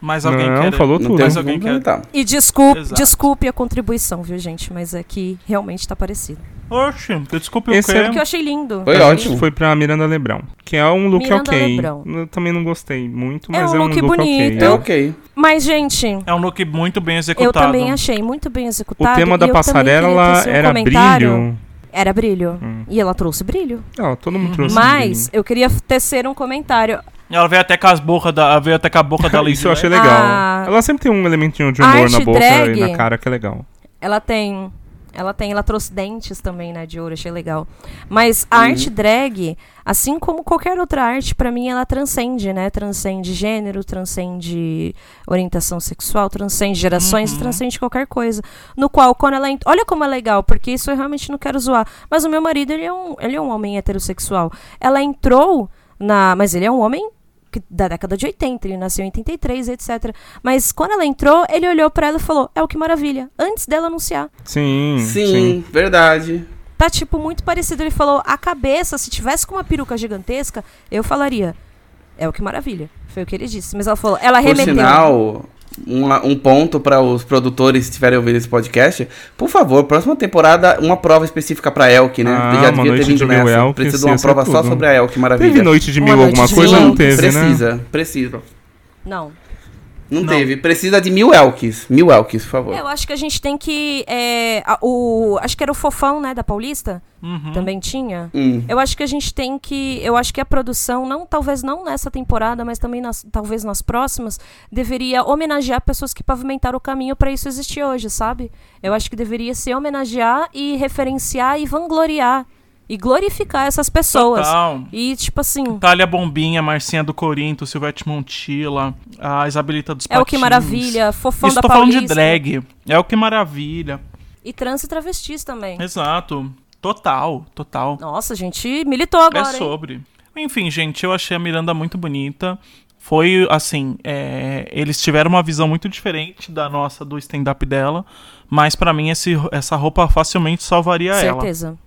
Speaker 2: Mas alguém
Speaker 4: não,
Speaker 2: quer.
Speaker 4: falou
Speaker 3: Não
Speaker 4: tudo.
Speaker 3: tem
Speaker 2: Mas
Speaker 3: um
Speaker 2: alguém quer-
Speaker 3: complementar.
Speaker 1: E desculpe,
Speaker 2: Exato.
Speaker 1: desculpe a contribuição, viu, gente? Mas é que realmente tá parecido.
Speaker 2: Oxe, desculpe o
Speaker 4: Esse
Speaker 2: quê?
Speaker 4: é-
Speaker 1: Porque eu achei lindo.
Speaker 3: Foi
Speaker 4: a
Speaker 3: ótimo.
Speaker 4: gente foi pra Miranda Lebrão, que é um look
Speaker 1: Miranda
Speaker 4: ok.
Speaker 1: Lebrão.
Speaker 4: Eu também não gostei muito,
Speaker 1: É
Speaker 4: mas
Speaker 1: um
Speaker 4: é um
Speaker 1: look
Speaker 4: look,
Speaker 1: bonito.
Speaker 3: É
Speaker 4: ok.
Speaker 3: ok.
Speaker 1: Mas, gente,
Speaker 2: É um look muito bem
Speaker 1: eu
Speaker 2: executado.
Speaker 1: também achei muito bem
Speaker 4: O
Speaker 1: executado.
Speaker 4: tema
Speaker 1: e
Speaker 4: da
Speaker 1: eu também queria
Speaker 4: passarela
Speaker 1: tecer um
Speaker 4: era
Speaker 1: comentário.
Speaker 4: brilho.
Speaker 1: Era brilho.
Speaker 4: Hum.
Speaker 1: E ela trouxe brilho.
Speaker 4: Não, Ah, todo mundo trouxe
Speaker 1: Mas
Speaker 4: brilho.
Speaker 1: eu queria tecer um comentário.
Speaker 2: Ela veio até com as borras da. Veio até com a boca da Lizzie.
Speaker 4: Isso eu achei
Speaker 1: né?
Speaker 4: legal.
Speaker 1: Ah.
Speaker 4: Ela sempre tem um elementinho de humor
Speaker 1: Arte
Speaker 4: na boca
Speaker 1: drag.
Speaker 4: e na cara que é legal.
Speaker 1: Ela tem. Ela tem, ela trouxe dentes também, né, de ouro, achei legal. Mas a arte drag, assim como qualquer outra arte, pra mim ela transcende, né? Transcende gênero, transcende orientação sexual, transcende gerações, transcende qualquer coisa. No qual, quando ela. en- Olha como é legal, porque isso eu realmente não quero zoar. Mas o meu marido, ele é um, ele é um homem heterossexual. Ela entrou na. Mas ele é um homem que- da década de 80, ele nasceu em 83, etc. Mas quando ela entrou, ele olhou pra ela e falou: "É o que maravilha", antes dela anunciar.
Speaker 4: Sim, Hum, sim.
Speaker 3: Sim, verdade.
Speaker 1: Tá tipo muito parecido, ele falou: "A cabeça, se tivesse com uma peruca gigantesca, eu falaria: é o que maravilha". Foi o que ele disse, mas ela falou: "Ela
Speaker 3: Por
Speaker 1: remeteu".
Speaker 3: sinal, uma- um ponto para os produtores que estiverem ouvindo esse podcast, por favor, próxima temporada, uma prova específica para Elk, né?
Speaker 4: Ah,
Speaker 3: Já
Speaker 4: uma
Speaker 3: devia ter
Speaker 4: noite
Speaker 3: vindo
Speaker 4: de Mil
Speaker 3: nessa.
Speaker 4: Elk,
Speaker 3: Precisa de
Speaker 4: ia
Speaker 3: uma
Speaker 4: ser
Speaker 3: prova só
Speaker 4: tudo.
Speaker 3: sobre a Elk, maravilha.
Speaker 4: Teve noite de
Speaker 1: Uma
Speaker 4: mil
Speaker 1: noite
Speaker 4: alguma
Speaker 1: de
Speaker 4: coisa?
Speaker 1: mil.
Speaker 4: Não teve, né?
Speaker 3: precisa, precisa.
Speaker 1: Não.
Speaker 3: Não,
Speaker 2: Não.
Speaker 3: teve. Precisa de mil Elks. Mil Elks, por favor.
Speaker 1: Eu acho que a gente tem que é, a- o acho que era o fofão, né, da Paulista? Também tinha.
Speaker 3: Hum.
Speaker 1: Eu acho que a gente tem que. Eu acho que a produção, não, talvez não nessa temporada, mas também nas, talvez nas próximas, deveria homenagear pessoas que pavimentaram o caminho para isso existir hoje, sabe? Eu acho que deveria se homenagear e referenciar e vangloriar. E glorificar essas pessoas.
Speaker 2: Total.
Speaker 1: E, tipo assim,
Speaker 2: Então, Thalia Bombinha, Marcinha do Corinto, Silvete Montila, a Isabelita dos
Speaker 1: é o que
Speaker 2: Patins.
Speaker 1: maravilha, fofão
Speaker 2: Isso
Speaker 1: da
Speaker 2: tô falando
Speaker 1: Paulista.
Speaker 2: de drag. É o que maravilha.
Speaker 1: E trans e travestis também.
Speaker 2: Exato. Total, total.
Speaker 1: Nossa, a gente militou agora.
Speaker 2: é
Speaker 1: hein?
Speaker 2: sobre. Enfim, gente, eu achei a Miranda muito bonita. foi assim, é, eles tiveram uma visão muito diferente da nossa do stand-up dela, mas para mim esse, essa roupa facilmente salvaria
Speaker 1: Certeza.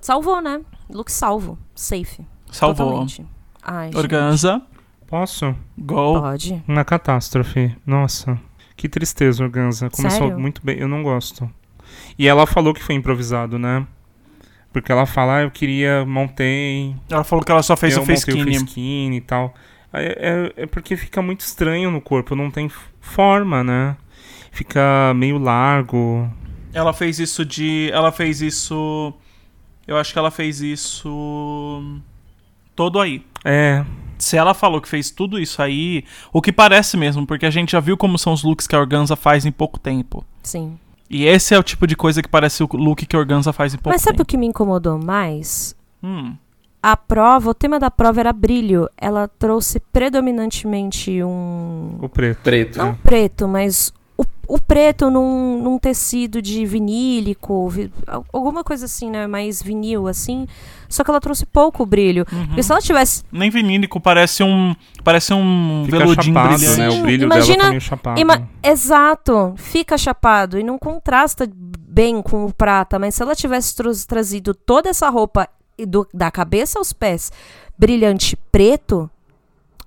Speaker 1: Salvou, né? Look salvo. Safe.
Speaker 2: ela. Salvou.
Speaker 1: Totalmente. Ai, gente.
Speaker 2: Organza,
Speaker 4: Posso?
Speaker 2: gol.
Speaker 1: Pode.
Speaker 4: Uma catástrofe. Nossa. Que tristeza, Organza. Começou
Speaker 1: Sério?
Speaker 4: muito bem. Eu não gosto. E ela falou que foi improvisado, né? Porque ela fala, ah, eu queria, montei.
Speaker 2: Ela falou que ela só fez
Speaker 4: eu
Speaker 2: o face
Speaker 4: montei
Speaker 2: skinny.
Speaker 4: o skin e tal. É, é- é porque fica muito estranho no corpo, não tem f- forma, né? Fica meio largo.
Speaker 2: Ela fez isso de. Ela fez isso. Eu acho que ela fez isso. Todo aí.
Speaker 4: É,
Speaker 2: Se ela falou que fez tudo isso aí, o que parece mesmo, porque a gente já viu como são os looks que a Organza faz em pouco tempo.
Speaker 1: Sim.
Speaker 2: E esse é o tipo de coisa que parece o look que a Organza faz em pouco
Speaker 1: Mas sabe o
Speaker 2: tempo.
Speaker 1: que me incomodou mais?
Speaker 2: Hum.
Speaker 1: A prova, o tema da prova era brilho. Ela trouxe predominantemente um.
Speaker 4: o preto.
Speaker 3: Preto.
Speaker 1: Não preto, mas o, o preto num, num tecido de vinílico, vi- al- alguma coisa assim, né? Mais vinil, assim. Só que ela trouxe pouco brilho. Porque se ela tivesse.
Speaker 2: Nem vinílico, parece um. Parece um
Speaker 4: Fica
Speaker 2: veludinho
Speaker 4: chapado,
Speaker 2: brilhante.
Speaker 4: né? O
Speaker 1: Sim,
Speaker 4: brilho dela
Speaker 1: imagina-
Speaker 4: tá meio chapado.
Speaker 1: Ima- Exato, fica chapado e não contrasta bem com o prata, mas se ela tivesse tros- trazido toda essa roupa e do- da cabeça aos pés brilhante preto,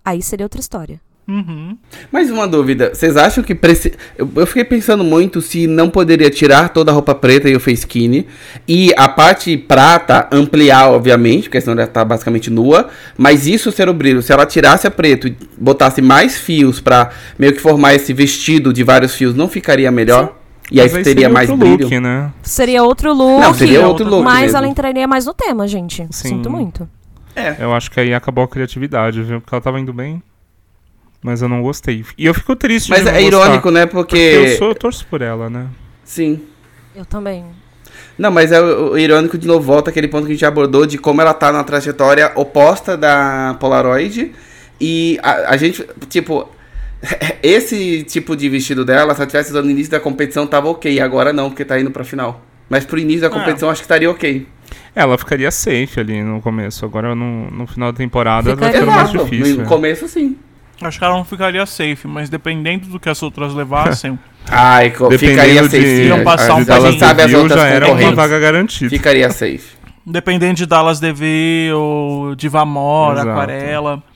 Speaker 1: aí seria outra história.
Speaker 2: Uhum.
Speaker 3: Mais uma dúvida, vocês acham que preci... eu, eu fiquei pensando muito se não poderia tirar toda a roupa preta e o face skinny e a parte prata ampliar, obviamente, porque senão ela tá basicamente nua, mas isso ser o brilho, se ela tirasse a preto e botasse mais fios pra meio que formar esse vestido de vários fios, não ficaria melhor? E aí
Speaker 4: Mas
Speaker 3: teria
Speaker 4: seria
Speaker 3: mais
Speaker 4: outro
Speaker 3: brilho?
Speaker 4: Look, né?
Speaker 1: Seria outro look,
Speaker 3: Não, seria outro look
Speaker 1: mas
Speaker 3: mesmo.
Speaker 1: ela entraria mais no tema, gente.
Speaker 4: Sim.
Speaker 1: Sinto muito.
Speaker 4: Eu acho que aí acabou a criatividade, viu? Porque ela tava indo bem. Mas eu não gostei. E eu fico triste
Speaker 3: Mas
Speaker 4: de não
Speaker 3: é
Speaker 4: gostar,
Speaker 3: irônico, né?
Speaker 4: Porque
Speaker 3: Porque.
Speaker 4: eu, sou, eu torço por ela, né?
Speaker 3: Sim.
Speaker 1: Eu também.
Speaker 3: Não, mas é o, o irônico de novo, volta aquele ponto que a gente abordou de como ela tá na trajetória oposta da Polaroid. E a, a gente, tipo, esse tipo de vestido dela, se ela tivesse usado no início da competição, tava ok. Agora não, porque tá indo pra final. Mas pro início da
Speaker 2: É.
Speaker 3: competição, acho que estaria ok.
Speaker 4: Ela ficaria safe ali no começo. Agora no, no final da temporada vai
Speaker 1: Ficaria.
Speaker 4: ficando mais
Speaker 3: É Exato.
Speaker 4: difícil.
Speaker 2: é.
Speaker 4: é.
Speaker 3: No começo, sim.
Speaker 2: Acho que ela não ficaria safe, mas dependendo do que as outras levassem,
Speaker 3: Ai, co-
Speaker 4: Dependendo
Speaker 3: ficaria
Speaker 4: de-
Speaker 3: safe. sim.
Speaker 2: Não passar um
Speaker 3: a gente
Speaker 2: pouquinho.
Speaker 3: sabe as
Speaker 4: Viu,
Speaker 3: outras
Speaker 4: já era uma
Speaker 3: concorrentes.
Speaker 4: vaga garantida.
Speaker 3: Ficaria safe.
Speaker 2: dependendo de Dallas DV ou Divamora,
Speaker 4: Exato.
Speaker 2: Aquarela.
Speaker 1: Ela estaria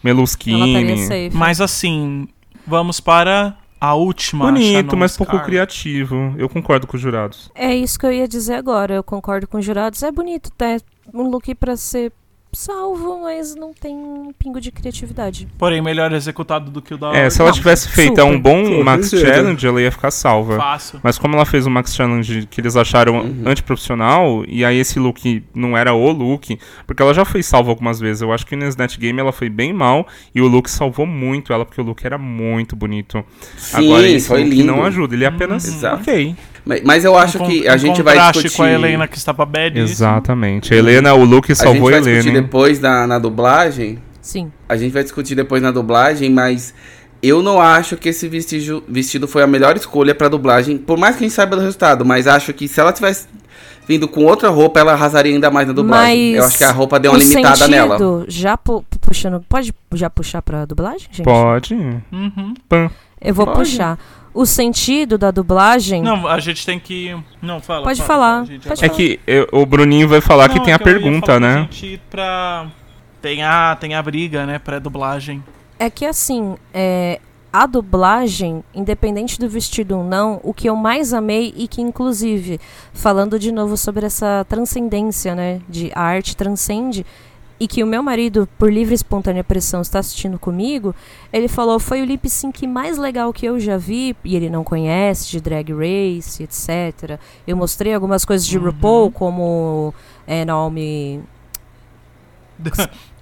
Speaker 4: Meluschini.
Speaker 1: safe.
Speaker 2: Mas assim, vamos para a última.
Speaker 4: Bonito,
Speaker 2: Shannon
Speaker 4: mas pouco
Speaker 2: Scar.
Speaker 4: criativo. Eu concordo com os jurados.
Speaker 1: É isso que eu ia dizer agora. Eu concordo com os jurados. É bonito ter um look pra ser salvo, mas não tem um pingo de criatividade.
Speaker 2: Porém, melhor executado do que o da
Speaker 4: É,
Speaker 2: Org-
Speaker 4: se ela
Speaker 1: Ah, Não,
Speaker 4: tivesse feito
Speaker 1: super.
Speaker 4: um bom
Speaker 3: Super,
Speaker 4: Max
Speaker 3: super.
Speaker 4: Challenge, ela ia ficar salva.
Speaker 2: Fácil.
Speaker 4: Mas como ela fez o Max Challenge que eles acharam
Speaker 3: Uhum.
Speaker 4: antiprofissional, e aí esse look não era o look, porque ela já foi salva algumas vezes. Eu acho que no Net Game ela foi bem mal, e o look salvou muito ela, porque o look era muito bonito.
Speaker 3: Sim,
Speaker 4: Agora esse
Speaker 3: foi
Speaker 4: look
Speaker 3: lindo.
Speaker 4: não ajuda, ele é apenas
Speaker 3: Exato.
Speaker 4: ok.
Speaker 3: Mas, mas eu acho
Speaker 2: Em con-
Speaker 3: que a
Speaker 2: em
Speaker 3: gente vai
Speaker 2: contraste
Speaker 3: discutir...
Speaker 2: com a Helena que estava bad. isso.
Speaker 4: Exatamente. A Helena, o look
Speaker 3: Uhum. A gente
Speaker 4: salvou a,
Speaker 3: vai
Speaker 4: Helena.
Speaker 3: discutir
Speaker 4: hein?
Speaker 3: depois na, na dublagem...
Speaker 1: Sim.
Speaker 3: A gente vai discutir depois na dublagem, mas eu não acho que esse vestígio- vestido foi a melhor escolha pra dublagem, por mais que a gente saiba do resultado, mas acho que se ela tivesse vindo com outra roupa, ela arrasaria ainda mais na dublagem.
Speaker 1: Mas
Speaker 3: eu acho que a roupa deu uma
Speaker 1: o
Speaker 3: limitada
Speaker 1: sentido,
Speaker 3: nela.
Speaker 1: Já pu- pu- puxando. Pode já puxar pra dublagem, gente?
Speaker 4: Pode.
Speaker 2: Uhum.
Speaker 4: Pã.
Speaker 1: Eu vou
Speaker 3: Pode.
Speaker 1: puxar. O sentido da dublagem.
Speaker 2: Não, a gente tem que. Não, fala.
Speaker 1: Pode
Speaker 2: fala,
Speaker 1: falar,
Speaker 2: fala, gente,
Speaker 1: pode
Speaker 2: agora.
Speaker 4: É que eu- o Bruninho vai falar que
Speaker 2: Não,
Speaker 4: tem
Speaker 2: é
Speaker 4: a
Speaker 2: que eu ia falar
Speaker 4: pergunta,
Speaker 2: pra
Speaker 4: né?
Speaker 2: gente ir pra- Tem a, tem a briga, né? Pré-dublagem.
Speaker 1: É que assim, é, a dublagem, independente do vestido ou não, o que eu mais amei e que, inclusive, falando de novo sobre essa transcendência, né? De a arte transcende. E que o meu marido, por livre e espontânea pressão, está assistindo comigo. Ele falou: foi o lip sync mais legal que eu já vi. E ele não conhece de drag race, etc. Eu mostrei algumas coisas de RuPaul, como é, Naomi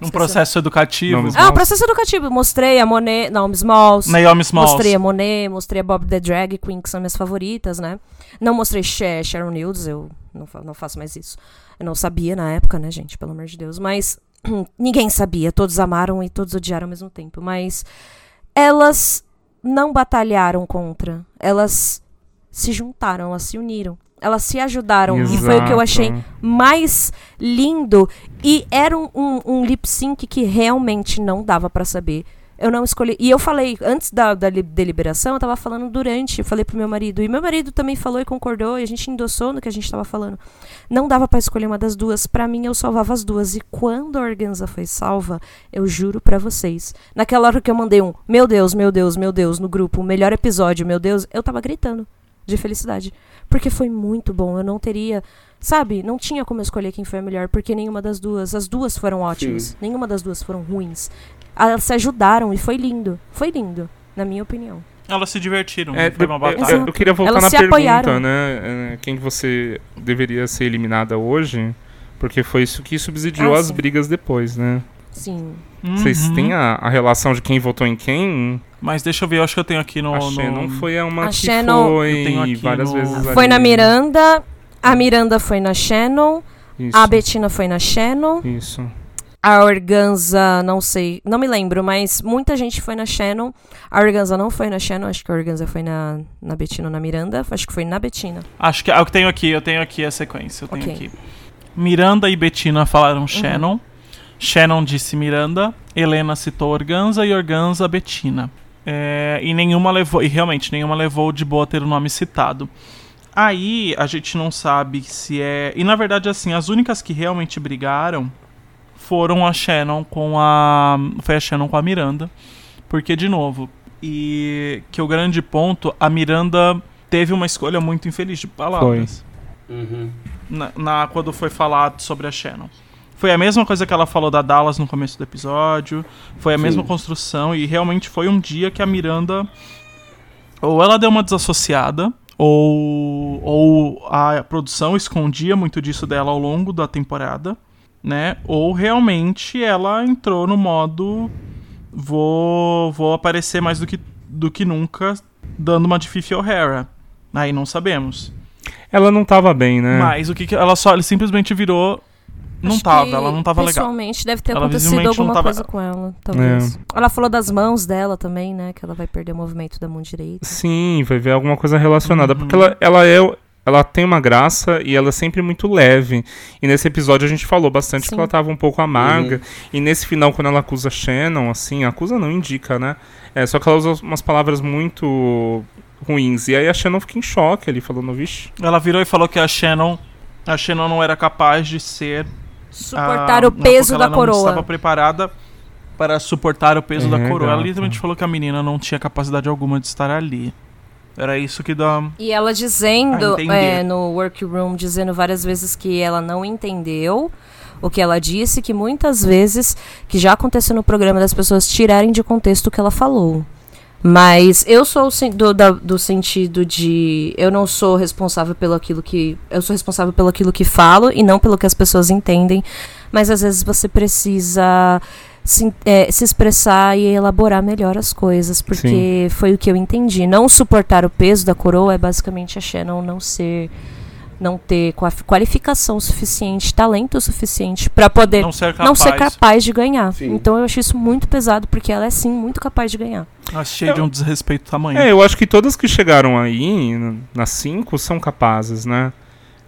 Speaker 2: Um processo educativo.
Speaker 4: Não, mas-
Speaker 1: Ah, o processo educativo. Mostrei a Monet, Naomi Smalls.
Speaker 2: Naomi Smalls.
Speaker 1: Mostrei a Monet, mostrei a Bob the Drag Queen, que são minhas favoritas, né? Não mostrei Cher, Sharon Needles, eu não, fa- não faço mais isso. Eu não sabia na época, né, gente? Pelo amor de Deus. Mas ninguém sabia. Todos amaram e todos odiaram ao mesmo tempo. Mas elas não batalharam contra. Elas se juntaram, elas se uniram. Elas se ajudaram. E foi o que eu
Speaker 4: Exato.
Speaker 1: achei mais lindo e era um, um, um lip sync que realmente não dava pra saber Eu não escolhi. E eu falei, antes da, da li- deliberação, eu tava falando durante, eu falei pro meu marido. E meu marido também falou e concordou, e a gente endossou no que a gente tava falando. Não dava pra escolher uma das duas. pra mim, eu salvava as duas. E quando a organza foi salva, eu juro pra vocês. Naquela hora que eu mandei um, meu Deus, meu Deus, meu Deus, no grupo, o melhor episódio, meu Deus, eu tava gritando de felicidade. Porque foi muito bom. Eu não teria. Sabe, não tinha como eu escolher quem foi a melhor, porque nenhuma das duas. As duas foram ótimas.
Speaker 3: Sim.
Speaker 1: Nenhuma das duas foram ruins. Elas se ajudaram e foi lindo. Foi lindo, na minha opinião.
Speaker 2: Elas se divertiram,
Speaker 4: É,
Speaker 2: Então, foi uma
Speaker 4: eu- eu-
Speaker 2: batalha.
Speaker 4: Eu, queria voltar
Speaker 1: Elas
Speaker 4: na
Speaker 1: se
Speaker 4: pergunta,
Speaker 1: apoiaram.
Speaker 4: né? É, Quem que você deveria ser eliminada hoje? Porque foi isso que subsidiou
Speaker 1: Ah,
Speaker 4: as
Speaker 1: sim.
Speaker 4: brigas depois, né?
Speaker 1: Sim.
Speaker 4: Vocês
Speaker 2: Uhum.
Speaker 4: têm a, a relação de quem votou em quem?
Speaker 2: Mas deixa eu ver, eu acho que eu tenho aqui no.
Speaker 4: a
Speaker 2: no-
Speaker 4: Shannon foi a uma
Speaker 1: A
Speaker 4: que
Speaker 1: Shannon-
Speaker 2: Eu tenho
Speaker 4: foi
Speaker 2: aqui
Speaker 4: várias
Speaker 2: no-
Speaker 4: vezes
Speaker 2: Foi
Speaker 1: Foi
Speaker 4: ali.
Speaker 1: na Miranda. A Miranda foi na Shannon.
Speaker 4: Isso,
Speaker 1: A Betina foi na Shannon.
Speaker 4: Isso.
Speaker 1: A Organza, não sei, não me lembro, mas muita gente foi na Shannon. A Organza não foi na Shannon, acho que a Organza foi na, na Betina ou na Miranda. Acho que foi na Betina.
Speaker 2: Acho que ah, eu tenho aqui, eu tenho aqui a sequência. Eu tenho
Speaker 1: Ok.
Speaker 2: aqui. Miranda e Bettina falaram Shannon. Shannon disse Miranda. Helena citou Organza e Organza Bettina. É, e nenhuma levou, e realmente nenhuma levou de boa ter o nome citado. Aí a gente não sabe se é. E na verdade, assim, as únicas que realmente brigaram foram a Shannon com a. Foi a Shannon com a Miranda. Porque, de novo, e que o grande ponto, a Miranda teve uma escolha muito infeliz de palavras.
Speaker 1: Uhum.
Speaker 2: Na, na- quando foi falado sobre a Shannon. Foi a mesma coisa que ela falou da Dallas no começo do episódio. Foi a
Speaker 3: Sim.
Speaker 2: mesma construção. E realmente foi um dia que a Miranda. Ou ela deu uma desassociada. Ou, ou a produção escondia muito disso dela ao longo da temporada. Né? Ou realmente ela entrou no modo. Vou, vou aparecer mais do que, do que nunca, dando uma de Fifi O'Hara. Aí não sabemos.
Speaker 4: Ela não tava bem, né?
Speaker 2: Mas o que, que ela só ele simplesmente virou não
Speaker 1: Acho
Speaker 2: tava,
Speaker 1: que
Speaker 2: ela não tava legal.
Speaker 1: Pessoalmente deve ter
Speaker 2: Ela
Speaker 1: acontecido
Speaker 2: visivelmente não
Speaker 1: alguma
Speaker 2: tava-
Speaker 1: coisa com ela, talvez. Ela falou das mãos dela também, né? Que ela vai perder o movimento da mão direita.
Speaker 2: Ah,
Speaker 4: Sim, vai ver alguma coisa relacionada.
Speaker 2: Uhum.
Speaker 4: Porque ela, ela é. Ela tem uma graça e ela é sempre muito leve. E nesse episódio a gente falou bastante
Speaker 1: Sim.
Speaker 4: que ela tava um pouco amarga. E nesse final, quando ela acusa Shannon, assim, acusa não indica, né? É, só que ela usa umas palavras muito ruins. E aí a Shannon fica em choque ali, falando, vixe.
Speaker 2: Ela virou e falou que a Shannon, a Shannon não era capaz de ser
Speaker 1: Suportar
Speaker 2: a-
Speaker 1: o peso
Speaker 2: porque
Speaker 1: da
Speaker 2: ela Não estava
Speaker 1: coroa.
Speaker 2: preparada para suportar o peso
Speaker 4: É,
Speaker 2: da coroa. Ela
Speaker 4: gata.
Speaker 2: literalmente falou que a menina não tinha capacidade alguma de estar ali. Era isso que dá.
Speaker 1: E ela
Speaker 2: Ah,
Speaker 1: dizendo
Speaker 2: entender.
Speaker 1: é, no workroom, dizendo várias vezes que ela não entendeu o que ela disse, que muitas vezes, que já aconteceu no programa das pessoas tirarem de contexto o que ela falou. Mas eu sou o sen- do, da- do sentido de eu não sou responsável pelo aquilo que. Eu sou responsável pelo aquilo que falo e não pelo que as pessoas entendem. Mas às vezes você precisa se, é, se expressar e elaborar melhor as coisas. Porque foi o que eu entendi. Não suportar o peso da coroa é basicamente a Shannon não ser. Não ter qua- qualificação suficiente, talento suficiente para poder
Speaker 2: Não ser capaz.
Speaker 1: não ser capaz de ganhar.
Speaker 3: Sim.
Speaker 1: Então eu acho isso muito pesado, porque ela é sim muito capaz de ganhar.
Speaker 2: Achei de um desrespeito tamanho.
Speaker 4: É, eu acho que todas que chegaram aí, n- nas cinco, são capazes, né?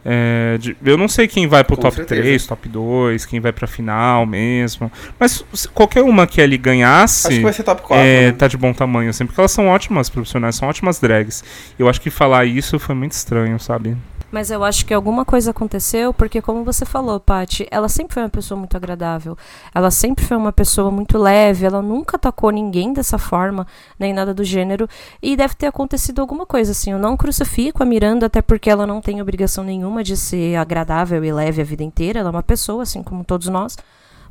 Speaker 4: É, de- eu não sei quem vai pro
Speaker 3: Com
Speaker 4: top
Speaker 3: certeza.
Speaker 4: 3, top 2, quem vai pra final mesmo. Mas se qualquer uma que ali ganhasse.
Speaker 3: Acho que vai ser top 4.
Speaker 4: é,
Speaker 3: né?
Speaker 4: tá de bom tamanho, assim, porque elas são ótimas profissionais, são ótimas drags. Eu acho que falar isso foi muito estranho, sabe?
Speaker 1: Mas eu acho que alguma coisa aconteceu, porque como você falou, Paty, ela sempre foi uma pessoa muito agradável. Ela sempre foi uma pessoa muito leve, ela nunca atacou ninguém dessa forma, nem nada do gênero. E deve ter acontecido alguma coisa, assim. Eu não crucifico a Miranda, até porque ela não tem obrigação nenhuma de ser agradável e leve a vida inteira. Ela é uma pessoa, assim como todos nós.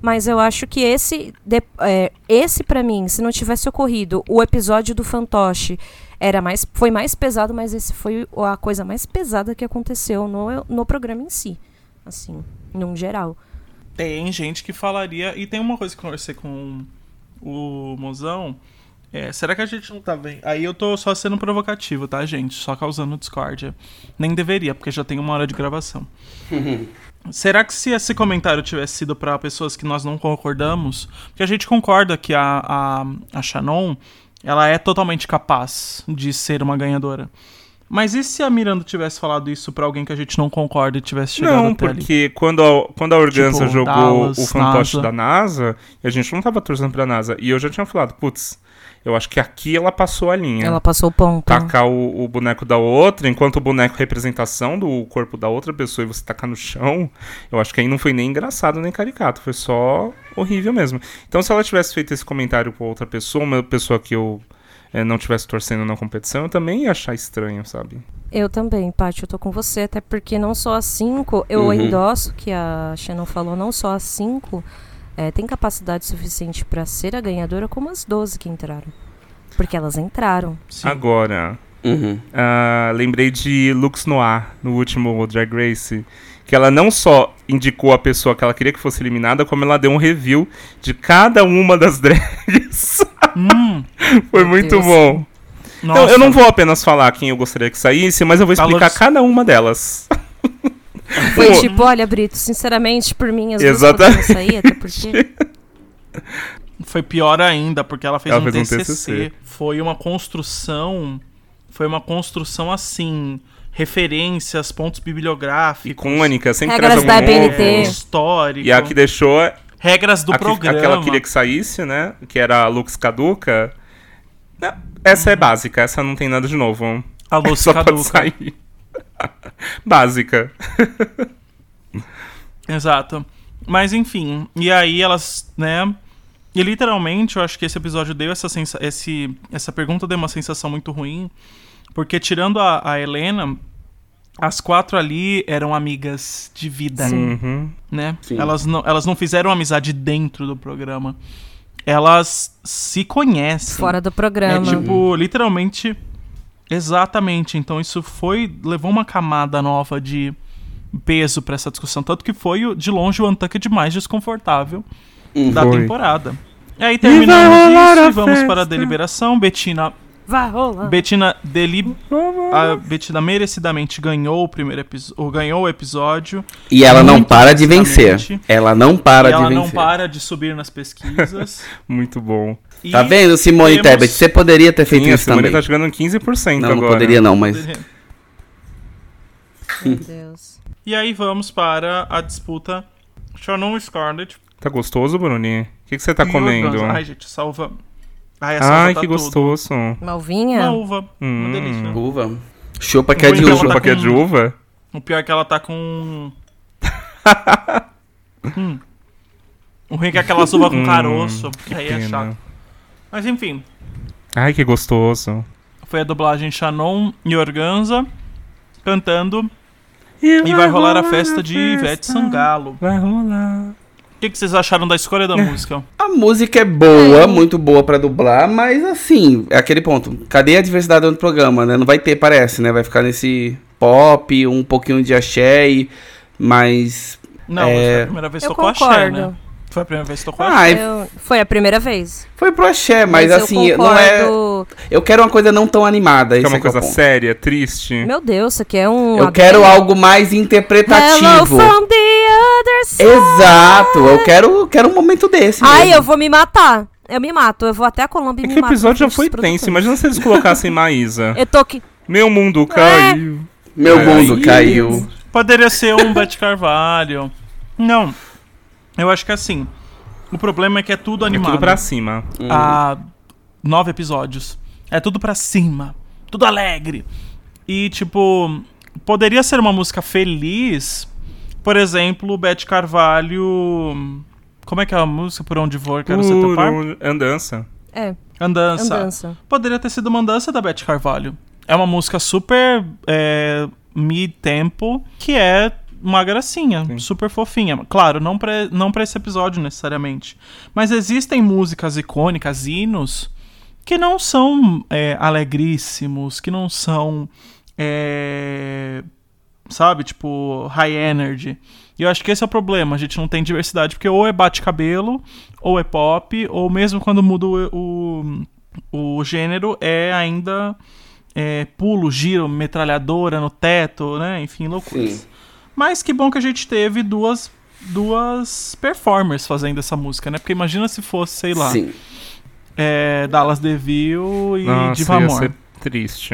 Speaker 1: Mas eu acho que esse, de- é, esse para mim, se não tivesse ocorrido o episódio do fantoche, era mais, foi mais pesado, mas esse foi o- a coisa mais pesada que aconteceu no, no programa em si, assim, num geral.
Speaker 2: Tem gente que falaria. E tem uma coisa que eu conversei com o Mozão. É, será que a gente não tá vendo? Aí eu tô só sendo provocativo, tá, gente? Só causando discórdia. Nem deveria, porque já tem uma hora de gravação. será que se esse comentário tivesse sido pra pessoas que nós não concordamos? Porque a gente concorda que a, a, a Shannon ela é totalmente capaz de ser uma ganhadora. Mas e se a Miranda tivesse falado isso pra alguém que a gente não concorda e tivesse chegado
Speaker 4: Não,
Speaker 2: até ali?
Speaker 4: porque quando a, quando a Organza
Speaker 2: Tipo,
Speaker 4: jogou
Speaker 2: Dallas,
Speaker 4: o fantoche
Speaker 2: NASA.
Speaker 4: da NASA, a gente não tava torcendo pra NASA. E eu já tinha falado, putz, eu acho que aqui ela passou a linha.
Speaker 1: Ela passou o ponto. né?
Speaker 4: Tacar o, o boneco da outra, enquanto o boneco é representação do corpo da outra pessoa e você tacar no chão, eu acho que aí não foi nem engraçado nem caricato, foi só horrível mesmo. Então, se ela tivesse feito esse comentário pra outra pessoa, uma pessoa que eu eh, não tivesse torcendo na competição, eu também ia achar estranho, sabe?
Speaker 1: Eu também, Paty, eu tô com você, até porque não só as cinco, eu
Speaker 3: Uhum.
Speaker 1: endosso que a Shannon falou, não só as cinco eh, tem capacidade suficiente pra ser a ganhadora, como as 12 que entraram. Porque elas entraram.
Speaker 2: Sim.
Speaker 4: Agora,
Speaker 3: Uhum.
Speaker 4: Ah, lembrei de Lux Noir no último Drag Race. Que ela não só indicou a pessoa que ela queria que fosse eliminada, como ela deu um review de cada uma das drags.
Speaker 2: Hum,
Speaker 4: Foi
Speaker 1: Meu
Speaker 4: muito
Speaker 1: Deus.
Speaker 4: bom. Então,
Speaker 2: nossa.
Speaker 4: eu não vou apenas falar quem eu gostaria que saísse, mas eu vou explicar
Speaker 2: Valores-
Speaker 4: cada uma delas.
Speaker 1: Foi
Speaker 4: Pô.
Speaker 1: tipo, olha, Brito, sinceramente, por mim, as
Speaker 4: Exatamente.
Speaker 1: duas poderiam sair, até porque...
Speaker 2: Foi pior ainda, porque ela fez,
Speaker 4: Ela
Speaker 2: um,
Speaker 4: fez um
Speaker 2: TCC.
Speaker 4: TCC.
Speaker 2: Foi uma construção. Foi uma construção assim. Referências, pontos bibliográficos.
Speaker 4: Icônica, sempre
Speaker 1: Regras
Speaker 4: traz
Speaker 1: da
Speaker 4: algum novo.
Speaker 1: BNT.
Speaker 2: Histórico.
Speaker 4: E a que deixou é
Speaker 2: Regras do
Speaker 4: a que-
Speaker 2: programa.
Speaker 4: a que ela queria que saísse, né? Que era a Lux Caduca. Não, essa é básica, essa não tem nada de novo.
Speaker 2: Uhum. A Luz
Speaker 4: Só pode
Speaker 2: Caduca.
Speaker 4: sair. Básica.
Speaker 2: Exato. Mas enfim, e aí elas, né? E literalmente, eu acho que esse episódio deu essa sensa esse, essa pergunta deu uma sensação muito ruim, porque tirando a, a Helena, as quatro ali eram amigas de vida,
Speaker 4: Uhum.
Speaker 2: né?
Speaker 3: Sim.
Speaker 2: Elas não, elas não fizeram amizade dentro do programa. Elas se conhecem.
Speaker 1: Fora do
Speaker 2: É
Speaker 1: programa.
Speaker 2: tipo, literalmente. Exatamente. Então isso foi. levou uma camada nova de peso pra essa discussão. Tanto que foi, o- de longe, o Untucked mais desconfortável
Speaker 3: Uhum.
Speaker 2: da
Speaker 4: Foi.
Speaker 2: temporada. E aí
Speaker 4: vai
Speaker 2: terminamos
Speaker 4: rolar
Speaker 2: isso
Speaker 4: a
Speaker 2: e vamos
Speaker 4: festa.
Speaker 2: para a deliberação. Betina.
Speaker 1: Vai rolar.
Speaker 2: Betina deli a Betina merecidamente ganhou o primeiro episódio. Ganhou o episódio.
Speaker 3: E ela não
Speaker 2: Muito
Speaker 3: para de vencer.
Speaker 2: justamente.
Speaker 3: Ela não para
Speaker 2: e
Speaker 3: de
Speaker 2: ela
Speaker 3: vencer.
Speaker 2: não para de subir nas pesquisas.
Speaker 4: Muito bom.
Speaker 2: E-
Speaker 3: Tá vendo, Simone
Speaker 2: temos-
Speaker 3: Tebet? Você poderia ter feito
Speaker 4: Sim, a
Speaker 3: isso
Speaker 4: Simone
Speaker 3: também.
Speaker 4: tá jogando em 15%
Speaker 3: Não,
Speaker 4: agora.
Speaker 3: não poderia não, mas...
Speaker 1: Meu Deus.
Speaker 2: E aí vamos para a disputa Shannon e Scarlett
Speaker 4: Tá gostoso, Bruni? O que que você tá
Speaker 2: E
Speaker 4: comendo?
Speaker 2: orgânico. Ai, gente, salva. Ai, a salva
Speaker 4: Ai,
Speaker 2: tá
Speaker 4: que
Speaker 2: tudo.
Speaker 4: gostoso.
Speaker 1: Malvinha?
Speaker 2: Uma uva.
Speaker 4: Hum.
Speaker 2: Uma delícia.
Speaker 3: Uva. Chupa que é
Speaker 2: Vou
Speaker 3: de
Speaker 2: então
Speaker 3: uva.
Speaker 2: botar-
Speaker 4: Chupa que é de uva?
Speaker 2: O pior é que ela tá com. Hum. O ruim é que é aquela uva com
Speaker 4: Hum,
Speaker 2: caroço. que aí é
Speaker 4: Pena.
Speaker 2: chato. Mas enfim,
Speaker 4: Ai, que gostoso.
Speaker 2: foi a dublagem Shannon e Organza cantando. E vai rolar a festa de Ivete Sangalo.
Speaker 4: Vai rolar.
Speaker 2: O que, que vocês acharam da escolha da música?
Speaker 3: A música é boa, muito boa pra dublar, mas assim, é aquele ponto. Cadê a diversidade do programa, né? Não vai ter, parece, né? Vai ficar nesse pop, um pouquinho de axé, e- mas...
Speaker 2: Não, mas foi a
Speaker 3: É.
Speaker 2: primeira vez que
Speaker 1: Eu
Speaker 2: tocou axé,
Speaker 1: concordo.
Speaker 2: né? Foi a primeira vez que tocou
Speaker 4: Ah,
Speaker 2: axé.
Speaker 3: Ai,
Speaker 1: Eu- Foi a primeira vez.
Speaker 3: Ah, foi pro axé, mas,
Speaker 1: eu
Speaker 3: assim, não é...
Speaker 1: concordo-
Speaker 3: Eu quero uma coisa não tão animada,
Speaker 4: Que é
Speaker 3: isso é
Speaker 4: uma
Speaker 3: que é o
Speaker 4: coisa
Speaker 3: ponto.
Speaker 4: séria, triste.
Speaker 1: Meu Deus, isso aqui é um...
Speaker 3: Eu quero algo mais
Speaker 1: Hello
Speaker 3: interpretativo.
Speaker 1: from the other side.
Speaker 3: Exato, eu quero, quero um momento desse.
Speaker 1: Ai,
Speaker 3: mesmo.
Speaker 1: eu vou me matar. Eu me mato. Eu vou até a Colômbia e
Speaker 4: É
Speaker 1: me
Speaker 4: que o
Speaker 1: mato
Speaker 4: episódio já
Speaker 1: na frente
Speaker 4: foi
Speaker 1: dos
Speaker 4: tenso.
Speaker 1: produtores.
Speaker 4: Imagina se eles colocassem Maísa.
Speaker 1: Eu tô aqui.
Speaker 4: Meu mundo caiu.
Speaker 3: Meu mundo
Speaker 4: Ai.
Speaker 3: caiu.
Speaker 2: Poderia ser um Bete Carvalho. Não. Eu acho que assim. O problema é que é tudo
Speaker 4: É
Speaker 2: animado.
Speaker 4: tudo pra cima.
Speaker 2: Há nove episódios. É tudo pra cima. Tudo alegre. E, tipo, poderia ser uma música feliz. Por exemplo, Bete Carvalho. Como é que é a música? Por onde vou, quero ser teu par?
Speaker 4: Puro um- andança.
Speaker 1: É,
Speaker 2: Andança.
Speaker 1: andança.
Speaker 2: Poderia ter sido uma dança da Beth Carvalho. É uma música super é, mid-tempo, que é uma gracinha,
Speaker 4: Sim.
Speaker 2: super fofinha. Claro, não pra, não pra esse episódio necessariamente. Mas existem músicas icônicas, hinos, que não são é, alegríssimos, que não são. é, sabe? Tipo, high energy. E eu acho que esse é o problema, a gente não tem diversidade, porque ou é bate-cabelo, ou é pop, ou mesmo quando muda o, o, o gênero, é ainda é, pulo, giro, metralhadora no teto, né? Enfim, loucuras.
Speaker 3: Sim.
Speaker 2: Mas que bom que a gente teve duas, duas performers fazendo essa música, né? Porque imagina se fosse, sei lá,
Speaker 3: Sim.
Speaker 2: é, Dallas DeVille e
Speaker 4: Nossa,
Speaker 2: Diva
Speaker 4: ia
Speaker 2: Amor.
Speaker 4: ser triste.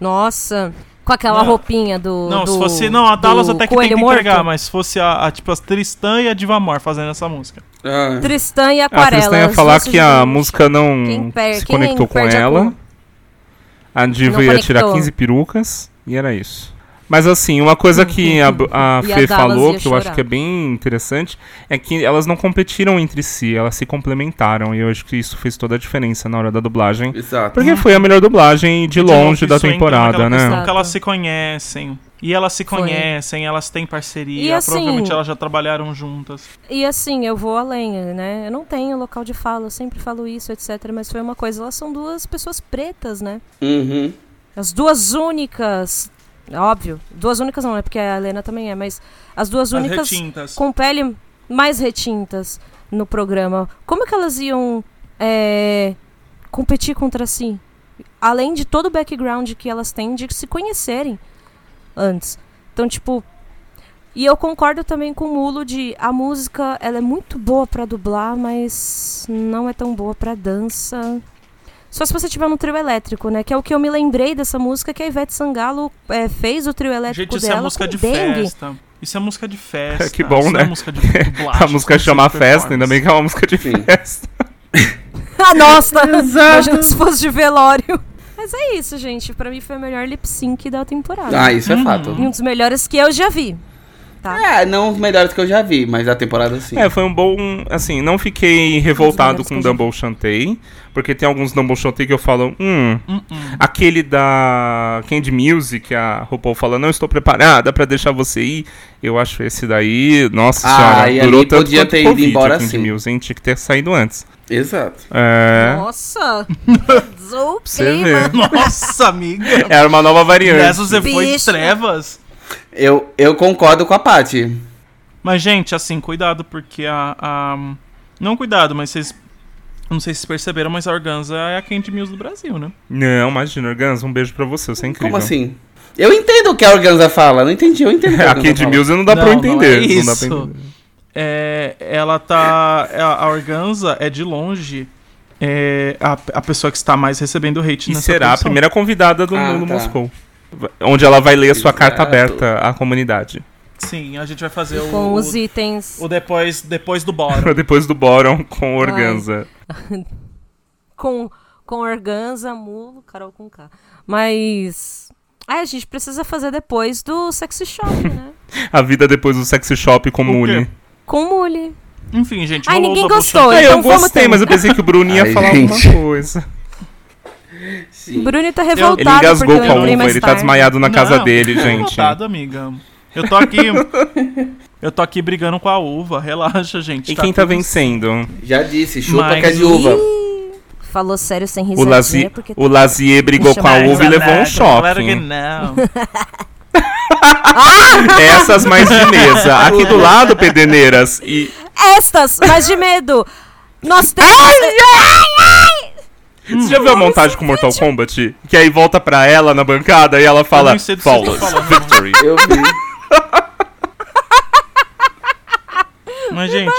Speaker 1: Nossa. Com aquela
Speaker 2: Não.
Speaker 1: roupinha do.
Speaker 2: Não,
Speaker 1: do,
Speaker 2: se fosse. Não, a Dallas
Speaker 1: do
Speaker 2: até que tem
Speaker 1: Coelho
Speaker 2: que
Speaker 1: morto.
Speaker 2: entregar, mas se fosse a, a, tipo as Tristan e a Divamor fazendo essa música.
Speaker 3: Ah,
Speaker 1: Tristan e
Speaker 4: A
Speaker 1: Aquarela.
Speaker 4: Tristan ia
Speaker 1: os
Speaker 4: falar
Speaker 1: doces
Speaker 4: que a
Speaker 1: de-
Speaker 4: música não
Speaker 1: Quem per-
Speaker 4: se
Speaker 1: quem
Speaker 4: conectou com
Speaker 1: perde a
Speaker 4: ela.
Speaker 1: culpa?
Speaker 4: A
Speaker 1: Não
Speaker 4: Diva ia tirar
Speaker 1: conectou.
Speaker 4: 15 perucas e era isso. Mas assim, uma coisa que a, a
Speaker 1: Uhum. E a
Speaker 4: Fê
Speaker 1: Dallas
Speaker 4: falou,
Speaker 1: ia
Speaker 4: que eu acho
Speaker 1: chorar.
Speaker 4: que é bem interessante, é que elas não competiram entre si, elas se complementaram. E eu acho que isso fez toda a diferença na hora da dublagem.
Speaker 3: exato.
Speaker 1: Ah.
Speaker 4: Porque foi a melhor dublagem de, longe
Speaker 2: novo,
Speaker 4: da
Speaker 2: isso entra
Speaker 4: temporada,
Speaker 2: naquela
Speaker 4: né?
Speaker 2: questão que elas se conhecem. E elas se
Speaker 1: Foi.
Speaker 2: conhecem, elas têm parceria,
Speaker 1: E assim-
Speaker 2: provavelmente elas já trabalharam juntas.
Speaker 1: E assim, eu vou além, né? Eu não tenho local de fala, eu sempre falo isso, etc. Mas foi uma coisa, elas são duas pessoas pretas, né?
Speaker 3: Uhum.
Speaker 1: As duas únicas. Óbvio. Duas únicas não, é porque a Helena também é, mas as duas
Speaker 2: As
Speaker 1: únicas
Speaker 2: retintas.
Speaker 1: com pele mais retintas no programa. Como que elas iam é, competir contra si? Além de todo o background que elas têm de se conhecerem antes. Então, tipo. E eu concordo também com o Mulo de a música ela é muito boa pra dublar, mas não é tão boa pra dança. Só se você tiver no trio elétrico, né? Que é o que eu me lembrei dessa música que a Ivete Sangalo é, fez o trio elétrico
Speaker 2: Gente, isso
Speaker 1: dela
Speaker 2: é música
Speaker 1: com
Speaker 2: de
Speaker 1: dengue.
Speaker 2: festa. Isso é música de festa.
Speaker 4: Que bom,
Speaker 2: isso não
Speaker 4: né?
Speaker 2: É música de dublagem,
Speaker 4: A música
Speaker 2: isso é
Speaker 4: chama
Speaker 2: música de
Speaker 4: festa, ainda bem que é uma música de
Speaker 3: Sim.
Speaker 4: festa.
Speaker 1: Ah, nossa! Imagina se fosse de velório. Mas é isso, gente. Pra mim foi o melhor lip sync da temporada.
Speaker 3: Ah, isso é
Speaker 2: Uhum.
Speaker 3: fato.
Speaker 1: E um dos melhores que eu já vi. Tá?
Speaker 3: É, não os melhores que eu já vi, mas da temporada sim.
Speaker 4: É, foi um bom. Assim, não fiquei revoltado
Speaker 1: melhores
Speaker 4: com o
Speaker 1: que eu já
Speaker 4: Dumble Chantei, porque tem alguns Dumble Chantei que eu falo, hum,
Speaker 2: Hum-hum.
Speaker 4: Aquele da Candy Music, a RuPaul fala, não estou preparada pra deixar você ir. Eu acho esse daí, nossa
Speaker 3: Ah, e
Speaker 4: senhora,
Speaker 3: ali
Speaker 4: durou tanto
Speaker 3: podia
Speaker 4: quanto
Speaker 3: ter
Speaker 4: o
Speaker 3: ido
Speaker 4: Covid,
Speaker 3: embora
Speaker 4: a Candy
Speaker 3: assim.
Speaker 4: Music, hein? tinha que ter saído antes.
Speaker 3: Exato.
Speaker 4: É,
Speaker 1: Nossa! Zou
Speaker 4: você vê. É,
Speaker 1: clima.
Speaker 2: Nossa, amiga!
Speaker 4: Era uma nova variante.
Speaker 2: Nessa você foi de
Speaker 1: Bicho.
Speaker 2: trevas.
Speaker 3: Eu, eu concordo com a Paty.
Speaker 2: Mas, gente, assim, cuidado, porque a. a- Não cuidado, mas vocês. Não sei se vocês perceberam, mas a Organza é a Candy Mills do Brasil, né?
Speaker 4: Não, imagina, Organza, um beijo pra você, você é incrível.
Speaker 3: Como assim? Eu entendo o que a Organza fala, não entendi, eu entendo. o que
Speaker 4: a
Speaker 3: Organza
Speaker 4: Candy
Speaker 3: fala.
Speaker 4: Music não dá pra eu
Speaker 2: Não, não é
Speaker 4: entender. dá
Speaker 2: isso.
Speaker 4: pra entender.
Speaker 2: É, ela tá. A a Organza é de longe é, a, a pessoa que está mais recebendo hate
Speaker 4: E
Speaker 2: nessa
Speaker 4: será a
Speaker 2: produção.
Speaker 4: primeira convidada do
Speaker 3: Ah,
Speaker 4: Mundo
Speaker 3: tá.
Speaker 4: Moscou. Onde ela vai ler a sua carta
Speaker 3: Exato.
Speaker 4: aberta à comunidade.
Speaker 2: Sim, a gente vai fazer
Speaker 1: Com
Speaker 2: o.
Speaker 1: os itens.
Speaker 2: O depois, depois do bora.
Speaker 4: Depois do Boron com Organza.
Speaker 1: Com, com organza, mulo, Carol com K. Mas. Ah, a gente precisa fazer depois do sexy shop, né?
Speaker 4: A vida depois do sex shop com
Speaker 2: O quê?
Speaker 4: Muni.
Speaker 1: Com mule.
Speaker 2: Enfim, gente.
Speaker 1: Ai,
Speaker 2: rolou
Speaker 1: ninguém
Speaker 2: o Double
Speaker 1: gostou,
Speaker 2: Shot.
Speaker 4: Ah, eu
Speaker 1: Então vamos
Speaker 4: gostei,
Speaker 1: ter.
Speaker 4: mas eu pensei que o Bruno ia
Speaker 3: Ai,
Speaker 4: falar
Speaker 3: gente.
Speaker 4: alguma coisa.
Speaker 1: O
Speaker 3: Sim.
Speaker 1: Bruno tá
Speaker 4: Ele
Speaker 1: revoltado
Speaker 4: engasgou
Speaker 1: porque
Speaker 4: com
Speaker 1: eu
Speaker 4: a
Speaker 1: entrei
Speaker 4: uva,
Speaker 1: mais
Speaker 4: ele tá
Speaker 1: tarde.
Speaker 4: desmaiado na casa
Speaker 2: Não,
Speaker 4: dele,
Speaker 2: não é
Speaker 4: gente.
Speaker 2: revoltado, amiga. Eu tô aqui. eu tô aqui brigando com a uva. Relaxa, gente.
Speaker 4: E quem tá
Speaker 2: tudo
Speaker 4: vencendo?
Speaker 3: Já disse, chupa
Speaker 2: Mas-
Speaker 3: que é de uva.
Speaker 1: Ih, Falou sério sem
Speaker 4: O,
Speaker 1: risadinha,
Speaker 4: Lazi...
Speaker 1: é porque tá
Speaker 4: o Lazier brigou
Speaker 1: Deixa
Speaker 4: com a
Speaker 2: certo.
Speaker 1: mais
Speaker 4: uva e levou um
Speaker 2: Mas, claro que
Speaker 4: choque.
Speaker 2: não.
Speaker 4: Essas mais de mesa. Aqui do lado, Pedeneiras. E
Speaker 1: Estas, mas de medo. Nós temos.
Speaker 4: você já viu
Speaker 2: Hum.
Speaker 4: a montagem com Mortal Kombat? Que aí volta pra ela na bancada e ela
Speaker 2: Eu
Speaker 4: fala
Speaker 2: nem sei do que vocês
Speaker 4: Flawless,
Speaker 2: estão falando.
Speaker 4: victory.
Speaker 3: Eu vi.
Speaker 2: Mas, gente.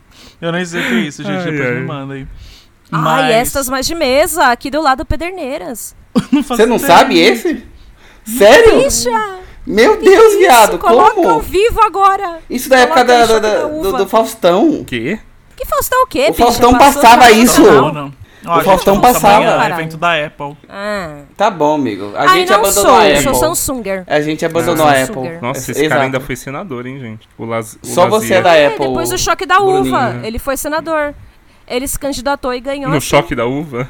Speaker 2: eu nem sei o que é isso, gente.
Speaker 4: Ai,
Speaker 2: Depois
Speaker 4: ai.
Speaker 2: me manda aí.
Speaker 1: Ai, estas mais de mesa, aqui do lado Pederneiras.
Speaker 2: faz
Speaker 3: Você não
Speaker 2: ideia.
Speaker 3: sabe esse? Sério?
Speaker 1: Bicha!
Speaker 3: Meu Deus, viado,
Speaker 1: isso, coloca ao
Speaker 3: como?
Speaker 1: vivo agora!
Speaker 3: Isso da época da-
Speaker 1: Coloca
Speaker 3: da-
Speaker 1: o
Speaker 3: da-
Speaker 1: choque da
Speaker 3: do,
Speaker 1: uva.
Speaker 3: do Faustão.
Speaker 4: Quê?
Speaker 1: Que Faustão o quê,
Speaker 3: O
Speaker 1: bicha?
Speaker 3: Faustão
Speaker 1: Passou
Speaker 3: passava
Speaker 1: no
Speaker 3: isso.
Speaker 2: Não,
Speaker 1: jornal?
Speaker 2: não. Ó,
Speaker 3: O
Speaker 2: gente,
Speaker 3: Faustão
Speaker 2: vamos
Speaker 3: passava.
Speaker 2: amanhã, é evento da Apple.
Speaker 1: Ah.
Speaker 3: Tá bom, amigo. A
Speaker 1: Ai,
Speaker 3: gente
Speaker 1: não
Speaker 3: abandonou
Speaker 1: sou,
Speaker 3: a
Speaker 1: sou
Speaker 3: Apple.
Speaker 1: Samsunger.
Speaker 3: A gente abandonou a
Speaker 1: Samsung.
Speaker 3: Apple.
Speaker 4: Nossa, esse
Speaker 3: Exato.
Speaker 4: cara ainda foi senador, hein, gente? O Laz... o
Speaker 3: Só você é
Speaker 4: Lazier.
Speaker 3: da
Speaker 1: É,
Speaker 3: Apple.
Speaker 1: depois do choque da
Speaker 3: Bruninho.
Speaker 1: uva, ele foi senador. Ele se candidatou e ganhou.
Speaker 4: No
Speaker 1: assim.
Speaker 4: choque da uva?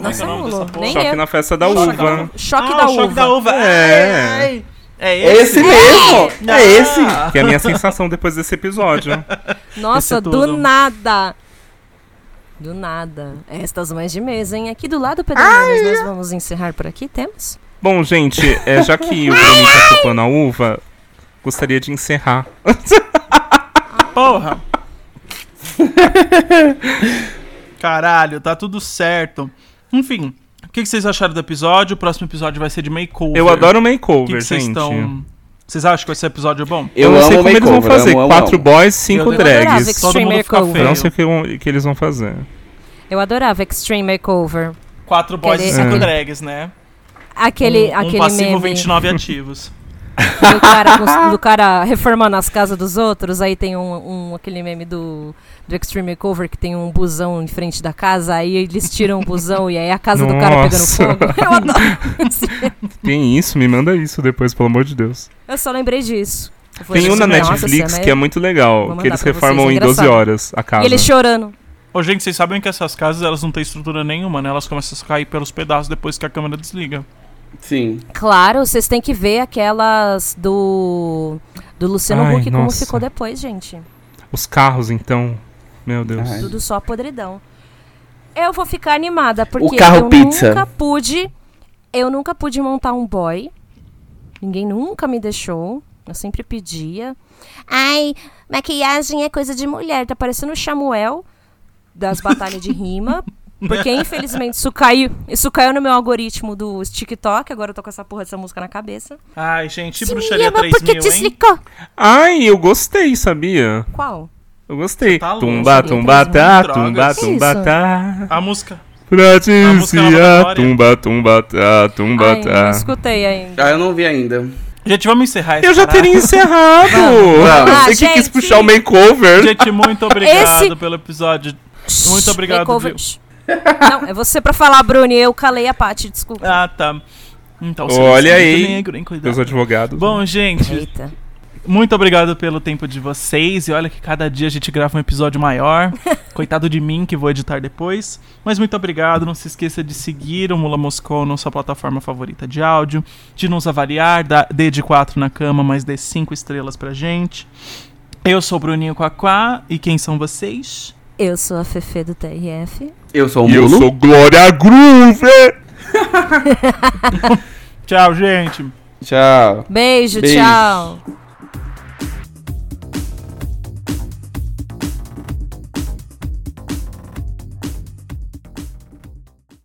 Speaker 1: Nossa,
Speaker 2: Como é que é o nome
Speaker 1: Lulu,
Speaker 2: dessa porra?
Speaker 1: nem
Speaker 4: choque
Speaker 1: eu.
Speaker 4: na festa da
Speaker 2: Choque da
Speaker 4: uva.
Speaker 2: uva.
Speaker 1: Choque
Speaker 2: Ah,
Speaker 1: da
Speaker 2: o choque
Speaker 1: uva.
Speaker 2: da uva.
Speaker 4: É.
Speaker 2: Ai, ai. É
Speaker 3: É esse mesmo! É esse!
Speaker 2: Ah.
Speaker 4: Que é a minha sensação depois desse episódio.
Speaker 1: Nossa,
Speaker 2: Isso é
Speaker 1: do
Speaker 2: tudo.
Speaker 1: nada. Do nada. Estas mães de mesa, hein? Aqui do lado, Pederneiras, nós vamos encerrar por aqui. Temos?
Speaker 4: Bom, gente, é, já que o Bruno tá chupando a uva, gostaria de encerrar.
Speaker 2: Porra! Caralho, tá tudo certo. Enfim, o que que vocês acharam do episódio? O próximo episódio vai ser de makeover.
Speaker 4: Eu adoro
Speaker 2: o que
Speaker 4: makeover,
Speaker 2: que vocês
Speaker 4: gente.
Speaker 2: estão. Vocês acham que esse episódio é bom?
Speaker 4: Eu, não sei como eles vão
Speaker 3: makeover,
Speaker 4: fazer.
Speaker 3: amo, amo,
Speaker 4: Quatro
Speaker 3: amo.
Speaker 4: boys, cinco
Speaker 2: Eu
Speaker 1: adorava
Speaker 4: drags.
Speaker 1: Extreme
Speaker 2: Todo mundo fica
Speaker 1: Makeover.
Speaker 4: Eu
Speaker 2: feio.
Speaker 4: não sei o que, vão- o que eles vão fazer.
Speaker 1: Eu adorava Extreme Makeover.
Speaker 2: Quatro boys e
Speaker 1: Cadê?
Speaker 2: cinco
Speaker 4: É.
Speaker 2: drags, né?
Speaker 1: Aquele,
Speaker 2: um,
Speaker 1: aquele
Speaker 2: um passivo
Speaker 1: meme
Speaker 2: 29 ativos.
Speaker 1: do cara, cons- do cara reformando as casas dos outros, aí tem um, um- aquele meme do, do Extreme Makeover que tem um busão em frente da casa, aí eles tiram o busão e aí a casa do cara pegando
Speaker 4: Nossa.
Speaker 1: fogo. Eu adoro isso.
Speaker 4: Tem isso, me manda isso depois, pelo amor de Deus.
Speaker 1: Eu só lembrei disso. Eu falei,
Speaker 4: Tem um na
Speaker 1: "Nossa,
Speaker 4: Netflix
Speaker 1: cena
Speaker 4: que é
Speaker 1: é-
Speaker 4: muito
Speaker 1: Vou
Speaker 4: legal, que
Speaker 1: mandar
Speaker 4: eles
Speaker 1: pra vocês,
Speaker 4: reformam
Speaker 1: é
Speaker 4: em 12
Speaker 1: engraçado.
Speaker 4: horas a casa.
Speaker 1: E ele chorando.
Speaker 2: Ô, gente, vocês sabem que essas casas elas não têm estrutura nenhuma, né? Elas começam a cair pelos pedaços depois que a câmera desliga.
Speaker 3: Sim.
Speaker 1: Claro, vocês têm que ver aquelas do. Do Luciano
Speaker 4: Ai,
Speaker 1: Huck, como
Speaker 4: nossa.
Speaker 1: ficou depois, gente.
Speaker 4: Os carros, então. Meu Deus.
Speaker 3: Ai.
Speaker 1: Tudo só podridão. Eu vou ficar animada, porque
Speaker 3: carro
Speaker 1: eu
Speaker 3: pizza.
Speaker 1: nunca pude. Eu nunca pude montar um boy. Ninguém nunca me deixou. Eu sempre pedia. Ai, maquiagem é coisa de mulher. Tá parecendo o Samuel das batalhas de rima. Porque, infelizmente, isso caiu, isso caiu no meu algoritmo do TikTok. Agora eu tô com essa porra dessa música na cabeça.
Speaker 2: Ai, gente,
Speaker 1: Se me
Speaker 2: tipo bruxaria
Speaker 1: ama
Speaker 2: 3
Speaker 1: porque
Speaker 2: mil, hein?
Speaker 1: desligou.
Speaker 4: Ai, eu gostei, sabia?
Speaker 1: Qual?
Speaker 4: Eu gostei.
Speaker 2: Você tá louco,
Speaker 4: tumba,
Speaker 1: né?
Speaker 4: tumba, tá,
Speaker 2: Drogas.
Speaker 4: tumba,
Speaker 2: Que
Speaker 4: tumba,
Speaker 1: isso?
Speaker 4: tá.
Speaker 2: A música.
Speaker 4: Pra
Speaker 2: A
Speaker 4: te
Speaker 2: música é uma
Speaker 4: enfiar,
Speaker 2: vitória.
Speaker 4: tumba, tumba, tá, tumba,
Speaker 1: Ai, não
Speaker 4: tá.
Speaker 1: escutei ainda.
Speaker 3: Ah, eu não vi ainda.
Speaker 2: Gente, vamos encerrar esse
Speaker 4: Eu já
Speaker 2: caralho.
Speaker 4: teria encerrado.
Speaker 3: Vamos.
Speaker 4: Você
Speaker 1: Ah,
Speaker 4: que quis
Speaker 1: gente.
Speaker 4: puxar o makeover.
Speaker 2: Gente, muito obrigado
Speaker 1: Esse-
Speaker 2: pelo episódio. Muito obrigado,
Speaker 1: Makeover.
Speaker 2: viu?
Speaker 1: Shh. Não, é você pra falar, Bruni. Eu calei a Paty, desculpa.
Speaker 2: Ah, tá. Então, você
Speaker 4: Olha
Speaker 2: é muito
Speaker 4: aí.
Speaker 2: negro, hein? Cuidado.
Speaker 4: Meus advogados.
Speaker 2: Bom, gente,
Speaker 1: Eita.
Speaker 2: muito obrigado pelo tempo de vocês. E olha que cada dia a gente grava um episódio maior. Coitado de mim, que vou editar depois. Mas muito obrigado. Não se esqueça de seguir o Mula Moscou na sua plataforma favorita de áudio. De nos avaliar. dá- Dê de 4 na cama, mas dê 5 estrelas pra gente. Eu sou o Bruninho Quaquá. E quem são vocês?
Speaker 1: Eu sou a Fefe do TRF.
Speaker 3: Eu sou o
Speaker 4: e eu
Speaker 3: Mulo.
Speaker 4: sou Glória Groove.
Speaker 2: Tchau, gente.
Speaker 3: Tchau.
Speaker 1: Beijo,
Speaker 3: Beijo.
Speaker 1: tchau.